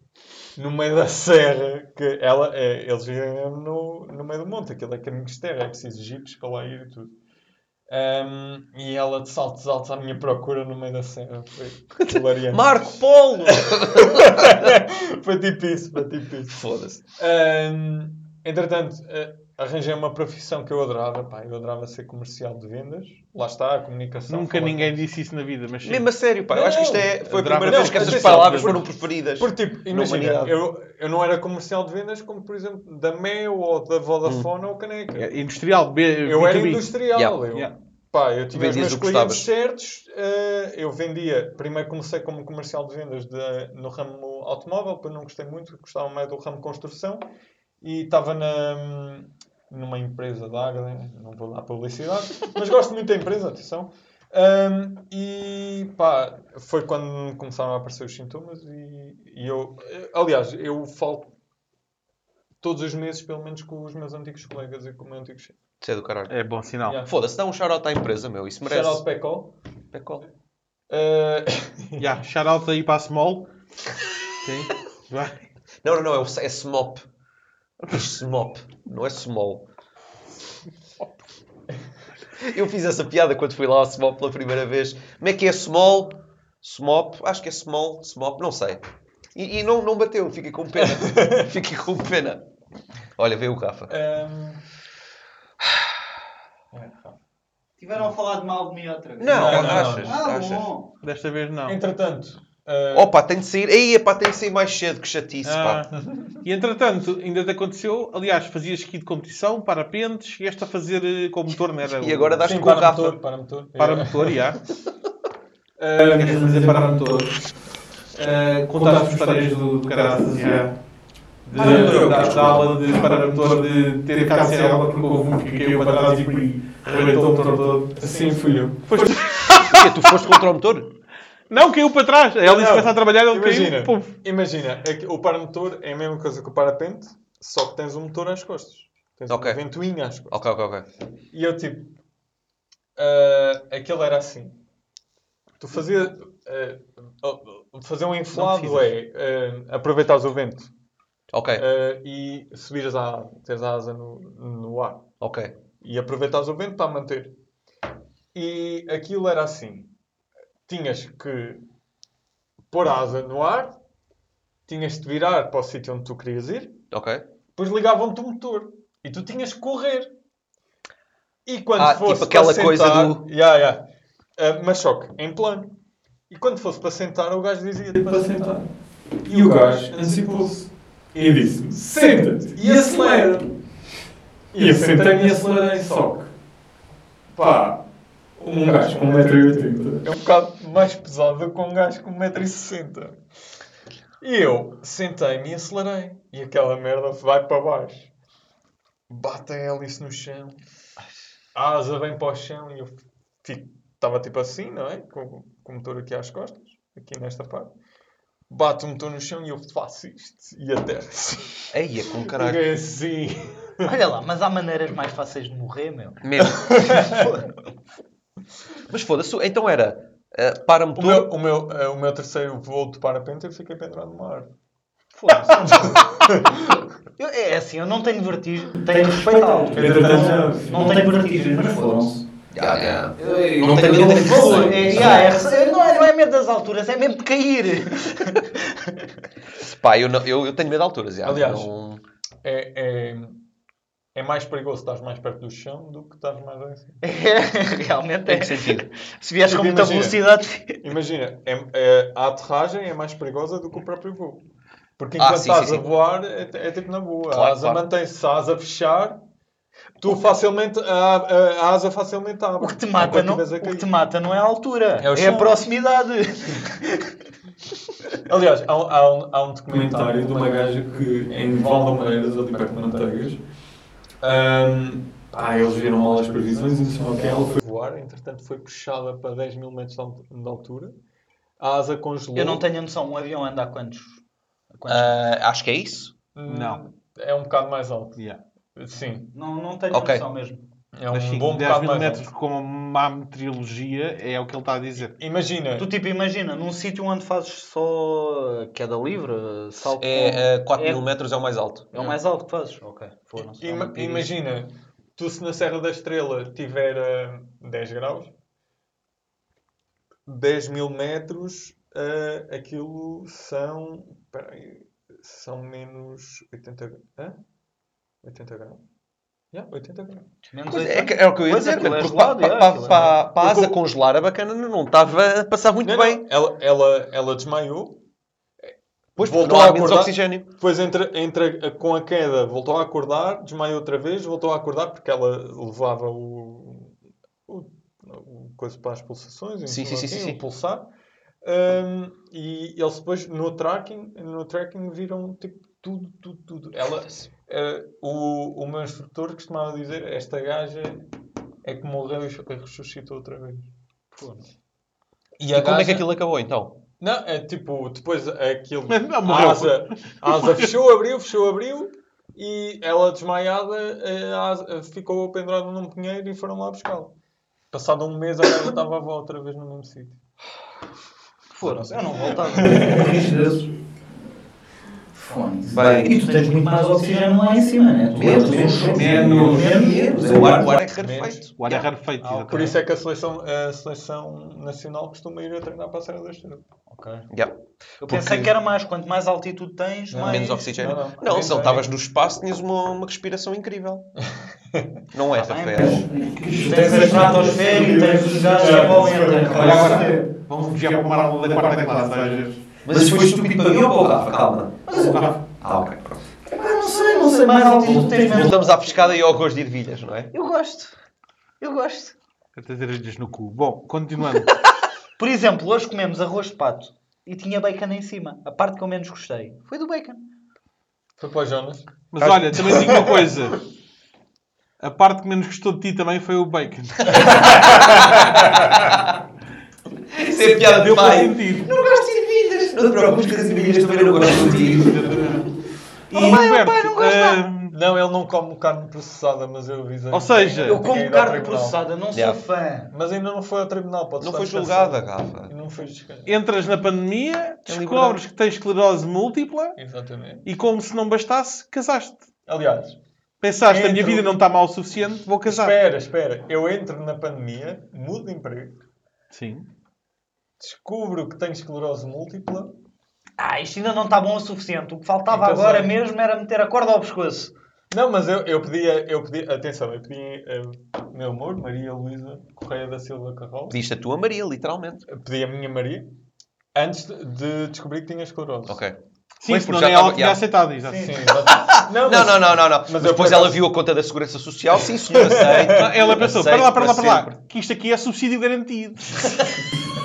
[SPEAKER 5] no meio da serra, que ela, eh, eles vivem mesmo no, no meio do monte, aquilo é caminho de terra, é preciso jipes para lá ir e tudo. Ahm, e ela de saltos altos à minha procura no meio da cena. Foi hilariante.
[SPEAKER 3] Marco Polo!
[SPEAKER 5] foi tipo isso, foi tipo isso.
[SPEAKER 3] Foda-se.
[SPEAKER 5] Ahm, entretanto, eh, arranjei uma profissão que eu adorava. Pá, eu adorava ser comercial de vendas. Lá está a comunicação.
[SPEAKER 4] Nunca
[SPEAKER 5] falar
[SPEAKER 4] ninguém
[SPEAKER 5] com-
[SPEAKER 4] disse isso na vida, mas sim.
[SPEAKER 3] Mesmo a sério, pá. Eu
[SPEAKER 5] Não,
[SPEAKER 3] acho que isto é, foi a
[SPEAKER 4] adorava-
[SPEAKER 3] primeira
[SPEAKER 5] Não,
[SPEAKER 3] vez que estas
[SPEAKER 5] atenção,
[SPEAKER 3] palavras
[SPEAKER 5] porque-
[SPEAKER 3] foram preferidas.
[SPEAKER 5] Porque, tipo, imagina,
[SPEAKER 3] humanidade.
[SPEAKER 5] eu, eu não era comercial de vendas como, por exemplo, da Mel ou da Vodafone ou Caneca.
[SPEAKER 4] É Industrial, B,
[SPEAKER 5] Eu era
[SPEAKER 4] B2B.
[SPEAKER 5] industrial.
[SPEAKER 3] Yeah.
[SPEAKER 5] Eu,
[SPEAKER 4] Yeah.
[SPEAKER 5] pá, eu tinha os
[SPEAKER 3] Vendias
[SPEAKER 5] meus
[SPEAKER 3] o que
[SPEAKER 5] clientes
[SPEAKER 3] gostavas.
[SPEAKER 5] certos. eh, eu vendia. Primeiro comecei como comercial de vendas de- no ramo automóvel, depois não gostei muito, gostava mais do ramo construção. E estava na, numa empresa da Águeda, não vou dar publicidade, mas gosto muito da empresa, atenção. Ahm, e pá, foi quando começaram a aparecer os sintomas. E, e eu, eh, aliás, eu falo todos os meses, pelo menos com os meus antigos colegas e com o meu antigo chefe.
[SPEAKER 3] Isso é do caralho.
[SPEAKER 4] É bom sinal.
[SPEAKER 5] Yeah.
[SPEAKER 3] Foda-se, dá um shout-out à empresa, meu. Isso merece.
[SPEAKER 5] Shout out Pecol.
[SPEAKER 3] Pecol.
[SPEAKER 5] Eh,
[SPEAKER 4] Yeah. Shout out aí para a Small. Sim. Vai.
[SPEAKER 3] Não, não, não. É, o- é SMOP. Diz SMOP. Não é SMOL. Eu fiz essa piada quando fui lá ao SMOP pela primeira vez. Como é que é SMOL? SMOP? Acho que é SMOL. SMOP? Não sei. E, e não, não bateu. Fiquei com pena. Fiquei com pena. Olha, veio o Rafa.
[SPEAKER 5] ehm,
[SPEAKER 2] Tiveram a falar de mal de mim outra vez.
[SPEAKER 3] Não,
[SPEAKER 5] não, não,
[SPEAKER 3] achas?
[SPEAKER 2] Ah,
[SPEAKER 3] achas?
[SPEAKER 2] bom.
[SPEAKER 4] Desta vez não.
[SPEAKER 5] entretanto,
[SPEAKER 3] Oh,
[SPEAKER 5] eh,
[SPEAKER 3] Opa, tem de sair. Ei, epá, tem de sair mais cedo, que chatice,
[SPEAKER 4] Ah.
[SPEAKER 3] pá.
[SPEAKER 4] E entretanto, ainda te aconteceu, aliás, fazias ski de competição, parapentes, chegaste a fazer eh, com motor, não era?
[SPEAKER 3] E agora dás
[SPEAKER 5] sim,
[SPEAKER 3] com o
[SPEAKER 5] para
[SPEAKER 3] Rafa.
[SPEAKER 5] motor, para motor.
[SPEAKER 4] Para
[SPEAKER 5] Eh,
[SPEAKER 4] motor, já.
[SPEAKER 6] Queres fazer para todos. Contar-vos histórias do do caraças, já. De- da- Da aula de paramotor de ter ficado sem água porque houve um que caiu para trás e que arrebentou o motor todo. Assim fui eu.
[SPEAKER 3] Porquê? Tu foste contra o motor?
[SPEAKER 4] Não, caiu para trás. A Alice
[SPEAKER 5] Não,
[SPEAKER 4] começa a trabalhar, ele
[SPEAKER 5] Imagina,
[SPEAKER 4] caiu. Pum.
[SPEAKER 5] imagina é que o paramotor é a mesma coisa que o parapente, só que tens um motor às costas. Tens
[SPEAKER 3] Ok.
[SPEAKER 5] uma ventoinha às costas.
[SPEAKER 3] Ok, ok, ok.
[SPEAKER 5] E eu tipo, ah, aquilo era assim. Tu fazia, ah, fazer um inflado é ah, aproveitares o vento
[SPEAKER 3] Ok,
[SPEAKER 5] ah, e subires a teres a asa no, no ar.
[SPEAKER 3] ok.
[SPEAKER 5] e aproveitares o vento para manter. E aquilo era assim: tinhas que pôr a asa no ar, tinhas de te virar para o sítio onde tu querias ir,
[SPEAKER 3] Ok.
[SPEAKER 5] depois ligavam-te o motor e tu tinhas que correr. E quando
[SPEAKER 3] Ah,
[SPEAKER 5] fosse
[SPEAKER 3] tipo aquela
[SPEAKER 5] para
[SPEAKER 3] coisa
[SPEAKER 5] sentar,
[SPEAKER 3] do-
[SPEAKER 5] Ya, ya. Ah, mas só que em plano. E quando fosse para sentar, o gajo dizia
[SPEAKER 6] Tipo, Para
[SPEAKER 5] para
[SPEAKER 6] sentar.
[SPEAKER 5] sentar.
[SPEAKER 6] E o gajo antecipou-se e disse-me: senta-te e acelera. E eu sentei-me e acelerei, só que. Pá, um gajo com 1,80m.
[SPEAKER 5] É um bocado mais pesado do que um gajo com 1,60m. E eu sentei-me e acelerei. E aquela merda vai para baixo. Bate a hélice no chão. A asa vem para o chão e eu fico... Estava tipo assim, não é? Com, com o motor aqui às costas. Aqui nesta parte. Bate o motor no chão e eu faço isto. E aterra assim.
[SPEAKER 3] Eia, é com caralho.
[SPEAKER 5] Fiquei assim.
[SPEAKER 2] Olha lá, mas há maneiras mais fáceis de morrer, meu.
[SPEAKER 3] Mesmo. Mas foda-se, então era uh,
[SPEAKER 5] O
[SPEAKER 3] paramotor.
[SPEAKER 5] meu, o, meu, eh, o meu terceiro voo de parapente eu fiquei pendurado no ar.
[SPEAKER 2] Eu- é assim, eu não tenho vertigem, tenho respeitá-lo.
[SPEAKER 6] Entretanto,
[SPEAKER 2] Não tenho vertigem, mas foram-se.
[SPEAKER 3] Ya, ya.
[SPEAKER 7] Não tem medo de
[SPEAKER 2] Fogo, é- yeah, é rece- não, é, não é medo das alturas, é medo de cair.
[SPEAKER 3] Pá, eu, não- eu, eu tenho medo de alturas. ya.
[SPEAKER 5] Aliás.
[SPEAKER 3] Não-
[SPEAKER 5] é, é, é mais perigoso estás mais perto do chão do que estás mais assim.
[SPEAKER 2] É, realmente
[SPEAKER 3] Tem
[SPEAKER 2] é.
[SPEAKER 3] que sentido.
[SPEAKER 2] Se vieres com muita
[SPEAKER 5] Imagina.
[SPEAKER 2] velocidade.
[SPEAKER 5] Imagina, é- é- a aterragem é mais perigosa do que o próprio voo. Porque
[SPEAKER 3] Ah,
[SPEAKER 5] enquanto
[SPEAKER 3] sim, sim,
[SPEAKER 5] estás
[SPEAKER 3] sim.
[SPEAKER 5] a voar, é, é tipo na boa.
[SPEAKER 3] Claro,
[SPEAKER 5] a asa
[SPEAKER 3] claro.
[SPEAKER 5] mantém-se, se a asa fechar, tu facilmente, a, a- a asa facilmente abre.
[SPEAKER 2] O que, te mata não,
[SPEAKER 5] Enquanto
[SPEAKER 2] o
[SPEAKER 5] estiveres a
[SPEAKER 2] que te
[SPEAKER 5] cair.
[SPEAKER 2] mata não é a altura,
[SPEAKER 5] É
[SPEAKER 2] é,
[SPEAKER 5] o
[SPEAKER 2] a
[SPEAKER 5] chão.
[SPEAKER 2] proximidade.
[SPEAKER 5] Aliás, há, um- há um, há um documentário
[SPEAKER 6] comentário de uma gaja que em Valdamoreiras, ali perto de Manteigas, ahm, pá, eles viram mal as previsões e não sei o que ela
[SPEAKER 5] Ela
[SPEAKER 6] foi.
[SPEAKER 5] foi voar, entretanto foi puxada para 10 mil metros de al- de altura. A asa congelou.
[SPEAKER 2] Eu não tenho noção, um avião anda a quantos? A quantos?
[SPEAKER 3] Ah, acho que é isso.
[SPEAKER 5] Hum,
[SPEAKER 4] Não.
[SPEAKER 5] É um bocado mais alto.
[SPEAKER 4] Yeah.
[SPEAKER 5] Sim.
[SPEAKER 2] não, não tenho
[SPEAKER 3] Ok.
[SPEAKER 2] noção mesmo.
[SPEAKER 3] Então,
[SPEAKER 5] É um
[SPEAKER 4] Mas sim,
[SPEAKER 5] bom
[SPEAKER 4] 10
[SPEAKER 5] bocado
[SPEAKER 4] mil
[SPEAKER 5] mais
[SPEAKER 3] um.
[SPEAKER 4] metros
[SPEAKER 5] alto.
[SPEAKER 4] com uma meteorologia é o que ele está a dizer.
[SPEAKER 5] um. Imagina,
[SPEAKER 2] Tu tipo, imagina, num sítio onde fazes só eh, queda livre, salto com-
[SPEAKER 3] É, 4
[SPEAKER 2] é-
[SPEAKER 3] mil metros é o mais alto.
[SPEAKER 2] é o mais alto que fazes. Ok, foram-se.
[SPEAKER 5] Ima- imagina, Tu, se na Serra da Estrela tiver ah, 10 graus, 10 mil metros, ah, aquilo são. Espera aí, são menos 80 graus. 80 graus? Yeah, 80 graus.
[SPEAKER 3] Pois é, que- é o que eu ia
[SPEAKER 2] Pois é,
[SPEAKER 3] dizer,
[SPEAKER 2] aquilo
[SPEAKER 3] mano,
[SPEAKER 2] é
[SPEAKER 3] porque
[SPEAKER 2] gelado,
[SPEAKER 3] para
[SPEAKER 2] é,
[SPEAKER 3] pa,
[SPEAKER 2] aquilo é-
[SPEAKER 3] pa- pa a asa congelar a bacana não estava a passar muito
[SPEAKER 5] Não, não,
[SPEAKER 3] bem.
[SPEAKER 5] Ela, ela, ela desmaiou,
[SPEAKER 3] Pois
[SPEAKER 5] voltou
[SPEAKER 3] voltou
[SPEAKER 5] a
[SPEAKER 3] a menos
[SPEAKER 5] acordar.
[SPEAKER 3] oxigênio.
[SPEAKER 5] depois entra, entra com a queda, voltou a acordar, desmaiou outra vez, voltou a acordar porque ela levava o, o, o coisa para as pulsações,
[SPEAKER 3] Sim,
[SPEAKER 5] não sei
[SPEAKER 3] sim,
[SPEAKER 5] o
[SPEAKER 3] sim,
[SPEAKER 5] quê,
[SPEAKER 3] sim,
[SPEAKER 5] o
[SPEAKER 3] sim.
[SPEAKER 5] um pulsar. Ahm, e eles depois no tracking, no tracking viram tipo tudo, tudo, tudo. Ela, eh, o, o meu instrutor costumava dizer: Esta gaja é que morreu e ressuscitou outra vez.
[SPEAKER 3] E,
[SPEAKER 5] a
[SPEAKER 3] como é que
[SPEAKER 5] gaja-
[SPEAKER 3] aquilo acabou então?
[SPEAKER 5] não, é tipo, depois aquilo.
[SPEAKER 4] Não, morreu.
[SPEAKER 5] a, asa, a asa fechou, abriu, fechou, abriu. E ela desmaiada a asa- ficou pendurada num pinheiro e foram lá buscá-la. Passado um mês, a ela estava a voar outra vez no mesmo sítio.
[SPEAKER 2] Foda-se, eu não voltava.
[SPEAKER 7] Corriste desses. Fones. Bem, e tu tens muito mais oxigênio lá em cima, né? Tu
[SPEAKER 1] Menos,
[SPEAKER 7] és um-
[SPEAKER 1] menos, menos. O ar, o ar é
[SPEAKER 5] Menos.
[SPEAKER 1] rarefeito.
[SPEAKER 4] O ar é rarefeito,
[SPEAKER 5] Ah,
[SPEAKER 4] exatamente.
[SPEAKER 5] por isso é que a seleção, a seleção nacional costuma ir a treinar para a Serra da Estrela.
[SPEAKER 2] Ok.
[SPEAKER 3] Yeah.
[SPEAKER 2] Eu
[SPEAKER 3] Porque-
[SPEAKER 2] pensei que era mais, quanto mais altitude tens, mais.
[SPEAKER 3] Menos oxigênio.
[SPEAKER 5] não,
[SPEAKER 3] Não,
[SPEAKER 5] não.
[SPEAKER 3] se não estavas no espaço, tinhas uma, uma respiração incrível. Não é essa
[SPEAKER 2] bem,
[SPEAKER 3] foi
[SPEAKER 2] mas-
[SPEAKER 3] essa.
[SPEAKER 7] Tu tens a estratosfera e tens os gajos que vão entrar.
[SPEAKER 4] Olha agora, vamos viajar para uma aula da quarta classe, às vezes.
[SPEAKER 1] Mas isso foi estúpido para mim ou para o Rafa? Calma. Ah, ok. pronto.
[SPEAKER 7] Pá, não sei, não sei, mais altitude tens menos.
[SPEAKER 3] Voltamos à pescada e ao arroz de ervilhas, não é?
[SPEAKER 2] Eu gosto. Eu gosto.
[SPEAKER 4] Até ter as no cu. Bom, continuando.
[SPEAKER 2] Por exemplo, hoje comemos arroz de pato e tinha bacon em cima. A parte que eu menos gostei foi do bacon.
[SPEAKER 5] Foi para o Jonas.
[SPEAKER 4] Mas olha, também digo uma coisa. A parte que menos gostou de ti também foi o bacon.
[SPEAKER 1] Isso é piada de
[SPEAKER 4] Deu para
[SPEAKER 1] pai.
[SPEAKER 4] um sentido.
[SPEAKER 1] Não gosto de vidas. Não te preocupes que as vidas também não gostam de ti.
[SPEAKER 4] E Roberto, ahm,
[SPEAKER 5] Eh, Não, ele não come carne processada, mas eu avisei.
[SPEAKER 4] ou seja,
[SPEAKER 2] Eu
[SPEAKER 5] Quem
[SPEAKER 2] como
[SPEAKER 5] ir ao
[SPEAKER 2] carne
[SPEAKER 5] tribunal.
[SPEAKER 2] processada, não
[SPEAKER 3] Yeah.
[SPEAKER 2] sou fã.
[SPEAKER 5] Mas ainda não foi ao tribunal, pode
[SPEAKER 3] Não foi
[SPEAKER 5] estar descansado.
[SPEAKER 3] julgada, Rafa.
[SPEAKER 5] E Não foi julgada.
[SPEAKER 4] eh, entras na pandemia,
[SPEAKER 3] É
[SPEAKER 4] descobres que tens esclerose múltipla
[SPEAKER 5] Exatamente.
[SPEAKER 4] e como se não bastasse, casaste.
[SPEAKER 5] Aliás,
[SPEAKER 4] Pensaste, a minha
[SPEAKER 5] Entro.
[SPEAKER 4] vida não está mal o suficiente, vou casar.
[SPEAKER 5] Espera, espera. Eu entro na pandemia, mudo de emprego,
[SPEAKER 4] Sim.
[SPEAKER 5] descubro que tenho esclerose múltipla.
[SPEAKER 2] Ah, isto ainda não está bom o suficiente. O que faltava
[SPEAKER 5] Então,
[SPEAKER 2] agora
[SPEAKER 5] sabe?
[SPEAKER 2] mesmo era meter a corda ao pescoço.
[SPEAKER 5] Não, mas eu, eu pedia, eu pedi, atenção, eu pedi eh, meu amor, Maria Luísa Correia da Silva Carral,
[SPEAKER 3] Pediste a tua Maria, literalmente.
[SPEAKER 5] Eu pedi a minha Maria, antes de- de descobrir que tinha esclerose.
[SPEAKER 3] Ok.
[SPEAKER 4] Sim,
[SPEAKER 3] Pois,
[SPEAKER 4] senão
[SPEAKER 3] porque
[SPEAKER 4] nem
[SPEAKER 3] já
[SPEAKER 4] ela
[SPEAKER 3] estava-
[SPEAKER 4] tinha
[SPEAKER 3] já.
[SPEAKER 4] aceitado, exato.
[SPEAKER 5] Sim, exato.
[SPEAKER 3] Não,
[SPEAKER 5] Não, mas-
[SPEAKER 3] não, não, não, não. Mas,
[SPEAKER 5] eu
[SPEAKER 3] depois
[SPEAKER 5] por
[SPEAKER 3] ela
[SPEAKER 5] acaso-
[SPEAKER 3] viu a conta da Segurança Social, sim senhor, aceito.
[SPEAKER 4] Ah, Ela pensou,
[SPEAKER 3] Aceito
[SPEAKER 4] para lá, para lá, para
[SPEAKER 3] É sempre.
[SPEAKER 4] lá, que isto aqui é subsídio garantido.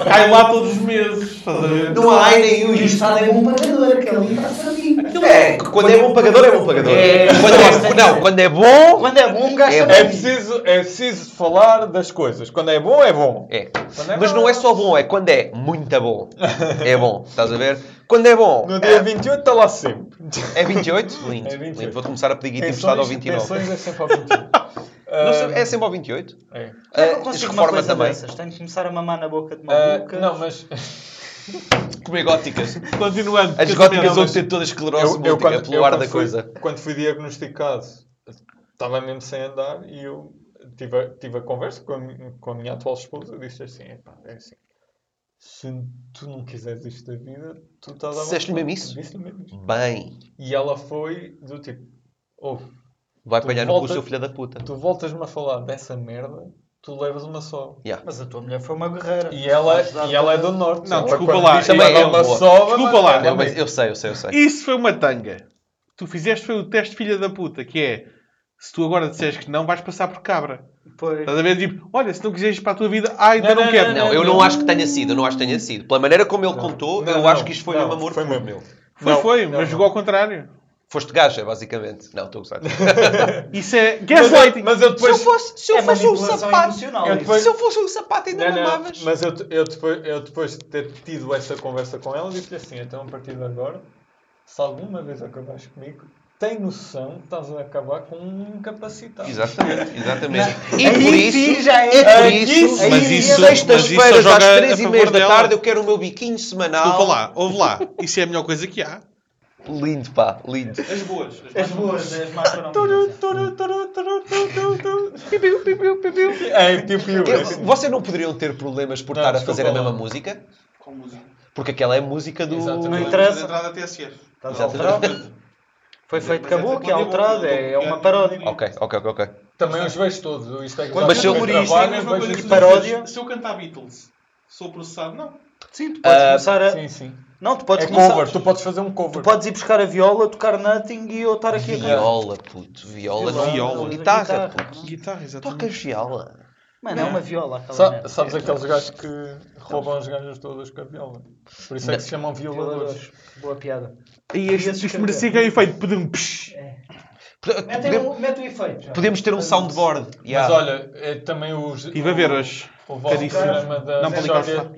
[SPEAKER 4] Cai lá todos os meses. Estás a ver?
[SPEAKER 1] Não há ai nenhum.
[SPEAKER 7] E o Estado é bom pagador, que ali está sabinho.
[SPEAKER 1] É, que quando é bom pagador, é bom pagador.
[SPEAKER 3] Quando é, não, quando é bom.
[SPEAKER 2] Quando é bom, um gajo
[SPEAKER 3] É
[SPEAKER 5] É
[SPEAKER 2] também.
[SPEAKER 5] preciso, é preciso falar das coisas. Quando é bom, é bom.
[SPEAKER 3] É.
[SPEAKER 5] é
[SPEAKER 3] Mas não é só bom, é quando é muito bom. É bom, estás a ver? Quando é bom.
[SPEAKER 5] No dia 28 está lá sempre.
[SPEAKER 3] É 28? Lindo.
[SPEAKER 5] É 28.
[SPEAKER 3] lindo. Vou começar a pedir guita emprestado ao 29.
[SPEAKER 5] pensões é sempre ao 29. Ah,
[SPEAKER 3] Não sei- é sempre ao 28?
[SPEAKER 5] É.
[SPEAKER 2] Já não
[SPEAKER 3] Ah,
[SPEAKER 2] consigo uma
[SPEAKER 3] reforma
[SPEAKER 2] coisa
[SPEAKER 3] também.
[SPEAKER 2] dessas. Tenho que começar a mamar na boca de
[SPEAKER 5] Ah,
[SPEAKER 2] maluca.
[SPEAKER 5] não, mas
[SPEAKER 3] Comer góticas.
[SPEAKER 4] Continuando.
[SPEAKER 3] As
[SPEAKER 4] casamento.
[SPEAKER 3] góticas vão ter toda a esclerose
[SPEAKER 5] eu, eu
[SPEAKER 3] múltipla é
[SPEAKER 5] quando, eu
[SPEAKER 3] pelo ar
[SPEAKER 5] quando
[SPEAKER 3] da
[SPEAKER 5] fui,
[SPEAKER 3] coisa.
[SPEAKER 5] quando fui diagnosticado, estava mesmo sem andar e eu tive a, tive a conversa com a, mi- com a minha atual esposa e disse assim: "Epá, é assim, se tu não quiseres isto da vida, tu estás à
[SPEAKER 3] Disseste-lhe
[SPEAKER 5] vontade."
[SPEAKER 3] mesmo isso?
[SPEAKER 5] Disse-lhe mesmo isso.
[SPEAKER 3] Bem,
[SPEAKER 5] E ela foi do tipo: ouve,
[SPEAKER 3] vai
[SPEAKER 5] Tu
[SPEAKER 3] palhar no cu o
[SPEAKER 5] volta-
[SPEAKER 3] seu filho da puta.
[SPEAKER 5] tu voltas-me a falar dessa merda, tu levas uma só.
[SPEAKER 3] Yeah.
[SPEAKER 2] Mas a tua mulher foi uma guerreira.
[SPEAKER 5] E ela,
[SPEAKER 2] Faz dar
[SPEAKER 5] e ela é do norte.
[SPEAKER 4] Não,
[SPEAKER 5] ela
[SPEAKER 4] desculpa
[SPEAKER 5] quando
[SPEAKER 4] lá,
[SPEAKER 5] diz que
[SPEAKER 3] também
[SPEAKER 5] vai
[SPEAKER 3] é
[SPEAKER 5] dar uma
[SPEAKER 3] boa.
[SPEAKER 5] sova,
[SPEAKER 4] Desculpa
[SPEAKER 5] mas- é
[SPEAKER 4] lá.
[SPEAKER 3] Não, mas eu sei, eu sei, eu sei.
[SPEAKER 4] Isso foi uma tanga. Tu fizeste foi o teste filha da puta, que é se tu agora disseres que não, vais passar por cabra.
[SPEAKER 2] Pois.
[SPEAKER 4] Estás a ver? Tipo, olha, se não quiseres ir para a tua vida, ai,
[SPEAKER 5] Não,
[SPEAKER 4] então não,
[SPEAKER 5] não,
[SPEAKER 4] quero.
[SPEAKER 3] Não, eu não
[SPEAKER 5] não.
[SPEAKER 3] acho que tenha sido, eu não acho que tenha sido. Pela maneira como ele contou,
[SPEAKER 5] Não,
[SPEAKER 3] eu
[SPEAKER 5] não,
[SPEAKER 3] acho que isto foi
[SPEAKER 5] não,
[SPEAKER 3] mesmo amor
[SPEAKER 5] foi
[SPEAKER 3] puro,
[SPEAKER 5] mesmo.
[SPEAKER 3] meu.
[SPEAKER 4] Foi,
[SPEAKER 5] Não,
[SPEAKER 4] foi,
[SPEAKER 5] não,
[SPEAKER 4] mas
[SPEAKER 5] não.
[SPEAKER 4] jogou ao contrário.
[SPEAKER 3] Foste gaja, basicamente. Não, estou a gozar.
[SPEAKER 4] Isso é
[SPEAKER 5] Mas
[SPEAKER 4] gaslighting.
[SPEAKER 5] eu, mas eu depois.
[SPEAKER 3] fosse, se
[SPEAKER 2] É manipulação emocional.
[SPEAKER 5] Eu
[SPEAKER 2] isso.
[SPEAKER 5] depois-
[SPEAKER 3] eu fosse um sapato
[SPEAKER 5] Não, não, mas eu, eu, depois, eu depois de ter tido essa conversa com ela, disse-lhe assim: então a partir de agora, se alguma vez acabares comigo, tem noção que estás a acabar com um incapacitado.
[SPEAKER 3] Exatamente, exatamente. E
[SPEAKER 2] Aí
[SPEAKER 3] por
[SPEAKER 2] sim
[SPEAKER 3] isso,
[SPEAKER 2] já é.
[SPEAKER 3] e por
[SPEAKER 2] Aí
[SPEAKER 3] isso,
[SPEAKER 2] sim,
[SPEAKER 4] mas isso-
[SPEAKER 2] aí é-
[SPEAKER 4] mas isso
[SPEAKER 3] sextas-feiras
[SPEAKER 4] joga
[SPEAKER 3] às três
[SPEAKER 4] a
[SPEAKER 3] e meia
[SPEAKER 4] favor
[SPEAKER 3] da
[SPEAKER 4] dela.
[SPEAKER 3] tarde eu quero o meu biquinho semanal.
[SPEAKER 4] Desculpa lá, ouve lá. Isso é a melhor coisa que há.
[SPEAKER 3] Lindo, pá, lindo.
[SPEAKER 4] As boas. As,
[SPEAKER 2] As
[SPEAKER 4] más-
[SPEAKER 2] boas, as más foram.
[SPEAKER 5] Turu,
[SPEAKER 2] minhas.
[SPEAKER 5] turu, turu, turu, turu, turu.
[SPEAKER 3] Piu, piu, piu, piu, piu.
[SPEAKER 5] É, piu, piu.
[SPEAKER 3] Eu- Vocês não poderiam ter problemas por estar a
[SPEAKER 5] desculpa
[SPEAKER 3] fazer a
[SPEAKER 5] lá.
[SPEAKER 3] mesma música?
[SPEAKER 4] Com música.
[SPEAKER 3] Porque aquela é a música do.
[SPEAKER 5] Exatamente.
[SPEAKER 2] Não
[SPEAKER 5] Não
[SPEAKER 2] interessa.
[SPEAKER 4] Entrada TSF.
[SPEAKER 2] Estás
[SPEAKER 3] Exato.
[SPEAKER 2] alterado. Foi feito
[SPEAKER 4] Mas essa
[SPEAKER 2] caboclo,
[SPEAKER 4] quando
[SPEAKER 2] é
[SPEAKER 4] eu vou-
[SPEAKER 2] alterado,
[SPEAKER 4] eu
[SPEAKER 2] é é
[SPEAKER 4] vou
[SPEAKER 2] uma
[SPEAKER 4] copiar,
[SPEAKER 2] paródia.
[SPEAKER 4] eu
[SPEAKER 3] Ok, ok, ok, ok.
[SPEAKER 5] Também os vejo todos. Isto é que
[SPEAKER 2] Quando
[SPEAKER 5] já
[SPEAKER 3] eu
[SPEAKER 5] foi
[SPEAKER 3] morri, isto
[SPEAKER 4] É a
[SPEAKER 5] trabalho,
[SPEAKER 4] mesma
[SPEAKER 5] vejo
[SPEAKER 4] coisa
[SPEAKER 5] os
[SPEAKER 4] que
[SPEAKER 5] todos.
[SPEAKER 2] paródia.
[SPEAKER 4] Se eu cantar Beatles, sou processado? Não.
[SPEAKER 2] Sim, tu podes começar a.
[SPEAKER 5] Sim, sim.
[SPEAKER 2] Não, tu podes
[SPEAKER 5] É
[SPEAKER 2] começar.
[SPEAKER 5] cover. Tu podes fazer um
[SPEAKER 2] Tu
[SPEAKER 5] cover.
[SPEAKER 2] podes ir buscar a viola, tocar nothing e eu estar aqui a cantar.
[SPEAKER 3] Viola, puto. Viola,
[SPEAKER 2] Viola,
[SPEAKER 3] viola.
[SPEAKER 2] guitarra,
[SPEAKER 3] Guitarra,
[SPEAKER 2] pá.
[SPEAKER 3] puto.
[SPEAKER 4] Guitarra,
[SPEAKER 3] Toca
[SPEAKER 4] exatamente.
[SPEAKER 3] viola.
[SPEAKER 2] Mano, é uma viola aquela
[SPEAKER 5] Sa
[SPEAKER 2] merda.
[SPEAKER 5] sabes aqueles gajos que roubam as gajas todas com a viola? Por isso é que se chamam violadores.
[SPEAKER 2] Violadores. Boa piada.
[SPEAKER 4] E este
[SPEAKER 2] Esses
[SPEAKER 4] isto merecia que é efeito. Pedum, psh.
[SPEAKER 2] Mete
[SPEAKER 3] Podemos,
[SPEAKER 2] o, mete o um- efeito. já.
[SPEAKER 3] podemos ter um soundboard.
[SPEAKER 5] Mas
[SPEAKER 3] yeah.
[SPEAKER 5] olha, é também os.
[SPEAKER 4] E vai ver hoje.
[SPEAKER 5] O vosso
[SPEAKER 4] Caríssimo.
[SPEAKER 5] programa da
[SPEAKER 4] Não pode ligar
[SPEAKER 5] Mexória-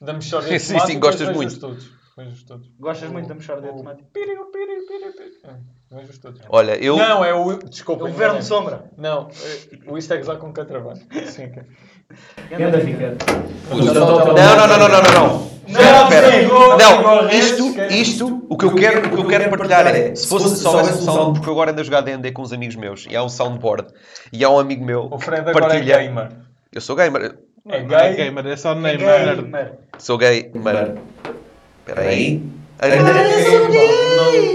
[SPEAKER 5] da Mexória
[SPEAKER 3] Sim,
[SPEAKER 5] de
[SPEAKER 3] sim,
[SPEAKER 5] Temáticas,
[SPEAKER 3] gostas
[SPEAKER 5] vejo-os
[SPEAKER 3] muito.
[SPEAKER 5] todos. Vejo-os todos.
[SPEAKER 2] Gostas muito da mexordia
[SPEAKER 5] O-
[SPEAKER 2] temática.
[SPEAKER 5] Piriu, piriu, piriu, piriu. É, Vejo-os todos.
[SPEAKER 3] Olha, eu.
[SPEAKER 5] Não, é o. Desculpa.
[SPEAKER 2] O
[SPEAKER 5] enganei-me.
[SPEAKER 2] governo de sombra.
[SPEAKER 5] Não, é, o isto é gozar com quem trabalha. Sim, ok.
[SPEAKER 7] Anda, fica.
[SPEAKER 3] Não, não, não, não, não, não, não. Espera, espera.
[SPEAKER 5] chegou, chegou
[SPEAKER 3] Não,
[SPEAKER 5] a rede,
[SPEAKER 3] isto,
[SPEAKER 5] esquece.
[SPEAKER 3] isto, o que eu quero, o que eu quero partilhar é, se fosse só houvesse um sound, porque eu agora ando a jogar D&D com uns amigos meus, e há um soundboard, e há um amigo meu,
[SPEAKER 5] O
[SPEAKER 3] que
[SPEAKER 5] Fred agora é gamer.
[SPEAKER 3] eu sou gamer,
[SPEAKER 5] É
[SPEAKER 4] Não é
[SPEAKER 5] gay.
[SPEAKER 4] gamer, é só
[SPEAKER 2] É
[SPEAKER 4] Neymar.
[SPEAKER 2] gamer.
[SPEAKER 3] sou gay, mas, espera aí,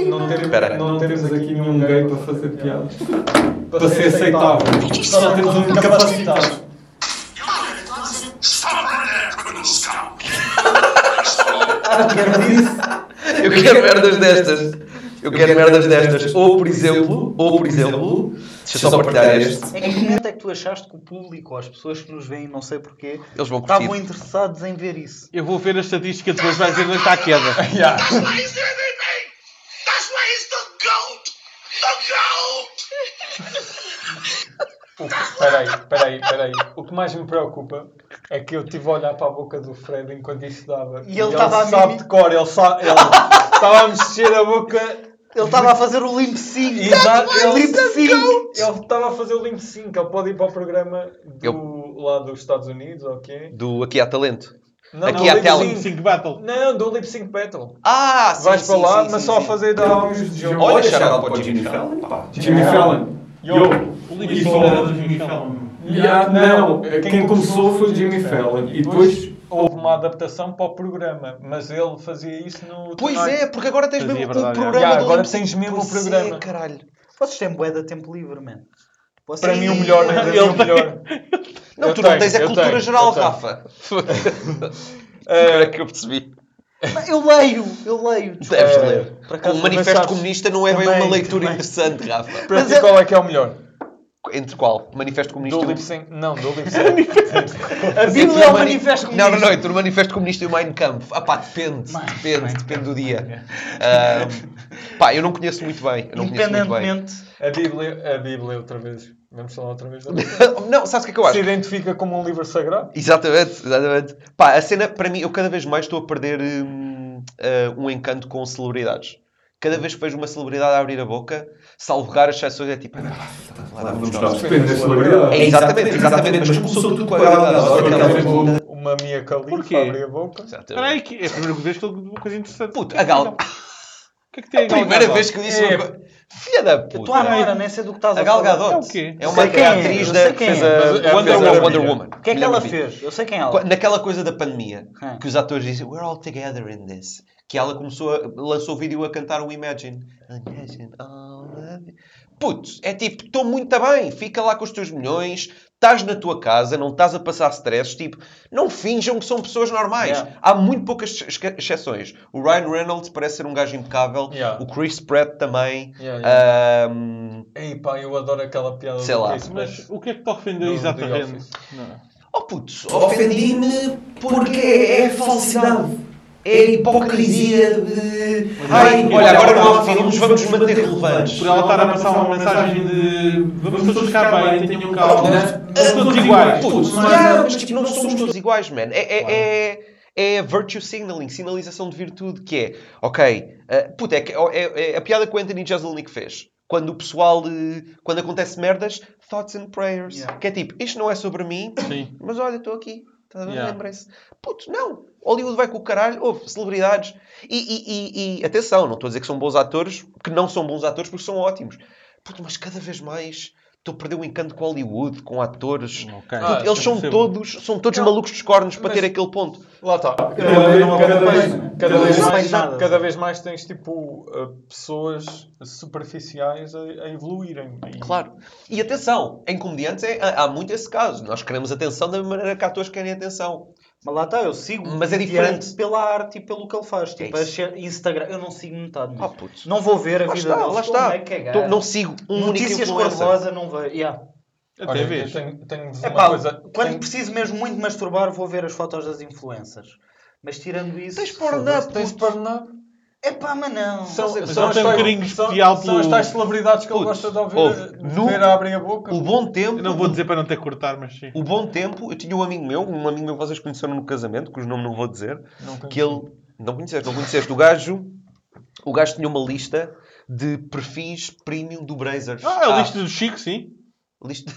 [SPEAKER 6] Não- Não, temos-
[SPEAKER 3] Espera.
[SPEAKER 6] não temos aqui nenhum gay para fazer piadas.
[SPEAKER 5] é
[SPEAKER 6] Para ser é aceitável. Só temos um incapacitado.
[SPEAKER 8] Stop right there, criminal scum!
[SPEAKER 3] eu quero merdas destas, eu quero merdas destas, ou por exemplo, ou por exemplo, deixa eu só partilhar este,
[SPEAKER 2] Em que momento é que tu achaste que o público, ou as pessoas que nos veem, não sei porquê,
[SPEAKER 3] eles vão
[SPEAKER 2] estavam
[SPEAKER 3] curtir,
[SPEAKER 2] interessados em ver isso?
[SPEAKER 4] Eu vou ver a estatística depois vai ver onde é está a queda.
[SPEAKER 5] Yeah.
[SPEAKER 8] That's why he's the thing! That's why he's the goat! The goat!
[SPEAKER 5] O que- Peraí, peraí, peraí. O que mais me preocupa é que eu estive a olhar para a boca do Fred enquanto isso dava.
[SPEAKER 2] E ele estava a
[SPEAKER 5] sabe
[SPEAKER 2] mimi-
[SPEAKER 5] de cor, ele sabe. Ele estava a mexer a boca.
[SPEAKER 2] Ele estava a fazer o limp sync.
[SPEAKER 5] Exato,
[SPEAKER 2] Limp sync.
[SPEAKER 5] ele estava a fazer o Limp Sync. Ele pode ir para o programa do, lá dos Estados Unidos, ok?
[SPEAKER 3] do Aqui Há Talento,
[SPEAKER 5] Não,
[SPEAKER 3] Aqui é
[SPEAKER 5] do
[SPEAKER 3] há
[SPEAKER 5] Lip
[SPEAKER 3] tela.
[SPEAKER 5] Sync.
[SPEAKER 4] 5 Battle.
[SPEAKER 5] Não, do Lip Sync Battle.
[SPEAKER 3] ah, sim,
[SPEAKER 5] Vais
[SPEAKER 3] sim,
[SPEAKER 5] para lá,
[SPEAKER 3] sim,
[SPEAKER 5] mas
[SPEAKER 3] sim,
[SPEAKER 5] só a
[SPEAKER 3] sim.
[SPEAKER 5] fazer dar áudios de jogo.
[SPEAKER 1] Olha, shout-out para o Jimmy Fallon, pá.
[SPEAKER 6] Jimmy Fallon. Yo.
[SPEAKER 4] Liga
[SPEAKER 6] E
[SPEAKER 4] só
[SPEAKER 6] só-
[SPEAKER 4] o Jimmy Fallon.
[SPEAKER 6] Ya, não, É quem começou foi o Jimmy Fallon. E depois
[SPEAKER 5] houve uma adaptação para o programa, mas ele fazia isso no.
[SPEAKER 3] Pois
[SPEAKER 5] Tonight.
[SPEAKER 3] é, porque agora tens
[SPEAKER 4] Pois é,
[SPEAKER 3] mesmo o
[SPEAKER 4] verdade, é.
[SPEAKER 3] programa
[SPEAKER 5] Yeah,
[SPEAKER 3] do
[SPEAKER 5] agora
[SPEAKER 3] Olympic.
[SPEAKER 5] tens
[SPEAKER 2] um
[SPEAKER 5] mesmo o
[SPEAKER 3] Pois é,
[SPEAKER 5] programa.
[SPEAKER 3] caralho.
[SPEAKER 2] Vocês têm bué de tempo livre, mano. Vocês-
[SPEAKER 5] Para mim, o melhor. Para mim, o melhor.
[SPEAKER 3] Não,
[SPEAKER 5] Eu
[SPEAKER 3] tu não
[SPEAKER 5] tenho,
[SPEAKER 3] tens a
[SPEAKER 5] eu
[SPEAKER 3] cultura
[SPEAKER 5] tenho,
[SPEAKER 3] geral,
[SPEAKER 5] eu tenho.
[SPEAKER 3] Rafa. Agora é que eu percebi.
[SPEAKER 2] Eu leio, eu leio. desculpa.
[SPEAKER 3] Deves ler.
[SPEAKER 2] Por acaso,
[SPEAKER 3] O manifesto
[SPEAKER 5] sabes,
[SPEAKER 3] comunista não é bem
[SPEAKER 2] também,
[SPEAKER 3] uma leitura
[SPEAKER 2] também.
[SPEAKER 3] interessante, Rafa. é-
[SPEAKER 5] Para
[SPEAKER 2] Mas
[SPEAKER 5] ti,
[SPEAKER 2] é-
[SPEAKER 5] qual é que é o melhor?
[SPEAKER 3] Entre qual? Manifesto comunista
[SPEAKER 5] Do
[SPEAKER 3] e um o-
[SPEAKER 5] Lip Sync? Não, do Lip Sync.
[SPEAKER 2] A Bíblia é o
[SPEAKER 3] Mani-
[SPEAKER 2] manifesto
[SPEAKER 3] Não, não, não,
[SPEAKER 2] comunista.
[SPEAKER 3] entre o manifesto comunista e o Mein Kampf. Ah pá, depende, depende, depende do dia. Ahm, pá, eu não conheço muito bem. Eu não conheço muito bem.
[SPEAKER 2] Independentemente.
[SPEAKER 5] a, Bíblia, a Bíblia, outra vez. Vamos falar outra vez. da Bíblia.
[SPEAKER 3] Não, sabes o que é que eu acho?
[SPEAKER 5] Se identifica como um livro sagrado?
[SPEAKER 3] Exatamente, exatamente. Pá, a cena, para mim, eu cada vez mais estou a perder hum, eh, um encanto com celebridades. Cada vez que vejo uma celebridade a abrir a boca, salvar as exceções, é tipo... "Ah, lá vamos nós."
[SPEAKER 6] depende da celebridade.
[SPEAKER 3] É, exatamente, exatamente, mas começou tudo com a
[SPEAKER 1] é
[SPEAKER 3] Gaga da Hora, aquela vez-
[SPEAKER 5] Uma Mia
[SPEAKER 4] Porquê?
[SPEAKER 5] Khalifa abre a boca.
[SPEAKER 4] Espera
[SPEAKER 3] Exatamente.
[SPEAKER 4] aí, que é a primeira vez que ele diz uma coisa interessante.
[SPEAKER 3] Puto,
[SPEAKER 4] O que é
[SPEAKER 3] a
[SPEAKER 4] que tem
[SPEAKER 3] Gal...
[SPEAKER 4] O que é que tem a Gal
[SPEAKER 3] Primeira
[SPEAKER 4] Gadot?
[SPEAKER 3] vez que eu disse uma
[SPEAKER 5] É,
[SPEAKER 3] coisa... Filha da
[SPEAKER 2] Eu estou à
[SPEAKER 3] puta!
[SPEAKER 2] mora, nem sei do que estás
[SPEAKER 3] A
[SPEAKER 2] a
[SPEAKER 3] Gal
[SPEAKER 2] falar.
[SPEAKER 4] É
[SPEAKER 3] Gadot
[SPEAKER 4] o quê?
[SPEAKER 3] é uma
[SPEAKER 2] Sei quem é,
[SPEAKER 3] atriz
[SPEAKER 2] eu
[SPEAKER 3] da,
[SPEAKER 2] sei
[SPEAKER 3] que
[SPEAKER 2] quem é.
[SPEAKER 3] fez
[SPEAKER 5] Mas é
[SPEAKER 3] a
[SPEAKER 5] a
[SPEAKER 3] Wonder,
[SPEAKER 5] Wonder
[SPEAKER 3] Wonder
[SPEAKER 5] Woman.
[SPEAKER 3] Woman.
[SPEAKER 2] O que é que
[SPEAKER 3] Mulher
[SPEAKER 2] ela
[SPEAKER 3] Maravilha.
[SPEAKER 2] fez? Eu sei quem é
[SPEAKER 3] Qua-
[SPEAKER 2] ela.
[SPEAKER 3] Naquela coisa da pandemia,
[SPEAKER 2] Ah.
[SPEAKER 3] que os atores dizem We're all together in this. Que ela começou a, lançou o vídeo a cantar o Imagine. Imagine all of it. Putz, é tipo, estou muito bem, fica lá com os teus milhões, estás na tua casa, não estás a passar stress, tipo, não finjam que são pessoas normais.
[SPEAKER 2] Yeah.
[SPEAKER 3] Há muito poucas ex- ex- exceções. O Ryan Reynolds parece ser um gajo impecável,
[SPEAKER 5] Yeah.
[SPEAKER 3] o Chris Pratt também.
[SPEAKER 5] Yeah, yeah.
[SPEAKER 3] Ahm,
[SPEAKER 5] Ei pá, eu adoro aquela piada.
[SPEAKER 3] Sei
[SPEAKER 5] do
[SPEAKER 3] lá.
[SPEAKER 5] Chris Pratt.
[SPEAKER 4] Mas o que é que é te ofendeu
[SPEAKER 5] No The
[SPEAKER 4] exatamente?
[SPEAKER 5] Office.
[SPEAKER 3] Oh putz, ofendi
[SPEAKER 1] Ofendi-me porque é falsidade. É hipocrisia de... Ai,
[SPEAKER 3] olha, agora não ofendemos, vamos manter relevantes.
[SPEAKER 4] Por ela estar a passar uma mensagem de vamos todos ficar bem, tenham calma,
[SPEAKER 6] Né?
[SPEAKER 4] somos todos iguais.
[SPEAKER 3] Putz,
[SPEAKER 6] mas-
[SPEAKER 3] yeah, mas tipo, não somos todos iguais, man. É, é, é, é virtue signaling, sinalização de virtude, que é, ok, uh, puta, é, que- é- é a piada que o Anthony Jeselnik fez. Quando o pessoal, eh, quando acontece merdas, thoughts and prayers.
[SPEAKER 2] Yeah.
[SPEAKER 3] Que é tipo, isto não é sobre mim,
[SPEAKER 4] Sim.
[SPEAKER 3] mas olha, estou aqui. Estás a ver?
[SPEAKER 4] Yeah.
[SPEAKER 3] Lembrem-se. Putz, não. Hollywood vai com o caralho. Houve celebridades. E, e- e- e, atenção, não estou a dizer que são bons atores, que não são bons atores, porque são ótimos. Putz, mas cada vez mais estou a perder o encanto com Hollywood, com atores.
[SPEAKER 4] Ok.
[SPEAKER 5] Ah,
[SPEAKER 3] Eles são
[SPEAKER 4] percebo.
[SPEAKER 3] todos, são todos
[SPEAKER 5] Não,
[SPEAKER 3] malucos dos cornos para
[SPEAKER 5] mas-
[SPEAKER 3] ter aquele ponto.
[SPEAKER 5] Lá está. Cada,
[SPEAKER 7] Cada
[SPEAKER 5] vez-
[SPEAKER 7] vez não
[SPEAKER 5] cada
[SPEAKER 7] há
[SPEAKER 5] vez,
[SPEAKER 7] mais, né?
[SPEAKER 5] cada vez mais,
[SPEAKER 2] nada.
[SPEAKER 5] cada vez mais tens tipo uh, pessoas superficiais a, a evoluírem. E-
[SPEAKER 3] Claro. E atenção, em comediantes é- há há muito esse caso. Nós queremos atenção da maneira que atores querem atenção.
[SPEAKER 2] Mas lá está, eu sigo.
[SPEAKER 3] Mas é
[SPEAKER 2] o
[SPEAKER 3] diferente.
[SPEAKER 2] Diante pela arte e pelo que ele faz. Tipo,
[SPEAKER 3] É
[SPEAKER 2] a che- Instagram. Eu não sigo metade.
[SPEAKER 3] Ah,
[SPEAKER 2] mesmo.
[SPEAKER 3] putz.
[SPEAKER 2] não vou ver a
[SPEAKER 3] Lá
[SPEAKER 2] vida
[SPEAKER 3] está,
[SPEAKER 2] deles.
[SPEAKER 3] lá está.
[SPEAKER 2] Como é que é,
[SPEAKER 3] Tô-
[SPEAKER 2] gajo?
[SPEAKER 3] não sigo um único
[SPEAKER 2] Notícias
[SPEAKER 3] influencer.
[SPEAKER 2] cor-de-rosa não vejo. Yeah.
[SPEAKER 5] Olha,
[SPEAKER 4] Até
[SPEAKER 5] eu
[SPEAKER 4] vês.
[SPEAKER 5] Tenho, tenho uma
[SPEAKER 2] Epá,
[SPEAKER 5] coisa.
[SPEAKER 2] É quando
[SPEAKER 5] tenho-
[SPEAKER 2] preciso mesmo muito masturbar, vou ver as fotos das influencers. Mas tirando isso.
[SPEAKER 3] Tens
[SPEAKER 2] foda-se.
[SPEAKER 3] pornada,
[SPEAKER 5] Tens
[SPEAKER 3] puto.
[SPEAKER 5] Pornhub?
[SPEAKER 2] É pá, mas não.
[SPEAKER 3] mas
[SPEAKER 5] São, são
[SPEAKER 4] ele
[SPEAKER 5] as
[SPEAKER 4] tem um
[SPEAKER 5] tais-
[SPEAKER 4] bocadinho
[SPEAKER 5] são-
[SPEAKER 4] especial
[SPEAKER 5] São as
[SPEAKER 4] pelo-
[SPEAKER 5] tais celebridades que ele
[SPEAKER 3] Puto,
[SPEAKER 5] gosta de ouvir.
[SPEAKER 3] ouve,
[SPEAKER 5] de
[SPEAKER 3] nu-
[SPEAKER 5] ver a abrir a boca.
[SPEAKER 3] O bom tempo.
[SPEAKER 4] Eu não vou dizer para não ter que cortar, mas sim.
[SPEAKER 3] O bom tempo, eu tinha um amigo meu, um amigo meu que vocês conheceram no casamento, cujo nome não vou dizer,
[SPEAKER 5] Não conheço.
[SPEAKER 3] que ele. Não conheceste, não conheceste. O gajo, o gajo tinha uma lista de perfis premium do Brazers.
[SPEAKER 4] Ah, a lista do Chico, sim.
[SPEAKER 3] Lista.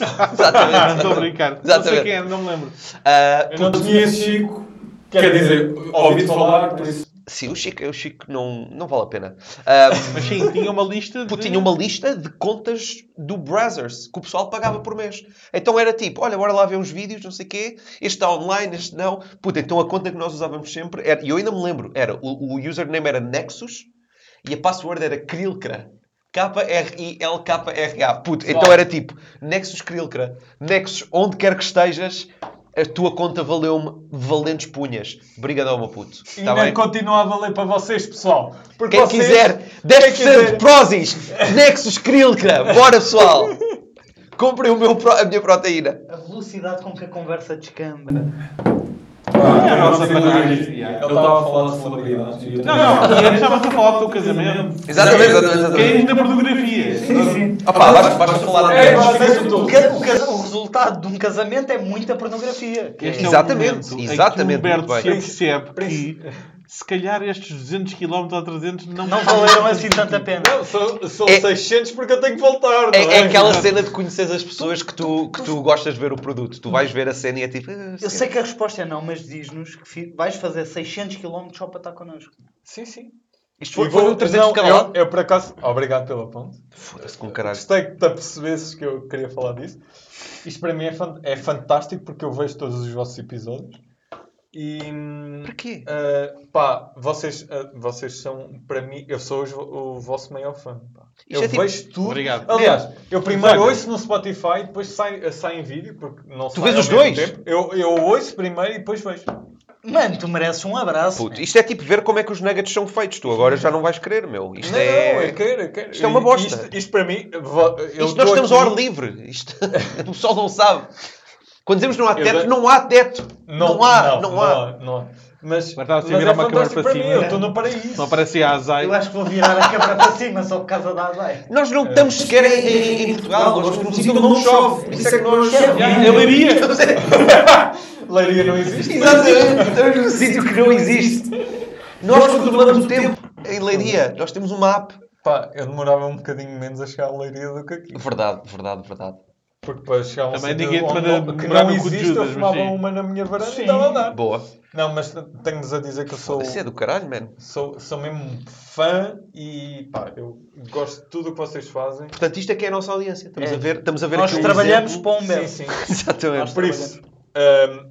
[SPEAKER 4] Ah,
[SPEAKER 3] Exatamente.
[SPEAKER 4] estou a brincar. Não sei
[SPEAKER 3] Exatamente.
[SPEAKER 4] quem é, não me lembro.
[SPEAKER 3] Ah,
[SPEAKER 6] Eu não tinha esse Chico. Quer dizer, ouvi-te falar, por isso.
[SPEAKER 3] sim, o Chico, o Chico não, não vale a pena. Ah,
[SPEAKER 4] Mas sim, tinha uma lista de...
[SPEAKER 3] Porque tinha uma lista de contas do Brazzers que o pessoal pagava por mês. Então era tipo, olha, bora lá ver uns vídeos, não sei o quê, este está online, este não. Puta, então a conta que nós usávamos sempre era, e eu ainda me lembro, era, o, o username era Nexus e a password era Krilkra. K-R-I-L-K-R-A. Puto, então era tipo, Nexus Krilkra. Nexus, onde quer que estejas, a tua conta valeu-me valentes punhas. Obrigado, meu puto.
[SPEAKER 5] E
[SPEAKER 3] Tá
[SPEAKER 5] ainda
[SPEAKER 3] bem?
[SPEAKER 5] continua a valer para vocês, pessoal. Porque
[SPEAKER 3] Quem
[SPEAKER 5] vocês-
[SPEAKER 3] quiser, 10% de Prozis, Nexus Krilkra, bora pessoal! Comprem o meu, pro- a minha proteína.
[SPEAKER 2] A velocidade com que a conversa descamba.
[SPEAKER 6] Ah, não sei
[SPEAKER 4] não,
[SPEAKER 6] falar disto. Ele estava a falar de celebridades. e eu
[SPEAKER 4] Não,
[SPEAKER 6] também-
[SPEAKER 4] não, já estava a falar do teu
[SPEAKER 3] Exatamente,
[SPEAKER 4] casamento.
[SPEAKER 3] exatamente,
[SPEAKER 4] Quem
[SPEAKER 3] exatamente.
[SPEAKER 4] da pornografia.
[SPEAKER 3] Opa, basta, basta falar
[SPEAKER 5] É,
[SPEAKER 3] de
[SPEAKER 5] vocês-
[SPEAKER 2] O, ca- o ca- o resultado de um casamento é muita pornografia. Que é-
[SPEAKER 4] Este é o
[SPEAKER 3] Exatamente,
[SPEAKER 4] momento em que
[SPEAKER 3] exatamente,
[SPEAKER 4] o
[SPEAKER 3] muito
[SPEAKER 4] Humberto se
[SPEAKER 3] bem.
[SPEAKER 4] percebe que se calhar estes 200 km ou 300 não,
[SPEAKER 2] Não valeram assim tanto a pena.
[SPEAKER 5] Não, são, são
[SPEAKER 3] É-
[SPEAKER 5] 600 porque eu tenho que voltar. não
[SPEAKER 3] é, é
[SPEAKER 5] é?
[SPEAKER 3] aquela cena de conhecer as pessoas que tu, que tu gostas de ver o produto. Tu vais ver a cena e é tipo. ah,
[SPEAKER 2] Eu sei que a resposta é não, mas diz-nos que fi- vais fazer 600 km só para estar connosco.
[SPEAKER 5] Sim, sim.
[SPEAKER 3] Isto
[SPEAKER 5] E
[SPEAKER 3] foi,
[SPEAKER 5] vou-
[SPEAKER 3] foi um 300 de
[SPEAKER 5] não,
[SPEAKER 3] cada lado.
[SPEAKER 5] Eu, eu, por acaso, obrigado pela ponte.
[SPEAKER 3] Foda-se com caralho.
[SPEAKER 5] Gostei que te apercebesses que eu queria falar disso. Isto para mim é, fan- é fantástico porque eu vejo todos os vossos episódios. E. hum,
[SPEAKER 3] Para quê?
[SPEAKER 5] ah, pá, vocês, ah, vocês são, para mim, eu sou os vo- o, vosso maior fã. pá.
[SPEAKER 3] Isto
[SPEAKER 5] Eu
[SPEAKER 3] é tipo-
[SPEAKER 5] vejo tudo.
[SPEAKER 4] Obrigado.
[SPEAKER 5] Aliás, eu primeiro
[SPEAKER 4] Exato.
[SPEAKER 5] ouço no Spotify, depois sai, ah, sai em vídeo, porque não
[SPEAKER 3] Tu
[SPEAKER 5] sai
[SPEAKER 3] vês
[SPEAKER 5] ao
[SPEAKER 3] os
[SPEAKER 5] mesmo
[SPEAKER 3] dois?
[SPEAKER 5] tempo. Eu, eu ouço primeiro e depois vejo.
[SPEAKER 2] Mano, tu mereces um abraço.
[SPEAKER 3] Puto,
[SPEAKER 2] man.
[SPEAKER 3] isto é tipo ver como é que os nuggets são feitos. Tu agora já não vais querer, meu. Isto
[SPEAKER 5] não,
[SPEAKER 3] é.
[SPEAKER 5] não, eu quero, eu quero.
[SPEAKER 3] isto é uma bosta.
[SPEAKER 5] Isto, isto para mim. vo- Eu
[SPEAKER 3] Isto nós
[SPEAKER 5] tô
[SPEAKER 3] estamos
[SPEAKER 5] aqui- um
[SPEAKER 3] ao ar livre. Isto, o pessoal não sabe. Quando dizemos não há
[SPEAKER 5] Eu
[SPEAKER 3] teto,
[SPEAKER 5] já-
[SPEAKER 3] não há teto. Não, há, não, há.
[SPEAKER 5] Não há. Mas,
[SPEAKER 4] Agora estava-se a
[SPEAKER 5] mas
[SPEAKER 4] virar
[SPEAKER 5] é
[SPEAKER 4] uma câmara para
[SPEAKER 5] fantástico para mim,
[SPEAKER 4] cima.
[SPEAKER 5] eu estou no paraíso.
[SPEAKER 4] Não parecia a Azai.
[SPEAKER 2] Eu acho que vou virar a câmera para cima só por causa da Azai.
[SPEAKER 3] Nós não estamos sequer em, em- em Portugal. Nós estamos num sítio onde Eh, não chove. Por Isso é que nós.
[SPEAKER 4] Eu iria.
[SPEAKER 5] Leiria não existe.
[SPEAKER 3] Exatamente. Estamos num sítio é que não existe. Nós controlamos o tempo. Em Leiria, nós temos uma app.
[SPEAKER 5] Pá, eu demorava um bocadinho menos a chegar à leiria do que aqui.
[SPEAKER 3] Verdade, verdade, verdade.
[SPEAKER 5] Porque para chegar a um
[SPEAKER 4] Também
[SPEAKER 5] sítio
[SPEAKER 4] ninguém te
[SPEAKER 5] onde
[SPEAKER 4] manda
[SPEAKER 5] não- que
[SPEAKER 4] morar
[SPEAKER 5] não
[SPEAKER 4] no cu de
[SPEAKER 5] existe,
[SPEAKER 4] Judas,
[SPEAKER 5] eu
[SPEAKER 4] mas
[SPEAKER 5] fumava
[SPEAKER 4] sim.
[SPEAKER 5] uma na minha varanda
[SPEAKER 2] Sim.
[SPEAKER 5] e estava a andar.
[SPEAKER 3] Boa.
[SPEAKER 5] Não, mas tenho-vos a dizer que eu sou,
[SPEAKER 3] Isso é do caralho, mano.
[SPEAKER 5] sou, sou mesmo fã e pá, eu gosto de tudo o que vocês fazem.
[SPEAKER 3] Portanto, isto é que é a nossa audiência. Estamos
[SPEAKER 2] É.
[SPEAKER 3] a ver, estamos a ver
[SPEAKER 2] Nós
[SPEAKER 3] aqui um
[SPEAKER 2] trabalhamos
[SPEAKER 3] exemplo.
[SPEAKER 2] para um belo.
[SPEAKER 5] Sim, sim.
[SPEAKER 3] Exatamente.
[SPEAKER 5] Por isso, hum,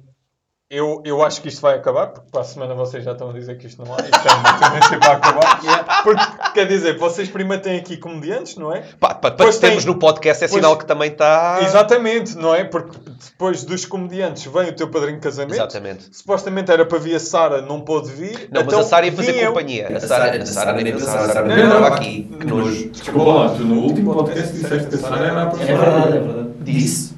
[SPEAKER 5] eu, eu acho que isto vai acabar, porque para a semana vocês já estão a dizer que isto não há, isto é uma tendência para acabar. Porque, quer dizer, vocês primeiro têm aqui comediantes, não é?
[SPEAKER 3] Pá, pá, para
[SPEAKER 5] Pois
[SPEAKER 3] termos
[SPEAKER 5] tem-
[SPEAKER 3] no podcast é
[SPEAKER 5] pois-
[SPEAKER 3] sinal que também tá- está.
[SPEAKER 5] Exatamente, não é? Porque depois dos comediantes vem o teu padrinho de casamento.
[SPEAKER 3] Exatamente.
[SPEAKER 5] Supostamente era para vir a Sara, não pôde vir.
[SPEAKER 3] Não,
[SPEAKER 5] então
[SPEAKER 3] mas a Sara ia
[SPEAKER 5] vim
[SPEAKER 3] fazer
[SPEAKER 5] eu.
[SPEAKER 3] companhia. A
[SPEAKER 1] A
[SPEAKER 3] Sara,
[SPEAKER 1] Sara-
[SPEAKER 3] a Sara nem pensava, a Sara
[SPEAKER 1] Não,
[SPEAKER 3] nem
[SPEAKER 1] não,
[SPEAKER 3] estava
[SPEAKER 1] não.
[SPEAKER 3] aqui. Que nojo.
[SPEAKER 6] Desculpa lá, tu no último podcast disseste que a Sara era
[SPEAKER 7] É
[SPEAKER 6] a professora.
[SPEAKER 7] verdade, é verdade.
[SPEAKER 1] Disse.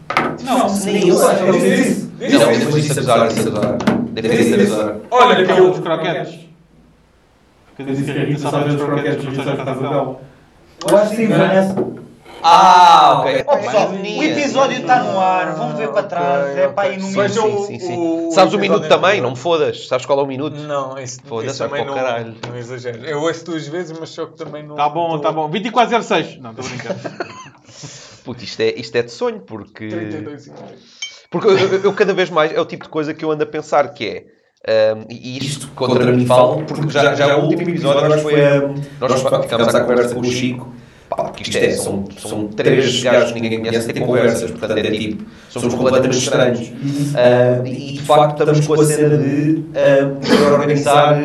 [SPEAKER 7] Não,
[SPEAKER 1] nem eu acho que ele disse isso.
[SPEAKER 5] Disse.
[SPEAKER 3] Não, depois disse a Sara, disse a Sara. Deve ter dito a Sara.
[SPEAKER 6] Olha, que
[SPEAKER 4] Aquela dos
[SPEAKER 6] eu.
[SPEAKER 4] croquetes. Que eu disse que a Rita sabe
[SPEAKER 6] Sabes
[SPEAKER 4] ver
[SPEAKER 6] os
[SPEAKER 4] os
[SPEAKER 6] croquetes
[SPEAKER 4] croquetes,
[SPEAKER 6] dos
[SPEAKER 4] mas sabe
[SPEAKER 6] Vitória
[SPEAKER 4] que está
[SPEAKER 6] Casa dela.
[SPEAKER 7] Eu acho que sim, Vanessa.
[SPEAKER 3] Ah, ok.
[SPEAKER 2] Ó pessoal, o
[SPEAKER 3] Mania.
[SPEAKER 2] episódio está no ar, vamos ver para trás,
[SPEAKER 5] ok,
[SPEAKER 2] é para
[SPEAKER 5] ok.
[SPEAKER 2] ir no
[SPEAKER 5] Sim,
[SPEAKER 2] mínimo.
[SPEAKER 5] o-
[SPEAKER 3] Sim, sim.
[SPEAKER 5] o-
[SPEAKER 3] Sabes o
[SPEAKER 5] episódio
[SPEAKER 3] minuto
[SPEAKER 5] anterior.
[SPEAKER 3] também? Não me fodas. Sabes qual é o minuto?
[SPEAKER 5] Não, isso,
[SPEAKER 3] Foda-se,
[SPEAKER 5] isso
[SPEAKER 3] vai para
[SPEAKER 5] também não,
[SPEAKER 3] o caralho.
[SPEAKER 5] não exagero. Eu ouço duas vezes, mas só que também não.
[SPEAKER 4] Tá bom,
[SPEAKER 5] não
[SPEAKER 4] tá bom. 2406. Não, estou brincando.
[SPEAKER 3] Puto, isto é, isto é de sonho, porque...
[SPEAKER 5] 32 e meio.
[SPEAKER 3] Porque eu, eu- eu cada vez mais é o tipo de coisa que eu ando a pensar que é. ehm, e isto contra, mim falo, porque já, já o último episódio nós foi. a- Nós ficámos à conversa com o Chico. Pá, porque isto é, são, são três gajos que ninguém conhece que têm conversas, portanto é tipo, somos completamente estranhos. Ah, e de facto estamos com a cena de ah, organizar,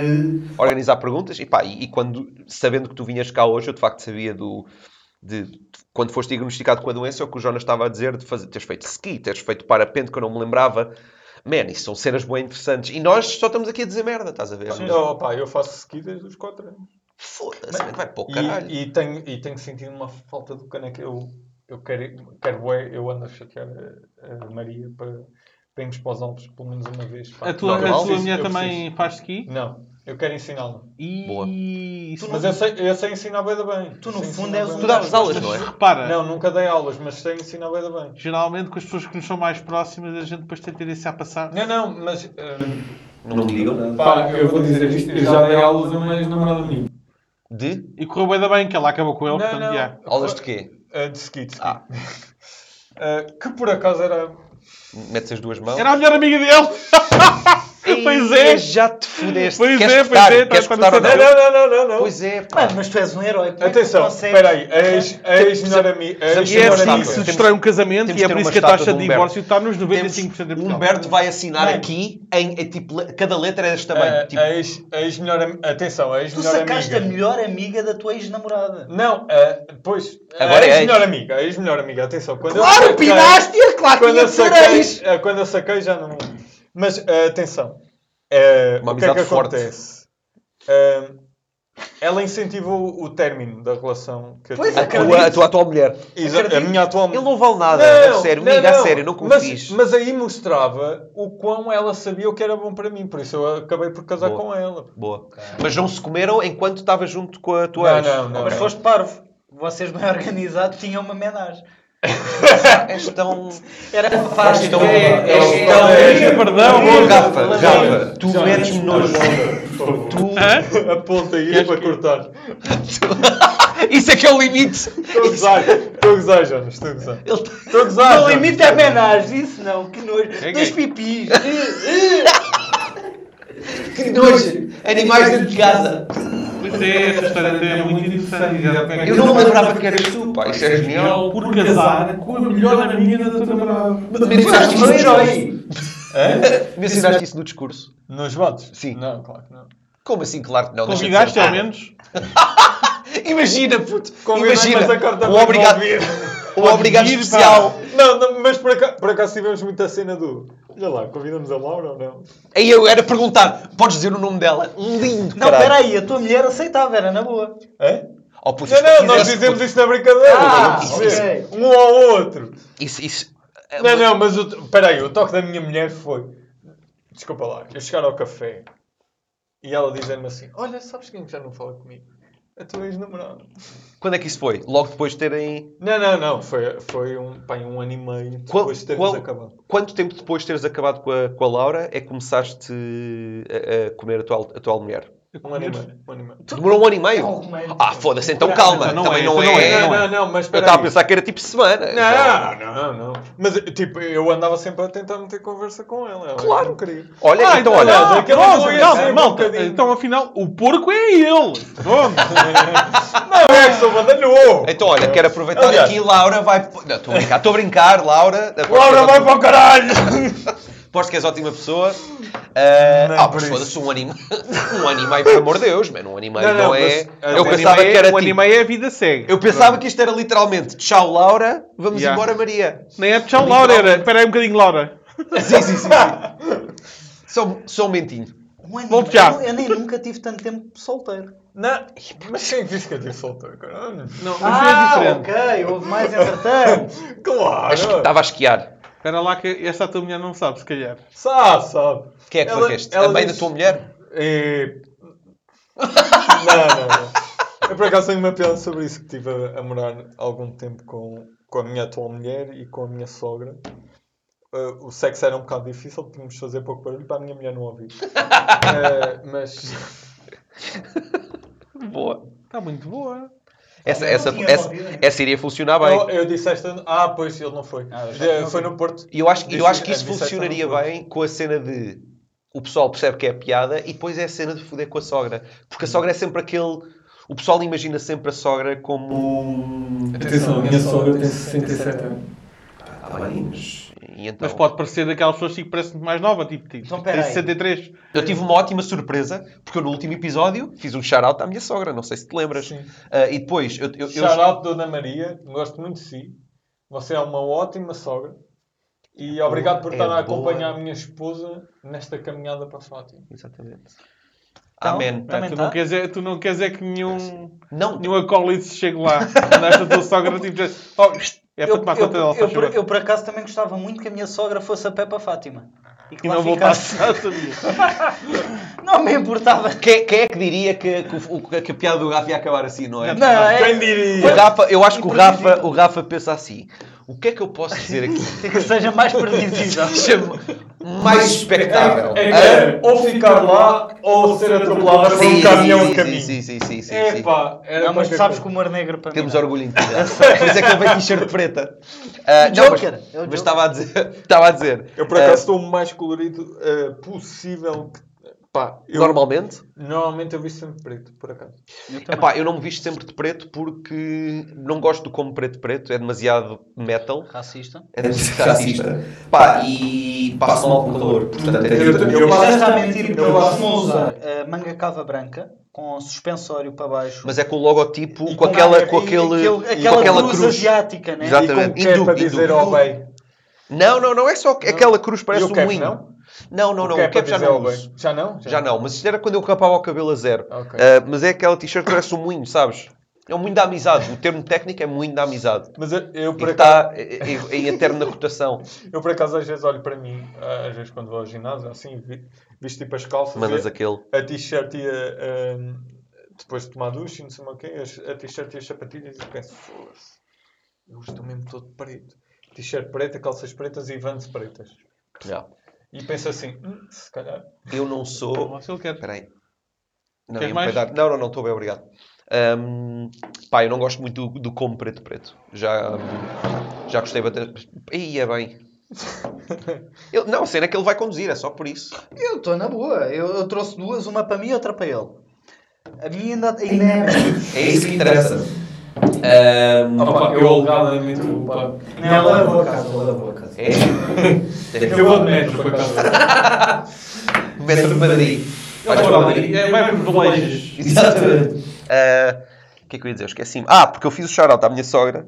[SPEAKER 3] organizar perguntas. E pá, e, e quando, sabendo que tu vinhas cá hoje, eu de facto sabia do. De, de- quando foste diagnosticado com a doença, é o que o Jonas estava a dizer de fazer, teres feito ski, teres feito parapente, que eu não me lembrava. Man, isso são cenas bem interessantes. E nós só estamos aqui a dizer merda, estás a ver?
[SPEAKER 5] Oh, pá, eu faço ski desde os 4 anos.
[SPEAKER 3] Foda-se, man, vai para o caralho.
[SPEAKER 5] E, e, tenho, e tenho sentido uma falta do caneco. Eu, eu quero, quero bué, eu ando a chatear a, a Maria para, para irmos para os Alpes pelo menos uma vez. pá.
[SPEAKER 4] A tua,
[SPEAKER 5] Não, eu
[SPEAKER 4] a tua
[SPEAKER 5] preciso,
[SPEAKER 4] mulher
[SPEAKER 5] eu
[SPEAKER 4] também faz ski?
[SPEAKER 5] preciso. Não, eu quero ensiná-la.
[SPEAKER 3] Boa.
[SPEAKER 4] E...
[SPEAKER 5] Mas eu sei, eu sei ensinar bem da bem.
[SPEAKER 2] Tu, no
[SPEAKER 5] Sei
[SPEAKER 2] fundo,
[SPEAKER 5] ensinar
[SPEAKER 2] és um
[SPEAKER 5] bué da
[SPEAKER 3] Tu
[SPEAKER 5] bem.
[SPEAKER 3] davas aulas, não é?
[SPEAKER 4] Repara,
[SPEAKER 5] Não, nunca dei aulas, mas sei ensinar bem da bem.
[SPEAKER 4] geralmente com as pessoas que nos são mais próximas, a gente depois tem tendência a passar.
[SPEAKER 5] Não, não, mas... eh,
[SPEAKER 3] Não me digam nada.
[SPEAKER 6] Pá, eu vou dizer isto, eu já dei aulas a uma ex-namorada minha.
[SPEAKER 3] De?
[SPEAKER 4] E correu bem da bem que ela acabou com ele,
[SPEAKER 5] Não,
[SPEAKER 4] portanto,
[SPEAKER 5] não.
[SPEAKER 4] já.
[SPEAKER 3] Aulas de quê?
[SPEAKER 5] eh, de ski, de ski.
[SPEAKER 3] Ah.
[SPEAKER 5] Eh, que por acaso era...
[SPEAKER 3] Metes as duas mãos.
[SPEAKER 4] Era a melhor amiga dele! pois é!
[SPEAKER 3] Ei, Já te fudeste.
[SPEAKER 4] Pois
[SPEAKER 3] Queres
[SPEAKER 4] é, pois
[SPEAKER 3] cortar?
[SPEAKER 4] é, tá-
[SPEAKER 3] Queres
[SPEAKER 4] tá-
[SPEAKER 3] cortar ou
[SPEAKER 4] tá-
[SPEAKER 5] Não,
[SPEAKER 3] não?
[SPEAKER 5] não, não, não, não.
[SPEAKER 3] Pois é, pá.
[SPEAKER 2] Mano, mas tu és um herói. Como é que tu
[SPEAKER 5] Atenção, é
[SPEAKER 2] consegues-
[SPEAKER 5] espera aí.
[SPEAKER 2] é
[SPEAKER 5] A ex-
[SPEAKER 2] tipo,
[SPEAKER 5] a ex-melhor amiga... a
[SPEAKER 3] Temos-
[SPEAKER 4] E é
[SPEAKER 5] ex-melhor
[SPEAKER 3] Temos-
[SPEAKER 4] assim que se
[SPEAKER 5] amiga.
[SPEAKER 3] temos-
[SPEAKER 4] destrói um casamento
[SPEAKER 3] temos
[SPEAKER 4] e é
[SPEAKER 3] de
[SPEAKER 4] por
[SPEAKER 3] ter
[SPEAKER 4] isso
[SPEAKER 3] uma
[SPEAKER 4] que a
[SPEAKER 3] estátua
[SPEAKER 4] taxa
[SPEAKER 3] do
[SPEAKER 4] de
[SPEAKER 3] Humberto.
[SPEAKER 4] divórcio está nos
[SPEAKER 3] Temos-
[SPEAKER 4] 95% de Portugal.
[SPEAKER 3] O Humberto vai assinar aqui em, em tipo, le- cada letra é deste tamanho.
[SPEAKER 5] A-
[SPEAKER 3] tipo,
[SPEAKER 5] a ex- a ex-melhor am- Atenção, a
[SPEAKER 2] Tu
[SPEAKER 5] ex-melhor
[SPEAKER 2] sacaste
[SPEAKER 5] amiga.
[SPEAKER 2] a melhor amiga da tua ex-namorada.
[SPEAKER 5] Não, eh, pois.
[SPEAKER 3] Agora
[SPEAKER 5] a
[SPEAKER 3] é
[SPEAKER 5] ex-melhor amiga, a ex-melhor amiga. Atenção. Quando eu
[SPEAKER 3] claro,
[SPEAKER 5] saquei-
[SPEAKER 3] pinástia! Claro que é
[SPEAKER 5] Quando
[SPEAKER 3] tinha
[SPEAKER 5] eu,
[SPEAKER 3] de ser ex!
[SPEAKER 5] saquei, eh, quando eu saquei já não. Mas eh, atenção. Eh,
[SPEAKER 3] Uma
[SPEAKER 5] o que é que
[SPEAKER 3] amizade forte.
[SPEAKER 5] acontece? Eh, ela incentivou o término da relação que eu
[SPEAKER 2] Pois,
[SPEAKER 5] tive.
[SPEAKER 3] é, A tua, a tua atual mulher.
[SPEAKER 5] Exa- a minha atual
[SPEAKER 3] Ele não vale nada, a sério,
[SPEAKER 5] não,
[SPEAKER 3] amiga, a
[SPEAKER 5] não.
[SPEAKER 3] sério, não
[SPEAKER 5] mas,
[SPEAKER 3] confies.
[SPEAKER 5] mas aí mostrava o quão ela sabia o que era bom para mim, por isso eu acabei por casar
[SPEAKER 3] Boa.
[SPEAKER 5] com ela.
[SPEAKER 3] Boa. Mas não se comeram enquanto estava junto com a tua
[SPEAKER 5] Não,
[SPEAKER 3] ex.
[SPEAKER 5] não, não.
[SPEAKER 2] Mas foste parvo. Vocês bem organizados tinham uma homenagem.
[SPEAKER 3] És tão...
[SPEAKER 2] Era
[SPEAKER 3] És
[SPEAKER 2] fácil.
[SPEAKER 3] tão...
[SPEAKER 2] É,
[SPEAKER 3] És
[SPEAKER 2] é,
[SPEAKER 3] tão...
[SPEAKER 2] é,
[SPEAKER 3] Perdão, Rafa,
[SPEAKER 2] é,
[SPEAKER 3] Rafa, tu metes nojo. Tu...
[SPEAKER 5] Aponta aí para cortar.
[SPEAKER 3] Isso é que é o limite.
[SPEAKER 5] Estou a gozar, estou a gozar, Jonas, estou a gozar.
[SPEAKER 3] Ele- tá-
[SPEAKER 5] Estou a gozar.
[SPEAKER 2] Não
[SPEAKER 5] Jonas.
[SPEAKER 2] limite a homenagem, isso não, que nojo.
[SPEAKER 4] É
[SPEAKER 2] Dois
[SPEAKER 4] gay.
[SPEAKER 2] pipis.
[SPEAKER 3] Que nojo. Animais dentro de casa.
[SPEAKER 4] Pois é, essa história até é muito interessante.
[SPEAKER 3] Eu não me lembrava que eras tu, pá. Isso é genial.
[SPEAKER 6] Por casar com a melhor amiga da tua namorada.
[SPEAKER 3] Mencionaste isso
[SPEAKER 2] Não
[SPEAKER 3] no
[SPEAKER 2] é
[SPEAKER 3] discurso.
[SPEAKER 2] herói.
[SPEAKER 3] Mencionaste isso no discurso.
[SPEAKER 5] Nos votos?
[SPEAKER 3] Sim.
[SPEAKER 5] Não, claro que não.
[SPEAKER 3] Como assim, claro que não? deixa de
[SPEAKER 4] Convidaste
[SPEAKER 3] ser.
[SPEAKER 4] ao menos?
[SPEAKER 3] Imagina, puto.
[SPEAKER 5] Convidei,
[SPEAKER 3] Imagina.
[SPEAKER 5] mas a carta
[SPEAKER 3] Um
[SPEAKER 5] foi
[SPEAKER 3] obrigado,
[SPEAKER 5] devolvida.
[SPEAKER 3] um obrigado
[SPEAKER 4] vir, pá.
[SPEAKER 3] especial.
[SPEAKER 5] Não, não, mas por acaso, por acaso tivemos muita cena do. Olha lá, convidamos a Laura ou não?
[SPEAKER 3] Aí eu era perguntar. Podes dizer o nome dela? Lindo,
[SPEAKER 2] Não,
[SPEAKER 3] caralho.
[SPEAKER 2] peraí, a tua mulher aceitava, era na boa.
[SPEAKER 5] Hã?
[SPEAKER 3] Oh, puto,
[SPEAKER 5] Não,
[SPEAKER 3] isto-
[SPEAKER 5] não, nós
[SPEAKER 3] isso-
[SPEAKER 5] dizemos isso na brincadeira.
[SPEAKER 2] Ah,
[SPEAKER 5] estás a perceber?
[SPEAKER 2] ok.
[SPEAKER 5] Um ao outro.
[SPEAKER 3] Isso, isso... é
[SPEAKER 5] Não,
[SPEAKER 3] uma-
[SPEAKER 5] não, mas o. Peraí, o toque da minha mulher foi. Desculpa lá, eu chegar ao café e ela dizer-me assim: Olha, sabes quem que já não fala comigo? A tua ex-namorada.
[SPEAKER 3] Quando é que isso foi? Logo depois de terem...
[SPEAKER 5] Não, não, não, foi, foi um, pá, um ano e meio
[SPEAKER 3] Qual-
[SPEAKER 5] depois de termos
[SPEAKER 3] qual-
[SPEAKER 5] acabado.
[SPEAKER 3] Quanto tempo depois de teres acabado com a, com a Laura é que começaste a, a comer a tua, a tua mulher?
[SPEAKER 5] Um ano e meio. Um ano e meio.
[SPEAKER 3] Demorou um ano e meio?
[SPEAKER 2] É um ano e meio.
[SPEAKER 3] Ah, foda-se, então calma.
[SPEAKER 4] Então não
[SPEAKER 3] Também
[SPEAKER 4] é,
[SPEAKER 3] não
[SPEAKER 4] então não
[SPEAKER 3] é.
[SPEAKER 4] é,
[SPEAKER 5] não,
[SPEAKER 4] é.
[SPEAKER 5] não, não, mas
[SPEAKER 3] Eu
[SPEAKER 5] espera
[SPEAKER 3] estava a
[SPEAKER 5] aí.
[SPEAKER 3] pensar que era tipo semana.
[SPEAKER 5] Não, não, não. Mas, tipo, eu andava sempre a tentar meter conversa com ela. Ela
[SPEAKER 3] Claro.
[SPEAKER 5] não queria.
[SPEAKER 3] Olha, então olha.
[SPEAKER 5] não,
[SPEAKER 4] Ah,
[SPEAKER 5] aquele
[SPEAKER 4] Rosa,
[SPEAKER 5] não ia
[SPEAKER 4] calma,
[SPEAKER 5] ser um
[SPEAKER 4] malta.
[SPEAKER 5] bocadinho.
[SPEAKER 4] Então, afinal, o porco é ele. Pronto.
[SPEAKER 5] Não, é que sou badalhou.
[SPEAKER 3] Então, olha, quero aproveitar
[SPEAKER 5] Aliás.
[SPEAKER 3] aqui, Laura vai. Não, estou a brincar, estou a brincar, Laura.
[SPEAKER 5] Laura, vai para o caralho!
[SPEAKER 3] Aposto que és ótima pessoa. Ah,
[SPEAKER 5] Não,
[SPEAKER 3] ah,
[SPEAKER 5] por
[SPEAKER 3] mas
[SPEAKER 5] isso.
[SPEAKER 3] foda-se, um anime. um anime, pelo amor de Deus, mano. Um anime não,
[SPEAKER 5] Não, não,
[SPEAKER 3] é.
[SPEAKER 5] mas,
[SPEAKER 3] eu
[SPEAKER 5] um
[SPEAKER 3] pensava
[SPEAKER 4] anime
[SPEAKER 3] que era.
[SPEAKER 4] é- O
[SPEAKER 3] tipo-
[SPEAKER 4] anime é a vida segue.
[SPEAKER 3] Eu pensava que isto era literalmente tchau, Laura, vamos
[SPEAKER 4] Yeah.
[SPEAKER 3] embora, Maria.
[SPEAKER 4] Nem é tchau, Laura. Era... Espera aí um bocadinho, Laura.
[SPEAKER 3] Sim, sim, sim. sim. só, só um mentinho.
[SPEAKER 2] Um ano e
[SPEAKER 4] Vou
[SPEAKER 2] meio.
[SPEAKER 4] puxar.
[SPEAKER 2] Eu, eu nem nunca tive tanto tempo solteiro.
[SPEAKER 5] Não, mas quem disse que eu tive solteiro, caralho?
[SPEAKER 4] Não, mas
[SPEAKER 2] Ah,
[SPEAKER 4] é diferente.
[SPEAKER 2] ok, houve mais entretanto.
[SPEAKER 5] Claro!
[SPEAKER 3] Acho que tá estava a esquiar.
[SPEAKER 4] Espera lá que esta a tua mulher não sabe, se calhar.
[SPEAKER 5] Sabe, sabe.
[SPEAKER 3] Quem é que
[SPEAKER 5] Ela-
[SPEAKER 3] foi que este? A
[SPEAKER 5] ela
[SPEAKER 3] mãe da
[SPEAKER 5] disse-
[SPEAKER 3] tua mulher?
[SPEAKER 5] E... não, não, não. Eu por acaso tenho uma piada sobre isso, que estive a, a morar algum tempo com, com a minha atual mulher e com a minha sogra. Eh, o sexo era um bocado difícil, tínhamos de fazer pouco barulho para a minha mulher não ouvir. Eh, mas
[SPEAKER 3] Boa.
[SPEAKER 4] Está muito boa.
[SPEAKER 3] Essa,
[SPEAKER 7] Não
[SPEAKER 3] essa,
[SPEAKER 7] tinha
[SPEAKER 3] essa,
[SPEAKER 7] Covid.
[SPEAKER 3] essa iria funcionar bem.
[SPEAKER 5] Eu, eu disse esta. Ah, pois ele não foi.
[SPEAKER 7] Ah, eu já
[SPEAKER 5] Eh,
[SPEAKER 7] tinha
[SPEAKER 5] foi
[SPEAKER 7] ouvido.
[SPEAKER 5] no Porto.
[SPEAKER 3] E eu acho, eu
[SPEAKER 5] Disse-
[SPEAKER 3] acho que
[SPEAKER 5] eh,
[SPEAKER 3] isso
[SPEAKER 5] disse esta no
[SPEAKER 3] funcionaria
[SPEAKER 5] Porto.
[SPEAKER 3] bem com a cena de o pessoal percebe que é piada e depois é a cena de foder com a sogra. Porque a sogra é sempre aquele. O pessoal imagina sempre a sogra como.
[SPEAKER 9] Atenção, a minha sogra tem 67 anos.
[SPEAKER 3] Tá
[SPEAKER 1] Está bem, mas...
[SPEAKER 3] E então,
[SPEAKER 4] Mas pode parecer daquelas pessoas que parece muito mais nova, tipo, tipo
[SPEAKER 2] Então,
[SPEAKER 4] tem
[SPEAKER 2] peraí.
[SPEAKER 4] 63.
[SPEAKER 3] Eu tive uma ótima surpresa porque eu no último episódio fiz um shout-out à minha sogra, não sei se te lembras.
[SPEAKER 5] Sim.
[SPEAKER 3] Ah, e depois eu, eu- eu-
[SPEAKER 5] Shout out Dona Maria, gosto muito de si. Você é uma ótima sogra. E obrigado por
[SPEAKER 3] é
[SPEAKER 5] estar
[SPEAKER 3] boa.
[SPEAKER 5] a acompanhar a minha esposa nesta caminhada para Fátima.
[SPEAKER 3] Exatamente.
[SPEAKER 2] Então,
[SPEAKER 3] Amém.
[SPEAKER 4] Ah, tu, não queres é, tu não queres é que nenhum,
[SPEAKER 3] Não,
[SPEAKER 4] nenhum acólito chegue lá. Andaste a tua sogra, tipo, já- oh, é para
[SPEAKER 2] Eu,
[SPEAKER 4] tomar
[SPEAKER 2] eu-
[SPEAKER 4] conta dela,
[SPEAKER 2] eu
[SPEAKER 4] faz
[SPEAKER 2] por,
[SPEAKER 4] favor.
[SPEAKER 2] eu por acaso também gostava muito que a minha sogra fosse a Peppa Fátima. que
[SPEAKER 4] E
[SPEAKER 2] lá
[SPEAKER 4] não
[SPEAKER 2] ficasse.
[SPEAKER 4] voltaste a sabia.
[SPEAKER 2] Não me importava.
[SPEAKER 3] quem, quem é que diria que, que o- que a- que a piada do Rafa ia acabar assim, não é?
[SPEAKER 2] Não, é-
[SPEAKER 5] Quem diria?
[SPEAKER 3] O Rafa, eu acho que o Rafa, o Rafa pensa assim: o que é que eu posso dizer aqui?
[SPEAKER 2] que seja mais previsível.
[SPEAKER 3] Chama- mais espectável.
[SPEAKER 5] É que ou ficar lá ou ser atropelada por um caminhão
[SPEAKER 3] sim,
[SPEAKER 5] a caminho.
[SPEAKER 3] Sim, sim, sim, sim, sim.
[SPEAKER 5] Epá, era
[SPEAKER 2] Não, mas tu
[SPEAKER 5] qualquer
[SPEAKER 2] sabes que
[SPEAKER 5] É coisa.
[SPEAKER 2] o humor negro para
[SPEAKER 3] Temos
[SPEAKER 2] mim. é
[SPEAKER 3] orgulho em ti. Rafa. Por isso é que ele veio com t-shirt preta. Ah,
[SPEAKER 2] O
[SPEAKER 3] não,
[SPEAKER 2] Joker, é o
[SPEAKER 3] mas,
[SPEAKER 2] Joker.
[SPEAKER 3] mas estava a dizer. Estava a dizer
[SPEAKER 5] Eu por
[SPEAKER 3] ah,
[SPEAKER 2] É.
[SPEAKER 5] acaso estou o mais colorido eh, possível. que- Pá, eu-
[SPEAKER 3] ah, Normalmente,
[SPEAKER 5] normalmente eu visto sempre preto, por acaso.
[SPEAKER 3] epá, eu não me visto sempre de preto porque não gosto do como preto-preto, é demasiado metal.
[SPEAKER 2] Racista.
[SPEAKER 1] É racista. Pá, e passa mal com o calor. Portanto, é
[SPEAKER 9] Eu-
[SPEAKER 6] um
[SPEAKER 1] tipo-
[SPEAKER 9] eu-
[SPEAKER 2] Já está a mentir porque
[SPEAKER 9] eu
[SPEAKER 2] eu
[SPEAKER 9] gosto de
[SPEAKER 2] costumo usar
[SPEAKER 9] usar.
[SPEAKER 2] eh, manga cava branca com suspensório para baixo.
[SPEAKER 3] Mas é com o logotipo,
[SPEAKER 2] E
[SPEAKER 3] com, aquela, com,
[SPEAKER 2] e-
[SPEAKER 3] aquele,
[SPEAKER 2] e aquele- aquela,
[SPEAKER 3] com aquela
[SPEAKER 2] cruz,
[SPEAKER 3] cruz.
[SPEAKER 2] asiática, né?
[SPEAKER 3] Exato.
[SPEAKER 5] E com o
[SPEAKER 3] Exatamente.
[SPEAKER 5] cap
[SPEAKER 3] Hindu,
[SPEAKER 5] a dizer
[SPEAKER 3] hindu.
[SPEAKER 5] ao bem.
[SPEAKER 3] Não, não, não é só aquela cruz, parece
[SPEAKER 5] E o
[SPEAKER 3] um
[SPEAKER 5] cap,
[SPEAKER 3] moinho.
[SPEAKER 5] não?
[SPEAKER 3] Não, não, não, o
[SPEAKER 5] cap a
[SPEAKER 3] cap já
[SPEAKER 5] é dizer ao
[SPEAKER 3] não
[SPEAKER 5] bem.
[SPEAKER 3] uso.
[SPEAKER 5] Já não? Eh,
[SPEAKER 3] Já não, mas isto era quando eu rapava o cabelo a zero.
[SPEAKER 5] Ok.
[SPEAKER 3] Ah, mas é aquela t-shirt que parece um moinho, sabes? É um moinho da amizade. O termo técnico é moinho da amizade.
[SPEAKER 5] Mas eu, eu
[SPEAKER 3] E
[SPEAKER 5] por
[SPEAKER 3] que
[SPEAKER 5] acaso,
[SPEAKER 3] está em, em eterna rotação.
[SPEAKER 5] eu por acaso às vezes olho para mim, às vezes quando vou ao ginásio, assim, vi- visto tipo as calças,
[SPEAKER 3] Mandas
[SPEAKER 5] e
[SPEAKER 3] aquele.
[SPEAKER 5] a, t-shirt e a, ahm, depois de tomar ducha e não sei mais o quê, as- a t-shirt e as sapatilhas e penso, foda-se, eu estou mesmo todo preto. T-shirt preta, calças pretas e vans pretas.
[SPEAKER 3] Já.
[SPEAKER 5] E penso assim, "Hum, se calhar.
[SPEAKER 3] Eu não sou.
[SPEAKER 4] Se ele quer.
[SPEAKER 3] Espera aí. Não,
[SPEAKER 4] Quer
[SPEAKER 3] ia-me
[SPEAKER 4] mais?
[SPEAKER 3] peidar. não, não, não, estou bem, obrigado. Ahm, pá, eu não gosto muito do, do como preto-preto. Já, já gostei bastante. Ia bem. Ele- não, a cena é que ele vai conduzir, é só por isso.
[SPEAKER 2] Eu estou na boa. Eu, eu trouxe duas, uma para mim e outra para ele. A minha ainda. ainda é-
[SPEAKER 1] É isso que interessa.
[SPEAKER 9] Opa, eu alegadamente
[SPEAKER 6] um
[SPEAKER 9] vou para.
[SPEAKER 7] Não, ela levou a casa, ela levou a casa.
[SPEAKER 3] É.
[SPEAKER 9] Eu vou de metro para casa.
[SPEAKER 3] Metro de Madrid.
[SPEAKER 9] Vai para Madrid. É, vai para
[SPEAKER 6] um
[SPEAKER 9] Velejas.
[SPEAKER 1] Exatamente.
[SPEAKER 3] Ah, O que é que eu ia dizer? Esqueci-me. Ah, porque eu fiz o shout-out à minha sogra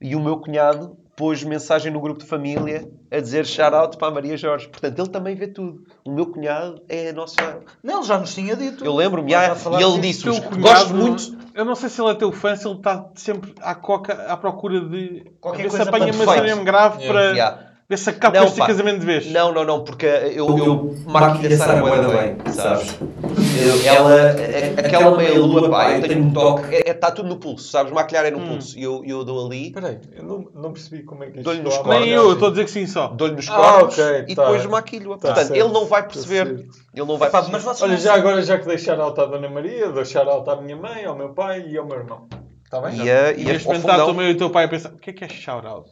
[SPEAKER 3] e o meu cunhado pôs mensagem no grupo de família a dizer shout-out para a Maria Jorge. Portanto, ele também vê tudo. O meu cunhado é a nossa...
[SPEAKER 2] Não, ele já nos tinha dito.
[SPEAKER 3] Eu lembro-me,
[SPEAKER 2] Nós
[SPEAKER 3] ah,
[SPEAKER 2] já falámos
[SPEAKER 3] e ele
[SPEAKER 2] disso.
[SPEAKER 3] disse
[SPEAKER 4] Teu cunhado-
[SPEAKER 3] gosto muito...
[SPEAKER 4] Eu não sei se ele é teu fã, se ele está sempre à coca, à procura de.
[SPEAKER 2] Qualquer
[SPEAKER 4] ver se
[SPEAKER 2] coisa
[SPEAKER 4] apanha
[SPEAKER 2] para
[SPEAKER 4] uma
[SPEAKER 3] defeito.
[SPEAKER 4] cena mesmo grave
[SPEAKER 5] Yeah.
[SPEAKER 4] para.
[SPEAKER 3] Yeah.
[SPEAKER 4] Ver se acaba
[SPEAKER 3] Não,
[SPEAKER 4] este
[SPEAKER 3] pá.
[SPEAKER 4] casamento de vez.
[SPEAKER 3] Não, não, não, porque eu,
[SPEAKER 1] Eu,
[SPEAKER 3] eu
[SPEAKER 1] eu maquilho a Sarah bué É, da bem, sabes? Eu- ela, eh, a- a-
[SPEAKER 3] aquela meia lua, pá, eu tenho um toque. Está é, tá tudo no pulso, sabes? Maquilhar é no
[SPEAKER 4] Hum.
[SPEAKER 3] pulso. E eu, eu dou ali,
[SPEAKER 5] Espera aí, eu não, não percebi como é que isto
[SPEAKER 3] Dou-lhe nos
[SPEAKER 5] está a
[SPEAKER 3] cornos.
[SPEAKER 4] Nem eu, eu
[SPEAKER 5] abordagem.
[SPEAKER 4] estou a dizer que sim só.
[SPEAKER 3] dou-lhe nos
[SPEAKER 5] Ah,
[SPEAKER 3] cornos
[SPEAKER 5] ok,
[SPEAKER 3] e
[SPEAKER 5] tá.
[SPEAKER 3] depois maquilho-a.
[SPEAKER 5] Tá
[SPEAKER 3] Portanto,
[SPEAKER 5] certo,
[SPEAKER 3] ele não vai
[SPEAKER 5] tá
[SPEAKER 3] perceber.
[SPEAKER 5] certo.
[SPEAKER 3] Ele não vai
[SPEAKER 2] Epá,
[SPEAKER 3] perceber.
[SPEAKER 2] mas vocês
[SPEAKER 5] Olha,
[SPEAKER 2] não
[SPEAKER 5] já agora, já que dei shout-out à Dona Maria, dou shout-out à minha mãe, ao meu pai e ao meu irmão. Está bem? Então,
[SPEAKER 3] E, a,
[SPEAKER 4] E
[SPEAKER 3] e a,
[SPEAKER 4] neste
[SPEAKER 3] ao
[SPEAKER 4] momento está
[SPEAKER 3] fundão,
[SPEAKER 4] o meio e o teu pai a pensar: o que é que é shout-out?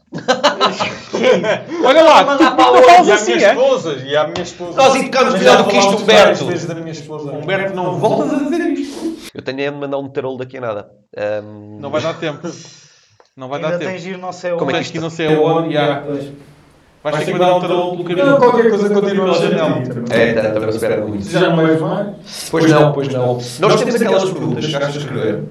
[SPEAKER 4] Olha lá, tu não falas
[SPEAKER 5] E à
[SPEAKER 4] assim,
[SPEAKER 5] minha
[SPEAKER 4] é?
[SPEAKER 5] esposa, e à minha esposa.
[SPEAKER 3] Nós educamos
[SPEAKER 5] Mas
[SPEAKER 3] melhor
[SPEAKER 5] já
[SPEAKER 3] do que isto,
[SPEAKER 5] falámos várias
[SPEAKER 3] Humberto.
[SPEAKER 5] vezes da minha esposa.
[SPEAKER 4] Humberto, não voltas a dizer isto.
[SPEAKER 3] Eu tenho é de mandar um tarolo daqui a nada. Ahm,
[SPEAKER 4] Não vai dar tempo. Não vai
[SPEAKER 2] Ainda
[SPEAKER 4] dar tempo.
[SPEAKER 2] tens de ir não sei onde.
[SPEAKER 3] Como é que
[SPEAKER 4] Tens
[SPEAKER 3] isto
[SPEAKER 4] que ir não sei
[SPEAKER 9] É o
[SPEAKER 4] aonde.
[SPEAKER 9] ano,
[SPEAKER 4] yeah.
[SPEAKER 9] já.
[SPEAKER 4] Vais ter que mandar um tarol pelo
[SPEAKER 9] Não,
[SPEAKER 4] caminho.
[SPEAKER 9] qualquer coisa continua a janela.
[SPEAKER 1] É, tá, também se perde muito.
[SPEAKER 9] Já não és mais?
[SPEAKER 1] Pois não, pois não. Nós,
[SPEAKER 3] Nós
[SPEAKER 1] temos
[SPEAKER 3] temos
[SPEAKER 1] aquelas
[SPEAKER 3] aquelas
[SPEAKER 1] perguntas que gostas de escrever.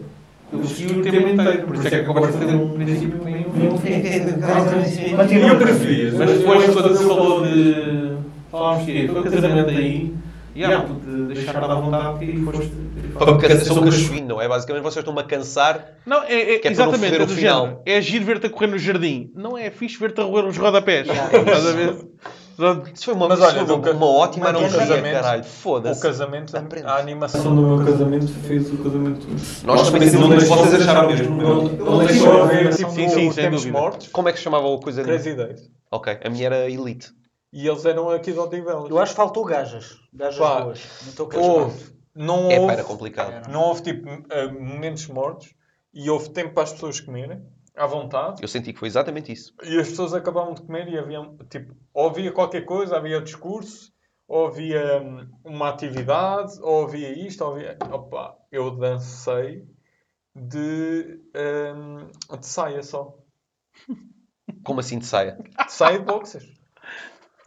[SPEAKER 9] Eu segui o tema inteiro, por isso é que a conversa tem um princípio e um fim. E eu
[SPEAKER 7] Continua.
[SPEAKER 9] preferias. Mas depois, quando se falou de. Falámos que foi o casamento aí. E yeah, de deixar à vontade
[SPEAKER 7] é
[SPEAKER 9] e foste.
[SPEAKER 3] Para me cansar, sou um cachorrinho, não é? Basicamente vocês estão-me a cansar.
[SPEAKER 4] Não, é, é-
[SPEAKER 3] Que é para não
[SPEAKER 4] exatamente,
[SPEAKER 3] foder
[SPEAKER 4] é
[SPEAKER 3] o
[SPEAKER 4] do
[SPEAKER 3] final.
[SPEAKER 4] género. É giro ver-te a correr no jardim. Não é fixe ver-te a roer uns rodapés. Estás a ver? Pronto.
[SPEAKER 3] Isso foi uma,
[SPEAKER 5] Mas
[SPEAKER 3] isso
[SPEAKER 5] olha,
[SPEAKER 3] foi
[SPEAKER 5] do
[SPEAKER 3] uma,
[SPEAKER 5] ca-
[SPEAKER 3] uma ótima
[SPEAKER 5] do
[SPEAKER 3] analogia,
[SPEAKER 5] casamento-
[SPEAKER 3] caralho.
[SPEAKER 5] O
[SPEAKER 3] Foda-se.
[SPEAKER 5] casamento,
[SPEAKER 3] Aprende.
[SPEAKER 5] a
[SPEAKER 9] A ação do
[SPEAKER 5] animação.
[SPEAKER 9] meu casamento fez o casamento.
[SPEAKER 1] Nós também não deixamos vocês acharam mesmo. meu.
[SPEAKER 9] Não
[SPEAKER 5] Deixa
[SPEAKER 9] deixou
[SPEAKER 5] eu
[SPEAKER 9] a ver.
[SPEAKER 5] ver, tipo,
[SPEAKER 4] Sim, sim,
[SPEAKER 5] os
[SPEAKER 4] sem
[SPEAKER 5] tempos
[SPEAKER 4] dúvida.
[SPEAKER 5] mortos,
[SPEAKER 3] Como é que se chamava a coisa?
[SPEAKER 5] Crazy Days.
[SPEAKER 3] Ok, a minha era Elite.
[SPEAKER 5] E eles eram aqui de Odivelas.
[SPEAKER 2] Eu acho que faltou gajas. Gajas
[SPEAKER 5] Pá.
[SPEAKER 3] oh.
[SPEAKER 2] boas. No teu caso.
[SPEAKER 5] Houve. Não
[SPEAKER 3] É, pá, era
[SPEAKER 5] houve,
[SPEAKER 3] complicado.
[SPEAKER 5] não houve, tipo, eh, momentos mortos. e houve tempo para as pessoas comerem, à vontade.
[SPEAKER 3] Eu senti que foi exatamente isso.
[SPEAKER 5] E as pessoas acabavam de comer e havia, tipo, ou havia qualquer coisa, havia discurso, ou havia hum, uma atividade, ou havia isto, ou havia... Opa, eu dancei de, hum, de saia só.
[SPEAKER 3] Como assim de saia?
[SPEAKER 5] De saia de boxers.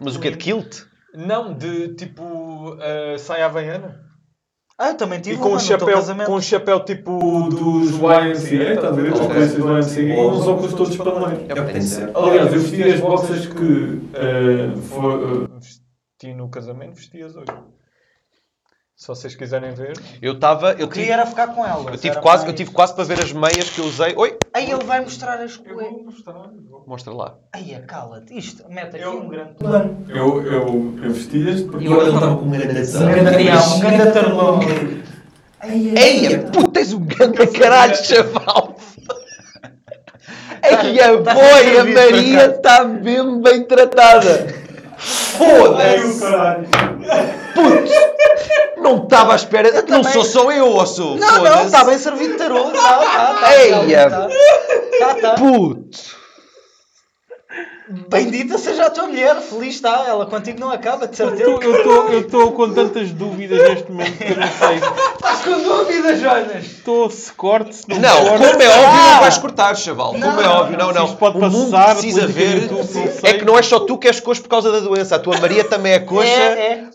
[SPEAKER 3] Mas o que é de kilt?
[SPEAKER 5] Não, de tipo ah, saia havaiana.
[SPEAKER 2] Ah, eu também tive
[SPEAKER 5] E com
[SPEAKER 2] uma
[SPEAKER 5] um,
[SPEAKER 2] no teu
[SPEAKER 5] chapéu,
[SPEAKER 2] casamento.
[SPEAKER 5] com um chapéu tipo
[SPEAKER 6] Dos YMCA, estás a ver? Tipo, Os conheces do YMCA com os óculos todos para meio.
[SPEAKER 1] É o que tem de ser.
[SPEAKER 6] Aliás, eu vesti as boxers que eh, foi, eh,
[SPEAKER 5] vesti no casamento, vestias hoje. Se vocês quiserem ver.
[SPEAKER 3] Eu estava. Eu
[SPEAKER 2] Queria
[SPEAKER 3] tive,
[SPEAKER 2] era ficar com ela.
[SPEAKER 3] eu tive quase, eu tive quase para ver as meias que eu usei. Oi!
[SPEAKER 2] Aí ele vai mostrar as coisas.
[SPEAKER 5] mostrar.
[SPEAKER 3] Mostra lá.
[SPEAKER 2] Aí, é, cala-te. Isto, mete aqui
[SPEAKER 5] Eu-
[SPEAKER 2] um grande
[SPEAKER 7] Plano.
[SPEAKER 6] Eu, eu, eu vesti-as porque.
[SPEAKER 1] E eu estava com um grande adesão.
[SPEAKER 7] Um grande trial, um grande atarlão.
[SPEAKER 3] Eia, puta, tens um ganda caralho, chaval! Eia,
[SPEAKER 2] tá
[SPEAKER 3] boi, É a
[SPEAKER 2] servido,
[SPEAKER 3] Maria
[SPEAKER 2] por acaso.
[SPEAKER 3] está mesmo bem tratada! Foda-se! Puto! Não estava à espera, não
[SPEAKER 2] também.
[SPEAKER 3] sou só eu, osso!
[SPEAKER 2] Não, não, está bem servido de tarô. Tá, tá, tá.
[SPEAKER 3] Eia.
[SPEAKER 2] Tá, tá.
[SPEAKER 3] Puto!
[SPEAKER 2] Bendita seja a tua mulher. Feliz está. Ela contigo não acaba, de certeza.
[SPEAKER 4] Eu- eu tô- Eu estou com tantas dúvidas neste momento que eu não sei.
[SPEAKER 2] Estás Tá com dúvidas, Jonas.
[SPEAKER 4] Estou se corte, se não,
[SPEAKER 3] Não,
[SPEAKER 4] corte.
[SPEAKER 3] como é óbvio,
[SPEAKER 2] Ah!
[SPEAKER 3] não vais cortar, chaval.
[SPEAKER 2] Não,
[SPEAKER 3] Como é
[SPEAKER 2] não,
[SPEAKER 3] óbvio, não, não.
[SPEAKER 4] Isto pode
[SPEAKER 3] o mundo
[SPEAKER 4] passar,
[SPEAKER 3] precisa
[SPEAKER 4] política
[SPEAKER 3] ver.
[SPEAKER 4] do YouTube, não
[SPEAKER 3] É
[SPEAKER 4] sei.
[SPEAKER 3] que não é só tu que és coxo por causa da doença. A tua Maria também é coxa. tá
[SPEAKER 2] É, é.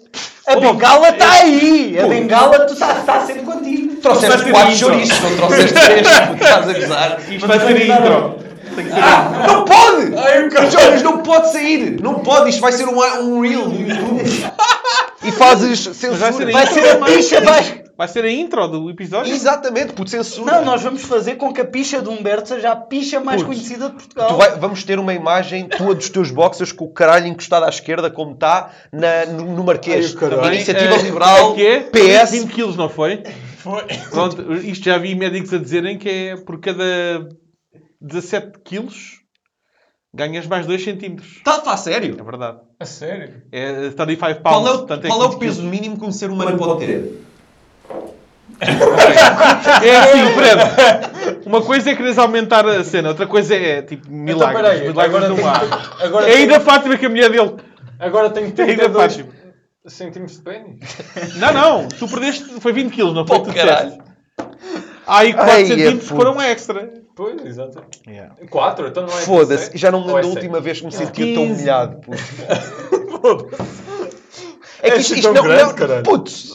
[SPEAKER 2] A bengala está aí. A bengala tu está tá sempre contigo.
[SPEAKER 3] Trouxeste quatro chouriços, não trouxeste três, puto, estás a gozar.
[SPEAKER 4] Isto vai ser a intro.
[SPEAKER 3] Não pode! Jonas, não pode sair! Não pode, isto vai ser um, um reel do YouTube. E fazes
[SPEAKER 4] vai ser
[SPEAKER 3] censura.
[SPEAKER 2] Vai ser a
[SPEAKER 3] é
[SPEAKER 2] picha, vai.
[SPEAKER 4] Vai ser a intro do episódio?
[SPEAKER 3] Exatamente, puto, censura.
[SPEAKER 2] Não, nós vamos fazer com que a picha de Humberto seja a picha mais conhecida de Portugal.
[SPEAKER 3] Tu vai- vamos ter uma imagem tua dos teus boxers com o caralho encostado à esquerda, como está, na- no, no Marquês.
[SPEAKER 4] Também,
[SPEAKER 3] Iniciativa
[SPEAKER 4] eh,
[SPEAKER 3] Liberal,
[SPEAKER 4] que é?
[SPEAKER 3] PS.
[SPEAKER 4] 20 quilos, não foi?
[SPEAKER 5] Foi.
[SPEAKER 4] Pronto, isto já vi médicos a dizerem que é por cada 17 quilos ganhas mais 2 centímetros.
[SPEAKER 3] Está Tá, a falar sério?
[SPEAKER 4] É verdade.
[SPEAKER 5] A sério?
[SPEAKER 4] É 35 pounds.
[SPEAKER 3] Qual é o,
[SPEAKER 4] portanto,
[SPEAKER 3] qual é o
[SPEAKER 4] 15
[SPEAKER 3] peso
[SPEAKER 4] quilos.
[SPEAKER 3] mínimo que um ser humano
[SPEAKER 1] Mano,
[SPEAKER 3] pode
[SPEAKER 1] pode
[SPEAKER 3] ter?
[SPEAKER 1] ter.
[SPEAKER 4] É assim, Fred. Uma coisa é quereres aumentar a cena, outra coisa é tipo
[SPEAKER 5] Então,
[SPEAKER 4] milagres.
[SPEAKER 5] peraí,
[SPEAKER 4] milagres
[SPEAKER 5] agora
[SPEAKER 4] não
[SPEAKER 5] tenho,
[SPEAKER 4] há.
[SPEAKER 5] agora,
[SPEAKER 4] É ainda
[SPEAKER 5] tenho,
[SPEAKER 4] Fátima que a mulher dele.
[SPEAKER 5] agora tenho
[SPEAKER 4] É ainda
[SPEAKER 5] 32
[SPEAKER 4] Fátima.
[SPEAKER 5] centímetros de pênis.
[SPEAKER 4] Não, não. Tu perdeste. Foi 20 quilos, não foi?
[SPEAKER 5] Oh,
[SPEAKER 3] Pô,
[SPEAKER 4] Tu
[SPEAKER 3] caralho.
[SPEAKER 4] disseste. Aí 4
[SPEAKER 3] Ai, é
[SPEAKER 4] centímetros
[SPEAKER 3] puto.
[SPEAKER 4] foram extra.
[SPEAKER 5] Pois, exato. 4, então não é.
[SPEAKER 3] Foda-se, já não me
[SPEAKER 5] Ou é
[SPEAKER 3] lembro da
[SPEAKER 5] sete?
[SPEAKER 3] última vez que me senti tão humilhado. puto. É que
[SPEAKER 5] É
[SPEAKER 3] isto,
[SPEAKER 5] assim
[SPEAKER 3] isto
[SPEAKER 5] tão
[SPEAKER 3] não,
[SPEAKER 5] grande,
[SPEAKER 3] não-
[SPEAKER 5] caralho.
[SPEAKER 3] putz,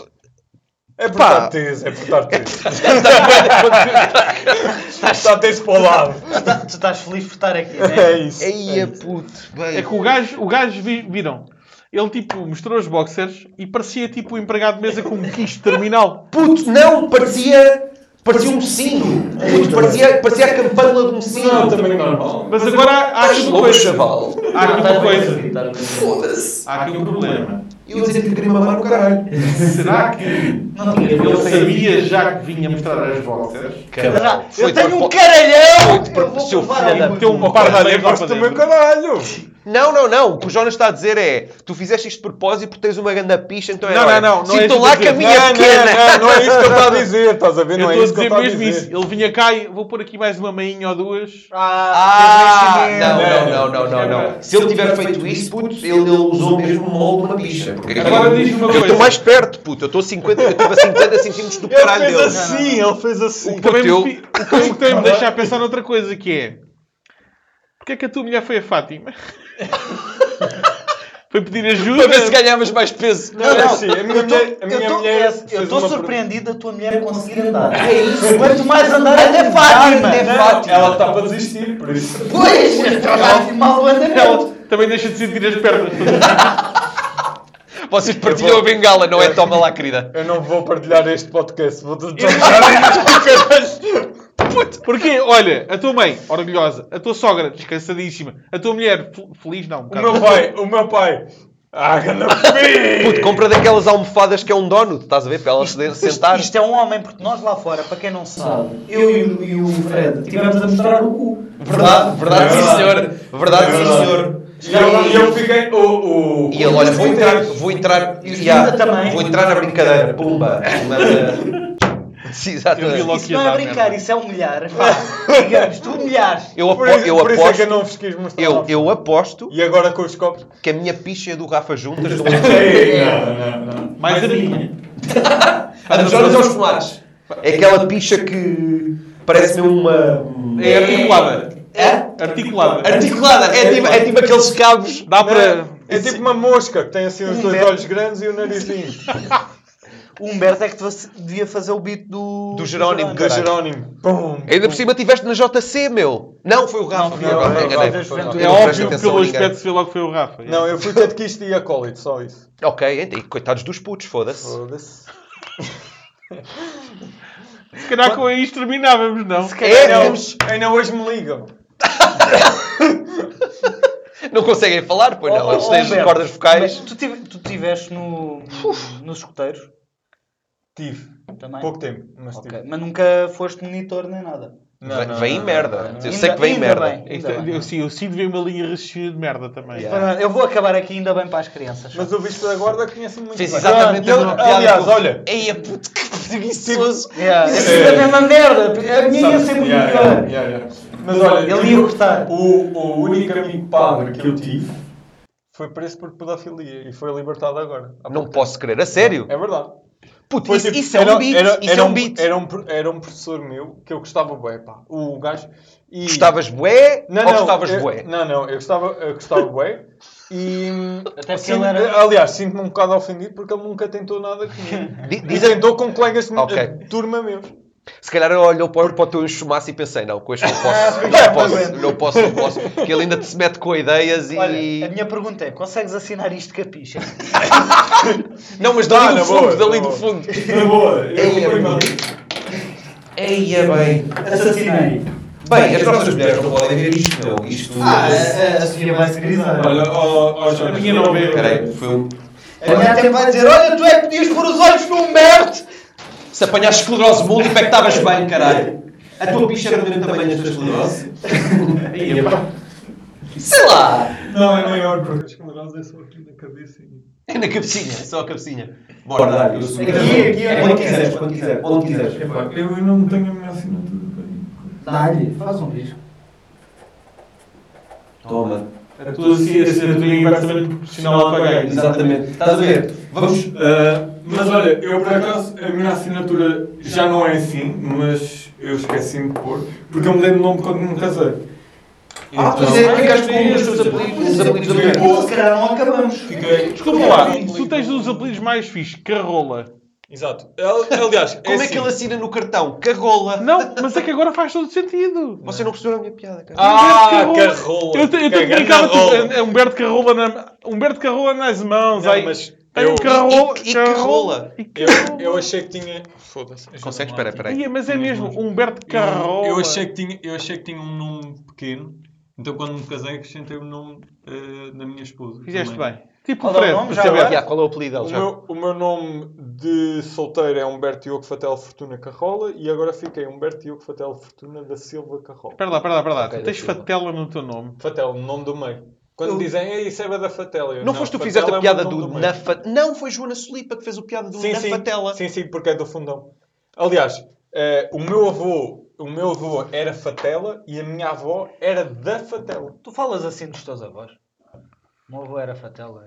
[SPEAKER 5] É por
[SPEAKER 3] Pá.
[SPEAKER 5] estar teso, é por estar teso. Está teso para o lado.
[SPEAKER 2] Tá- tu estás feliz por estar aqui, né?
[SPEAKER 5] É isso.
[SPEAKER 3] Eia, puto, bem.
[SPEAKER 4] É que o gajo, o gajo vi- viram. Ele tipo mostrou os boxers e parecia tipo o empregado de mesa com um quiche terminal.
[SPEAKER 3] Puto, não, parecia. Parecia um sino. Puto, parecia, parecia a campana de um sino.
[SPEAKER 6] Não, também normal.
[SPEAKER 4] Mas agora
[SPEAKER 5] é
[SPEAKER 4] há aqui
[SPEAKER 1] Estás
[SPEAKER 4] uma
[SPEAKER 1] louco,
[SPEAKER 4] coisa.
[SPEAKER 1] chaval.
[SPEAKER 4] Há
[SPEAKER 9] Ah, tá
[SPEAKER 4] aqui
[SPEAKER 5] tá
[SPEAKER 4] uma coisa.
[SPEAKER 7] coisa.
[SPEAKER 1] Foda-se.
[SPEAKER 6] Há aqui um problema.
[SPEAKER 1] Eu ia dizer que queria mamar no caralho.
[SPEAKER 6] Será que
[SPEAKER 7] Não tinha
[SPEAKER 6] ele
[SPEAKER 7] visto.
[SPEAKER 6] sabia já que vinha mostrar as boxers?
[SPEAKER 3] Caralho.
[SPEAKER 2] Eu
[SPEAKER 3] Foi de
[SPEAKER 2] tenho um
[SPEAKER 3] propó-
[SPEAKER 2] caralhão!
[SPEAKER 3] de propósito, seu filho da-
[SPEAKER 4] Meteu um par de
[SPEAKER 5] Caralho,
[SPEAKER 4] ameios lá
[SPEAKER 5] gosto
[SPEAKER 4] para
[SPEAKER 5] do meu
[SPEAKER 4] dentro.
[SPEAKER 5] caralho.
[SPEAKER 3] Não, não, não. O que o Jonas está a dizer é: tu fizeste isto de propósito porque tens uma grande picha, então é.
[SPEAKER 4] Não,
[SPEAKER 3] olha,
[SPEAKER 4] não, não, não é
[SPEAKER 3] Sinto
[SPEAKER 4] isso
[SPEAKER 3] lá
[SPEAKER 4] que
[SPEAKER 3] que a
[SPEAKER 4] eu
[SPEAKER 3] minha é pequena.
[SPEAKER 5] Não, não é isso que eu estou a dizer, estás a ver?
[SPEAKER 4] Eu
[SPEAKER 5] Não é
[SPEAKER 4] estou a
[SPEAKER 5] isso que eu
[SPEAKER 4] dizer
[SPEAKER 5] estou a
[SPEAKER 4] mesmo
[SPEAKER 5] dizer.
[SPEAKER 4] isso. Ele vinha cá e vou pôr aqui mais uma mainha ou duas.
[SPEAKER 3] Ah,
[SPEAKER 5] não,
[SPEAKER 3] não, não, não, não, não, não. Se ele tiver feito isso, puto, ele, ele usou mesmo o molde de uma bicha. Porque
[SPEAKER 4] Agora diz-me uma
[SPEAKER 3] eu estou
[SPEAKER 4] coisa.
[SPEAKER 3] mais perto, puto. Eu estou a 50, eu estive a 50 centímetros do
[SPEAKER 5] Ele
[SPEAKER 3] caralho
[SPEAKER 5] fez
[SPEAKER 3] dele.
[SPEAKER 5] assim, ele fez assim.
[SPEAKER 4] O que também
[SPEAKER 3] Bateu.
[SPEAKER 4] me, fi- o é que também me tem- deixa a pensar noutra coisa que é porque é que a tua mulher foi a Fátima? foi pedir ajuda?
[SPEAKER 3] Para ver se ganhavas mais peso.
[SPEAKER 5] Não, é assim, a minha
[SPEAKER 2] Eu tô-
[SPEAKER 5] mulher. a minha
[SPEAKER 2] eu tô-
[SPEAKER 5] mulher é
[SPEAKER 2] eu-
[SPEAKER 5] fez
[SPEAKER 2] Eu estou
[SPEAKER 5] uma
[SPEAKER 2] surpreendido da tua mulher conseguir andar.
[SPEAKER 7] É isso.
[SPEAKER 2] Quanto mais andar, até Fátima!
[SPEAKER 7] né?
[SPEAKER 5] pergunta. Não, ela está para desistir, por isso.
[SPEAKER 2] Pois! Ela mal anda
[SPEAKER 4] Ela também deixa de sentir as pernas.
[SPEAKER 3] Vocês partilham a bengala, não é? Toma lá, querida.
[SPEAKER 5] Eu não vou partilhar este podcast, vou te deixar
[SPEAKER 4] Porquê? Olha, a tua mãe, orgulhosa. A tua sogra, descansadíssima. A tua mulher, fel- feliz não. Um
[SPEAKER 5] O meu
[SPEAKER 4] bocado.
[SPEAKER 5] pai, o meu pai. Ah, ganda
[SPEAKER 3] Puto, compra daquelas almofadas que é um donut, estás a ver? Para ela se sentar.
[SPEAKER 2] Isto é um homem, porque nós lá fora, para quem não sabe,
[SPEAKER 7] Sabe, Eu e o, e o Fred tivemos a mostrar o cu.
[SPEAKER 3] Verdade, verdade, sim, senhor. Verdade, sim, senhor.
[SPEAKER 5] E eu, e eu fiquei. O, é o,
[SPEAKER 3] E ele, olha, vou entrar, vou entrar,
[SPEAKER 7] E os
[SPEAKER 3] já,
[SPEAKER 7] Pimba também.
[SPEAKER 3] vou entrar na brincadeira, pumba. Mas, eh, Sim,
[SPEAKER 4] Eu vi
[SPEAKER 3] exatamente.
[SPEAKER 4] logo
[SPEAKER 2] Isso
[SPEAKER 4] que ia
[SPEAKER 2] não é
[SPEAKER 4] dar
[SPEAKER 2] brincar,
[SPEAKER 4] merda.
[SPEAKER 2] isso é humilhar. Pá, Digamos, tu humilhares.
[SPEAKER 3] Eu, apo
[SPEAKER 5] Por isso,
[SPEAKER 3] eu
[SPEAKER 5] por isso é que eu
[SPEAKER 3] aposto.
[SPEAKER 5] não vos quis mostrar.
[SPEAKER 3] Eu, eu aposto
[SPEAKER 5] E agora com os copos.
[SPEAKER 3] que a minha picha e a do Rafa juntas é? estão
[SPEAKER 4] Mais a minha.
[SPEAKER 1] A dos olhos aos pomares.
[SPEAKER 3] É aquela picha que parece-me uma.
[SPEAKER 4] É articulada.
[SPEAKER 1] É?
[SPEAKER 4] Articulada.
[SPEAKER 1] Articulada. É tipo, é tipo aqueles cabos.
[SPEAKER 4] Dá para.
[SPEAKER 5] É tipo uma mosca que tem assim os dois olhos grandes e o narizinho.
[SPEAKER 2] O Humberto é que fa- devia fazer o beat do.
[SPEAKER 3] Do Jerónimo,
[SPEAKER 5] Do Jerónimo. Pum.
[SPEAKER 3] Ainda por cima estiveste na JC, meu! Não, foi o Rafa.
[SPEAKER 5] Não, não,
[SPEAKER 3] Agora
[SPEAKER 5] não,
[SPEAKER 3] enganei.
[SPEAKER 5] não, não, não,
[SPEAKER 4] É
[SPEAKER 3] Eu não presto
[SPEAKER 4] óbvio que
[SPEAKER 3] atenção a
[SPEAKER 4] pelo
[SPEAKER 3] ninguém.
[SPEAKER 4] aspecto se vê logo que foi o Rafa.
[SPEAKER 5] Não, eu fui catequista e acólito, só isso.
[SPEAKER 3] Ok, então, e coitados dos putos, foda-se.
[SPEAKER 5] Foda-se.
[SPEAKER 4] Se calhar com isto terminávamos, não?
[SPEAKER 5] Não,
[SPEAKER 3] É,
[SPEAKER 5] Ainda hoje me ligam.
[SPEAKER 3] não conseguem falar, pois não.
[SPEAKER 2] Oh,
[SPEAKER 3] Eles
[SPEAKER 2] oh,
[SPEAKER 3] têm as
[SPEAKER 2] Humberto,
[SPEAKER 3] cordas vocais.
[SPEAKER 2] Humberto, Tu, tive, tu tiveste no, nos escuteiros
[SPEAKER 5] Tive.
[SPEAKER 2] também?
[SPEAKER 5] Pouco tempo, mas
[SPEAKER 2] Ok,
[SPEAKER 5] tive.
[SPEAKER 2] Mas nunca foste monitor nem nada.
[SPEAKER 5] Não,
[SPEAKER 3] Vem-
[SPEAKER 5] não,
[SPEAKER 3] vem
[SPEAKER 5] não,
[SPEAKER 3] merda.
[SPEAKER 5] não, não.
[SPEAKER 3] Eu sei que vem
[SPEAKER 2] ainda
[SPEAKER 3] merda.
[SPEAKER 2] bem, ainda
[SPEAKER 4] Isto é-
[SPEAKER 2] bem.
[SPEAKER 4] eu, sim, eu sinto ver uma linha raciocínio de merda também.
[SPEAKER 3] Yeah.
[SPEAKER 2] Fernando, Eu vou acabar aqui ainda bem para as crianças.
[SPEAKER 5] Mas o bicho da guarda conhece-me muito
[SPEAKER 3] Fiz
[SPEAKER 5] bem.
[SPEAKER 3] exatamente
[SPEAKER 5] Ah,
[SPEAKER 3] a
[SPEAKER 5] ele-
[SPEAKER 3] mesma piada.
[SPEAKER 5] Aliás,
[SPEAKER 3] que eu-
[SPEAKER 5] olha.
[SPEAKER 3] Ei, a puto, que preguiçoso.
[SPEAKER 2] Yeah, isso é a mesma merda. A minha ia ser muito
[SPEAKER 7] é.
[SPEAKER 2] melhor.
[SPEAKER 5] Mas olha,
[SPEAKER 2] Ele
[SPEAKER 5] eu-
[SPEAKER 2] ia gostar.
[SPEAKER 5] O, o único amigo padre que eu tive foi preso por pedofilia e foi libertado agora. Há
[SPEAKER 3] Não
[SPEAKER 5] pouco
[SPEAKER 3] posso crer, a sério.
[SPEAKER 5] tempo. É verdade.
[SPEAKER 3] Puto,
[SPEAKER 5] Foi
[SPEAKER 3] isso,
[SPEAKER 5] tipo,
[SPEAKER 3] isso é um
[SPEAKER 5] era-
[SPEAKER 3] beat.
[SPEAKER 5] era-
[SPEAKER 3] isso
[SPEAKER 5] era
[SPEAKER 3] é um beat.
[SPEAKER 5] Era um, pro- era um professor meu que eu gostava bué, pá. O gajo. E...
[SPEAKER 3] Gostavas bué
[SPEAKER 5] Não, é-
[SPEAKER 3] ou
[SPEAKER 5] não,
[SPEAKER 3] gostavas
[SPEAKER 5] eu,
[SPEAKER 3] bué?
[SPEAKER 5] Não, não, eu gostava, eu gostava bué. E.
[SPEAKER 2] Até porque
[SPEAKER 5] sinto-
[SPEAKER 2] ele era-
[SPEAKER 5] Aliás, sinto-me um bocado ofendido porque ele nunca tentou nada comigo.
[SPEAKER 3] Di-
[SPEAKER 5] e
[SPEAKER 3] diz-
[SPEAKER 5] tentou com colegas de
[SPEAKER 3] Ok.
[SPEAKER 5] de turma meus.
[SPEAKER 3] Se calhar ele olhou para, para o teu enxumaço e pensei, não, com este não posso, não posso, não posso, não posso. Que ele ainda se mete com ideias e...
[SPEAKER 2] Olha, a minha pergunta é: consegues assinar isto capicha?
[SPEAKER 3] Não, mas dali
[SPEAKER 5] Ah,
[SPEAKER 3] do
[SPEAKER 5] na
[SPEAKER 3] fundo,
[SPEAKER 5] boa,
[SPEAKER 3] dali
[SPEAKER 5] na
[SPEAKER 3] do
[SPEAKER 5] boa.
[SPEAKER 3] fundo. é
[SPEAKER 5] Na boa,
[SPEAKER 1] Ei, é bem.
[SPEAKER 7] Assassinei.
[SPEAKER 1] Bem, as nossas mulheres não podem ver isto, não. Isto.
[SPEAKER 7] Ah, a, a Sofia vai se grisar.
[SPEAKER 6] Olha, ó, ó, Jorge, a minha não vê.
[SPEAKER 1] Peraí, foi um.
[SPEAKER 7] A minha até vai dizer: Olha, tu é que podias pôr os olhos no Humberto!
[SPEAKER 1] Se apanhaste esclerose múltipla é que estavas bem, caralho. A tua bicha era do mesmo tamanho da tua esclerose?
[SPEAKER 6] Aí, pá.
[SPEAKER 1] Sei lá.
[SPEAKER 5] Não, é maior, porque as esclerose é só aqui na cabeça. e-
[SPEAKER 3] É na cabecinha, só a cabecinha.
[SPEAKER 1] Bora, dá, eu sou.
[SPEAKER 7] Aqui, aqui, é
[SPEAKER 1] Quando
[SPEAKER 7] aqui.
[SPEAKER 1] quiseres, quando quiseres, quando quiseres.
[SPEAKER 5] Epá, tipo, eu não tenho a minha assinatura para ir.
[SPEAKER 7] Dá-lhe, faz um bicho.
[SPEAKER 1] Toma.
[SPEAKER 6] A tua
[SPEAKER 5] assim,
[SPEAKER 6] assinatura é inversamente proporcional ao pagamento.
[SPEAKER 1] Exatamente. Estás a ver? Vamos.
[SPEAKER 6] Ah, mas olha, eu por acaso, a minha assinatura já não é assim, mas eu esqueci-me de pôr, porque eu mudei de nome quando me casei.
[SPEAKER 1] Ah,
[SPEAKER 3] Então,
[SPEAKER 1] tu é que ficaste com os teus apelidos, os apelidos da mulher.
[SPEAKER 7] Então, se calhar não acabamos.
[SPEAKER 5] Fiquei.
[SPEAKER 4] Desculpa lá, tu tens um dos apelidos mais fixes, Carrola.
[SPEAKER 5] Exato. Al- Aliás, é
[SPEAKER 3] Como é que
[SPEAKER 5] assim.
[SPEAKER 3] ele assina no cartão? Cagola.
[SPEAKER 4] Não, mas é que agora faz todo sentido. É um
[SPEAKER 3] Você não percebeu a minha piada, cara.
[SPEAKER 5] Ah,
[SPEAKER 4] Humberto
[SPEAKER 5] Carrola.
[SPEAKER 4] Eu, te- eu
[SPEAKER 5] Que
[SPEAKER 4] te brincava
[SPEAKER 5] Carrola.
[SPEAKER 4] tipo, é Humberto Carrola, na, um Humberto Carrola nas mãos.
[SPEAKER 5] Não,
[SPEAKER 4] aí.
[SPEAKER 5] mas
[SPEAKER 4] Tem
[SPEAKER 5] eu-
[SPEAKER 4] um Carrola.
[SPEAKER 3] E- e- e Carrola.
[SPEAKER 4] E
[SPEAKER 5] Eu,
[SPEAKER 4] Carrola.
[SPEAKER 5] eu achei que tinha. Foda-se.
[SPEAKER 3] Consegues?
[SPEAKER 5] ajuda-me
[SPEAKER 3] Espera,
[SPEAKER 5] lá.
[SPEAKER 3] espera aí.
[SPEAKER 4] Ia, mas é mesmo, Humberto
[SPEAKER 5] Eu,
[SPEAKER 4] Carrola.
[SPEAKER 5] eu achei que tinha, eu achei que tinha um nome pequeno, então quando me casei acrescentei o nome eh, da minha esposa.
[SPEAKER 4] Fizeste
[SPEAKER 5] também.
[SPEAKER 4] bem. Tipo
[SPEAKER 2] Qual
[SPEAKER 4] o
[SPEAKER 2] é o
[SPEAKER 4] Fred,
[SPEAKER 2] nome,
[SPEAKER 4] para
[SPEAKER 2] já
[SPEAKER 4] saber.
[SPEAKER 2] agora?
[SPEAKER 3] Já, qual é o apelido dele?
[SPEAKER 5] O
[SPEAKER 3] já?
[SPEAKER 5] meu, o meu nome de solteiro é Humberto Diogo Fatel Fortuna Carrola e agora fiquei Humberto Diogo Fatel Fortuna da Silva Carrola.
[SPEAKER 4] Espera lá, espera lá, espera lá.
[SPEAKER 3] Ok,
[SPEAKER 4] tu tens
[SPEAKER 3] deixa eu ver.
[SPEAKER 4] fatela no teu nome.
[SPEAKER 5] Fatel, o nome do meio. Quando dizem, ei, isso é da Fatela. eu,
[SPEAKER 3] Não, foste tu que
[SPEAKER 5] Fatel
[SPEAKER 3] fizeste
[SPEAKER 5] é
[SPEAKER 3] a
[SPEAKER 5] o meu
[SPEAKER 3] piada
[SPEAKER 5] nome
[SPEAKER 3] do
[SPEAKER 5] meio."
[SPEAKER 3] Nafa... Não, foi Joana Solipa que fez a piada do
[SPEAKER 5] sim, sim,
[SPEAKER 3] Nafatela.
[SPEAKER 5] Sim, sim, porque é do fundão. Aliás, eh, o meu avô, o meu avô era Fatela e a minha avó era da Fatela.
[SPEAKER 2] Tu falas assim dos teus avós? O meu avô era fatela.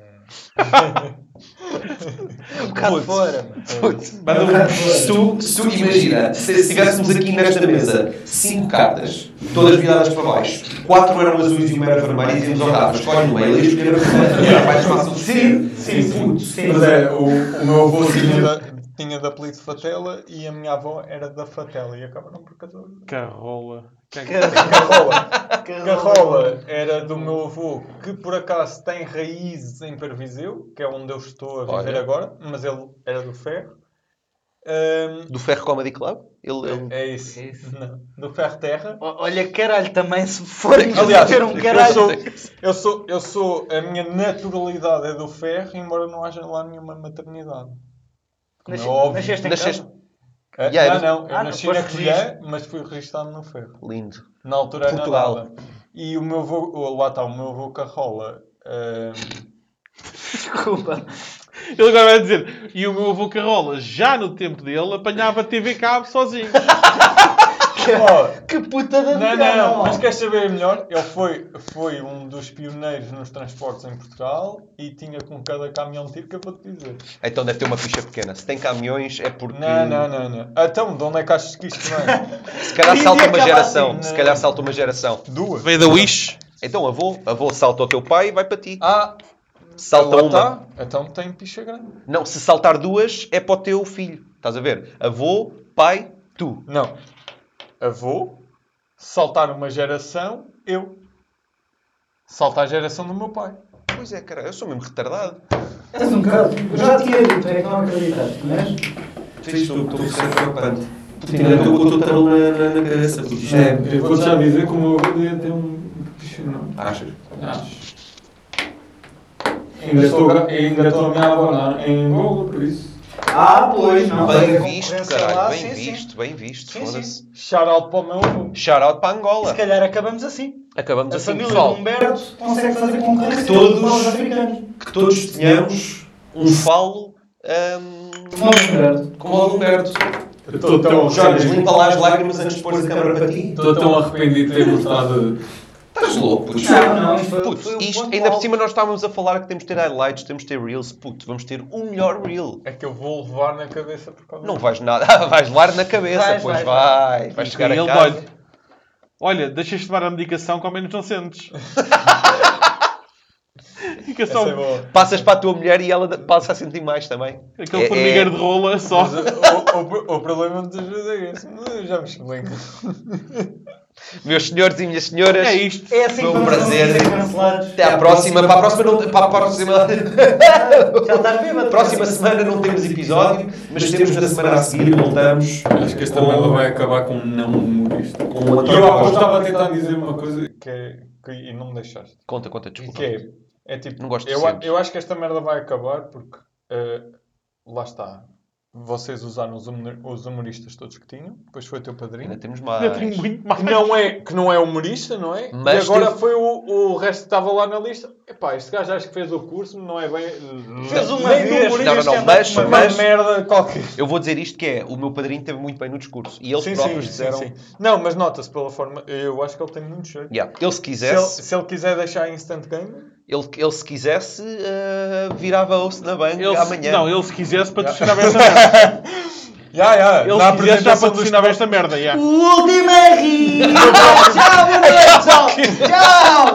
[SPEAKER 2] É... um bocado fora, mano.
[SPEAKER 1] É Se um tu, se tu imagina, se se tivéssemos aqui nesta mesa cinco cartas, todas viradas para baixo, quatro eram azuis e uma era vermelha, e dizíamos ao Rafa, escolhe
[SPEAKER 3] um, é
[SPEAKER 1] uma, ele ia escolher a vermelha, era mais fácil de decidir.
[SPEAKER 7] Sim, sim.
[SPEAKER 5] Mas é, o, o meu avô tinha da, tinha de apelido Fatela e a minha avó era da Fatela e acabaram por casar.
[SPEAKER 4] Carrola.
[SPEAKER 5] Carrola. Carrola era do meu avô, que por acaso tem raízes em Perviseu, que é onde eu estou a viver
[SPEAKER 3] Olha.
[SPEAKER 5] agora, mas ele era do ferro. Ahm,
[SPEAKER 3] Do Ferro Comedy Club? Ele, ele...
[SPEAKER 5] é isso.
[SPEAKER 2] É isso.
[SPEAKER 5] Não, Do ferro terra.
[SPEAKER 2] O- Olha, caralho, também se forem
[SPEAKER 5] Aliás,
[SPEAKER 2] ter um
[SPEAKER 5] eu
[SPEAKER 2] caralho.
[SPEAKER 5] sou, eu, sou, eu sou. A minha naturalidade é do ferro, embora não haja lá nenhuma maternidade. Como é
[SPEAKER 2] Nasce-
[SPEAKER 5] óbvio.
[SPEAKER 2] Nasceste em
[SPEAKER 3] Nasceste-
[SPEAKER 2] casa?
[SPEAKER 5] Ah,
[SPEAKER 3] Yeah,
[SPEAKER 5] não, não, eu
[SPEAKER 2] Ah, não,
[SPEAKER 5] nasci
[SPEAKER 2] foste
[SPEAKER 5] na Colher, mas fui registado no ferro.
[SPEAKER 3] Lindo.
[SPEAKER 5] Na altura era
[SPEAKER 3] Portugal.
[SPEAKER 5] nada. E o meu ah, avô, oh, lá está, o meu avô Carrola. ahm,
[SPEAKER 2] Desculpa.
[SPEAKER 4] Ele agora vai dizer: e o meu avô Carola, já no tempo dele, apanhava TV Cabo sozinho.
[SPEAKER 5] Oh,
[SPEAKER 2] Que puta da
[SPEAKER 5] não,
[SPEAKER 2] mulher,
[SPEAKER 5] não,
[SPEAKER 2] ó.
[SPEAKER 5] mas queres saber melhor? Ele foi, foi um dos pioneiros nos transportes em Portugal e tinha com cada caminhão de tiro que eu vou te dizer.
[SPEAKER 3] Então deve ter uma ficha pequena. Se tem caminhões é porque
[SPEAKER 5] Não, não, não, não. Então, de onde é que achas que isto vem?
[SPEAKER 3] se calhar salta uma
[SPEAKER 5] acaba
[SPEAKER 3] geração.
[SPEAKER 5] assim,
[SPEAKER 3] se
[SPEAKER 5] não.
[SPEAKER 3] calhar salta uma geração.
[SPEAKER 5] Duas.
[SPEAKER 4] Veio da Wish.
[SPEAKER 3] Então avô, avô salta ao teu pai e vai para ti.
[SPEAKER 5] Ah,
[SPEAKER 3] Salta
[SPEAKER 5] lá
[SPEAKER 3] uma.
[SPEAKER 5] está. Então tem picha grande.
[SPEAKER 3] Não, se saltar duas é para o teu filho. Estás a ver? Avô, pai, tu.
[SPEAKER 5] Não. Avô, saltar uma geração, eu. Saltar a geração do meu pai.
[SPEAKER 3] Pois é, cara, eu sou mesmo retardado.
[SPEAKER 7] És um bocado. Eu já tinha dito, é que não acreditaste, mas.
[SPEAKER 1] Estou estou a ser preocupante. Ainda estou com o tutarão na, na, na cabeça. porque isto é-
[SPEAKER 9] Eu vou já dizer como eu vou ter um. Não.
[SPEAKER 1] Achas?
[SPEAKER 9] Ainda estou a- ainda estou a me abonar em Google, por isso.
[SPEAKER 2] Ah, pois, não.
[SPEAKER 3] Bem
[SPEAKER 2] Olha,
[SPEAKER 3] visto,
[SPEAKER 2] concorrência
[SPEAKER 3] caralho.
[SPEAKER 2] lá,
[SPEAKER 3] Bem
[SPEAKER 2] sim, sim.
[SPEAKER 3] visto, bem visto.
[SPEAKER 2] Sim,
[SPEAKER 3] Foda-se.
[SPEAKER 2] sim.
[SPEAKER 5] Shout out para o meu avô.
[SPEAKER 3] Shout out para
[SPEAKER 2] Se
[SPEAKER 3] Angola.
[SPEAKER 2] calhar acabamos assim.
[SPEAKER 3] Acabamos
[SPEAKER 2] A
[SPEAKER 3] assim,
[SPEAKER 2] família
[SPEAKER 3] pessoal.
[SPEAKER 2] do Humberto consegue fazer concorrência
[SPEAKER 1] Todos.
[SPEAKER 2] com os africanos.
[SPEAKER 1] Que todos tenhamos
[SPEAKER 3] Um falo. hum,
[SPEAKER 7] Não, Humberto.
[SPEAKER 1] como o Humberto.
[SPEAKER 9] Eu estou
[SPEAKER 6] Então,
[SPEAKER 9] tão
[SPEAKER 1] Jorge,
[SPEAKER 9] arrependido.
[SPEAKER 1] limpa lá as lágrimas antes de pôr a câmara para ti.
[SPEAKER 9] Estou tão arrependido de ter mostrado.
[SPEAKER 1] Estás louco, puto.
[SPEAKER 7] Não, não, isto foi.
[SPEAKER 2] um
[SPEAKER 3] Puto, isto, ainda por cima nós estávamos a falar que temos de ter highlights, temos de ter reels, puto, vamos ter o melhor reel.
[SPEAKER 5] É que eu vou levar na cabeça por causa
[SPEAKER 3] Não vais nada, vais levar na cabeça,
[SPEAKER 2] Vais,
[SPEAKER 3] pois
[SPEAKER 2] vais,
[SPEAKER 3] vai. Vais, chegar a
[SPEAKER 4] ele
[SPEAKER 3] casa.
[SPEAKER 4] dói Olha, deixas-te tomar a medicação que ao menos não sentes. Fica
[SPEAKER 5] disso.
[SPEAKER 4] só um.
[SPEAKER 5] Essa é boa.
[SPEAKER 3] Passas para a tua mulher e ela passa a sentir mais também.
[SPEAKER 4] aquele
[SPEAKER 3] É-
[SPEAKER 4] formigueiro
[SPEAKER 3] é-
[SPEAKER 4] de rola só. um.
[SPEAKER 5] Mas eh, o, o- o- o problema muitas vezes é esse. Mas eu já me explico.
[SPEAKER 3] Meus senhores e minhas senhoras,
[SPEAKER 4] É isto.
[SPEAKER 2] É assim que
[SPEAKER 3] Foi um
[SPEAKER 2] vamos
[SPEAKER 3] prazer.
[SPEAKER 2] conseguir ser cancelados.
[SPEAKER 3] até à próxima. Para a próxima, não, para a próxima,
[SPEAKER 2] Já estás
[SPEAKER 1] tá
[SPEAKER 2] bêbado.
[SPEAKER 3] próxima semana não temos episódio,
[SPEAKER 1] Mas temos na semana a seguir, voltamos.
[SPEAKER 9] Acho que esta merda vai acabar com um não humorista.
[SPEAKER 1] Com uma
[SPEAKER 9] Eu há pouco
[SPEAKER 1] troca.
[SPEAKER 9] estava a tentar dizer uma coisa.
[SPEAKER 5] Que, é- que- e não me deixaste.
[SPEAKER 3] Conta, conta,
[SPEAKER 5] E
[SPEAKER 3] desculpa.
[SPEAKER 5] que é, é tipo.
[SPEAKER 3] Não gosto de
[SPEAKER 5] eu, a-
[SPEAKER 3] sermos.
[SPEAKER 5] eu acho que esta merda vai acabar porque. eh, lá está. Vocês usaram os, humor- os humoristas todos que tinham. Depois foi o teu
[SPEAKER 3] Ainda
[SPEAKER 5] padrinho.
[SPEAKER 3] temos mais.
[SPEAKER 4] Eu tenho muito mais.
[SPEAKER 5] Que não, é, que não é humorista, não é? e
[SPEAKER 3] Mas
[SPEAKER 5] agora
[SPEAKER 3] teve-
[SPEAKER 5] foi o, o resto que estava lá na lista. Epá, este gajo acho que fez o curso, não é bem.
[SPEAKER 2] Fez
[SPEAKER 5] um
[SPEAKER 2] uma
[SPEAKER 5] nem de
[SPEAKER 2] vez.
[SPEAKER 5] humorista,
[SPEAKER 3] Não, não, não,
[SPEAKER 5] é
[SPEAKER 3] mas-
[SPEAKER 5] uma
[SPEAKER 3] mas-
[SPEAKER 5] merda qualquer.
[SPEAKER 3] Eu vou dizer isto que é, o meu padrinho esteve muito bem no discurso. E eles
[SPEAKER 5] Sim, sim,
[SPEAKER 3] próprios
[SPEAKER 5] sim,
[SPEAKER 3] disseram...
[SPEAKER 5] sim. Não, mas nota-se pela forma. Eu acho que ele tem muito jeito.
[SPEAKER 3] Yeah, Ele se
[SPEAKER 5] Se ele,
[SPEAKER 3] quisesse,
[SPEAKER 5] se ele quiser deixar instant game,
[SPEAKER 3] ele, ele se quisesse, eh, virava-se na banca
[SPEAKER 4] Ele se-
[SPEAKER 3] amanhã.
[SPEAKER 4] Não, ele se quisesse patrocinava esta merda.
[SPEAKER 5] já, já,
[SPEAKER 4] Ele se quisesse
[SPEAKER 5] na
[SPEAKER 4] já
[SPEAKER 5] apresentação dos-
[SPEAKER 4] patrocinava esta merda. yeah.
[SPEAKER 2] Última rir. Tchau, boa noite, pessoal. Tchau.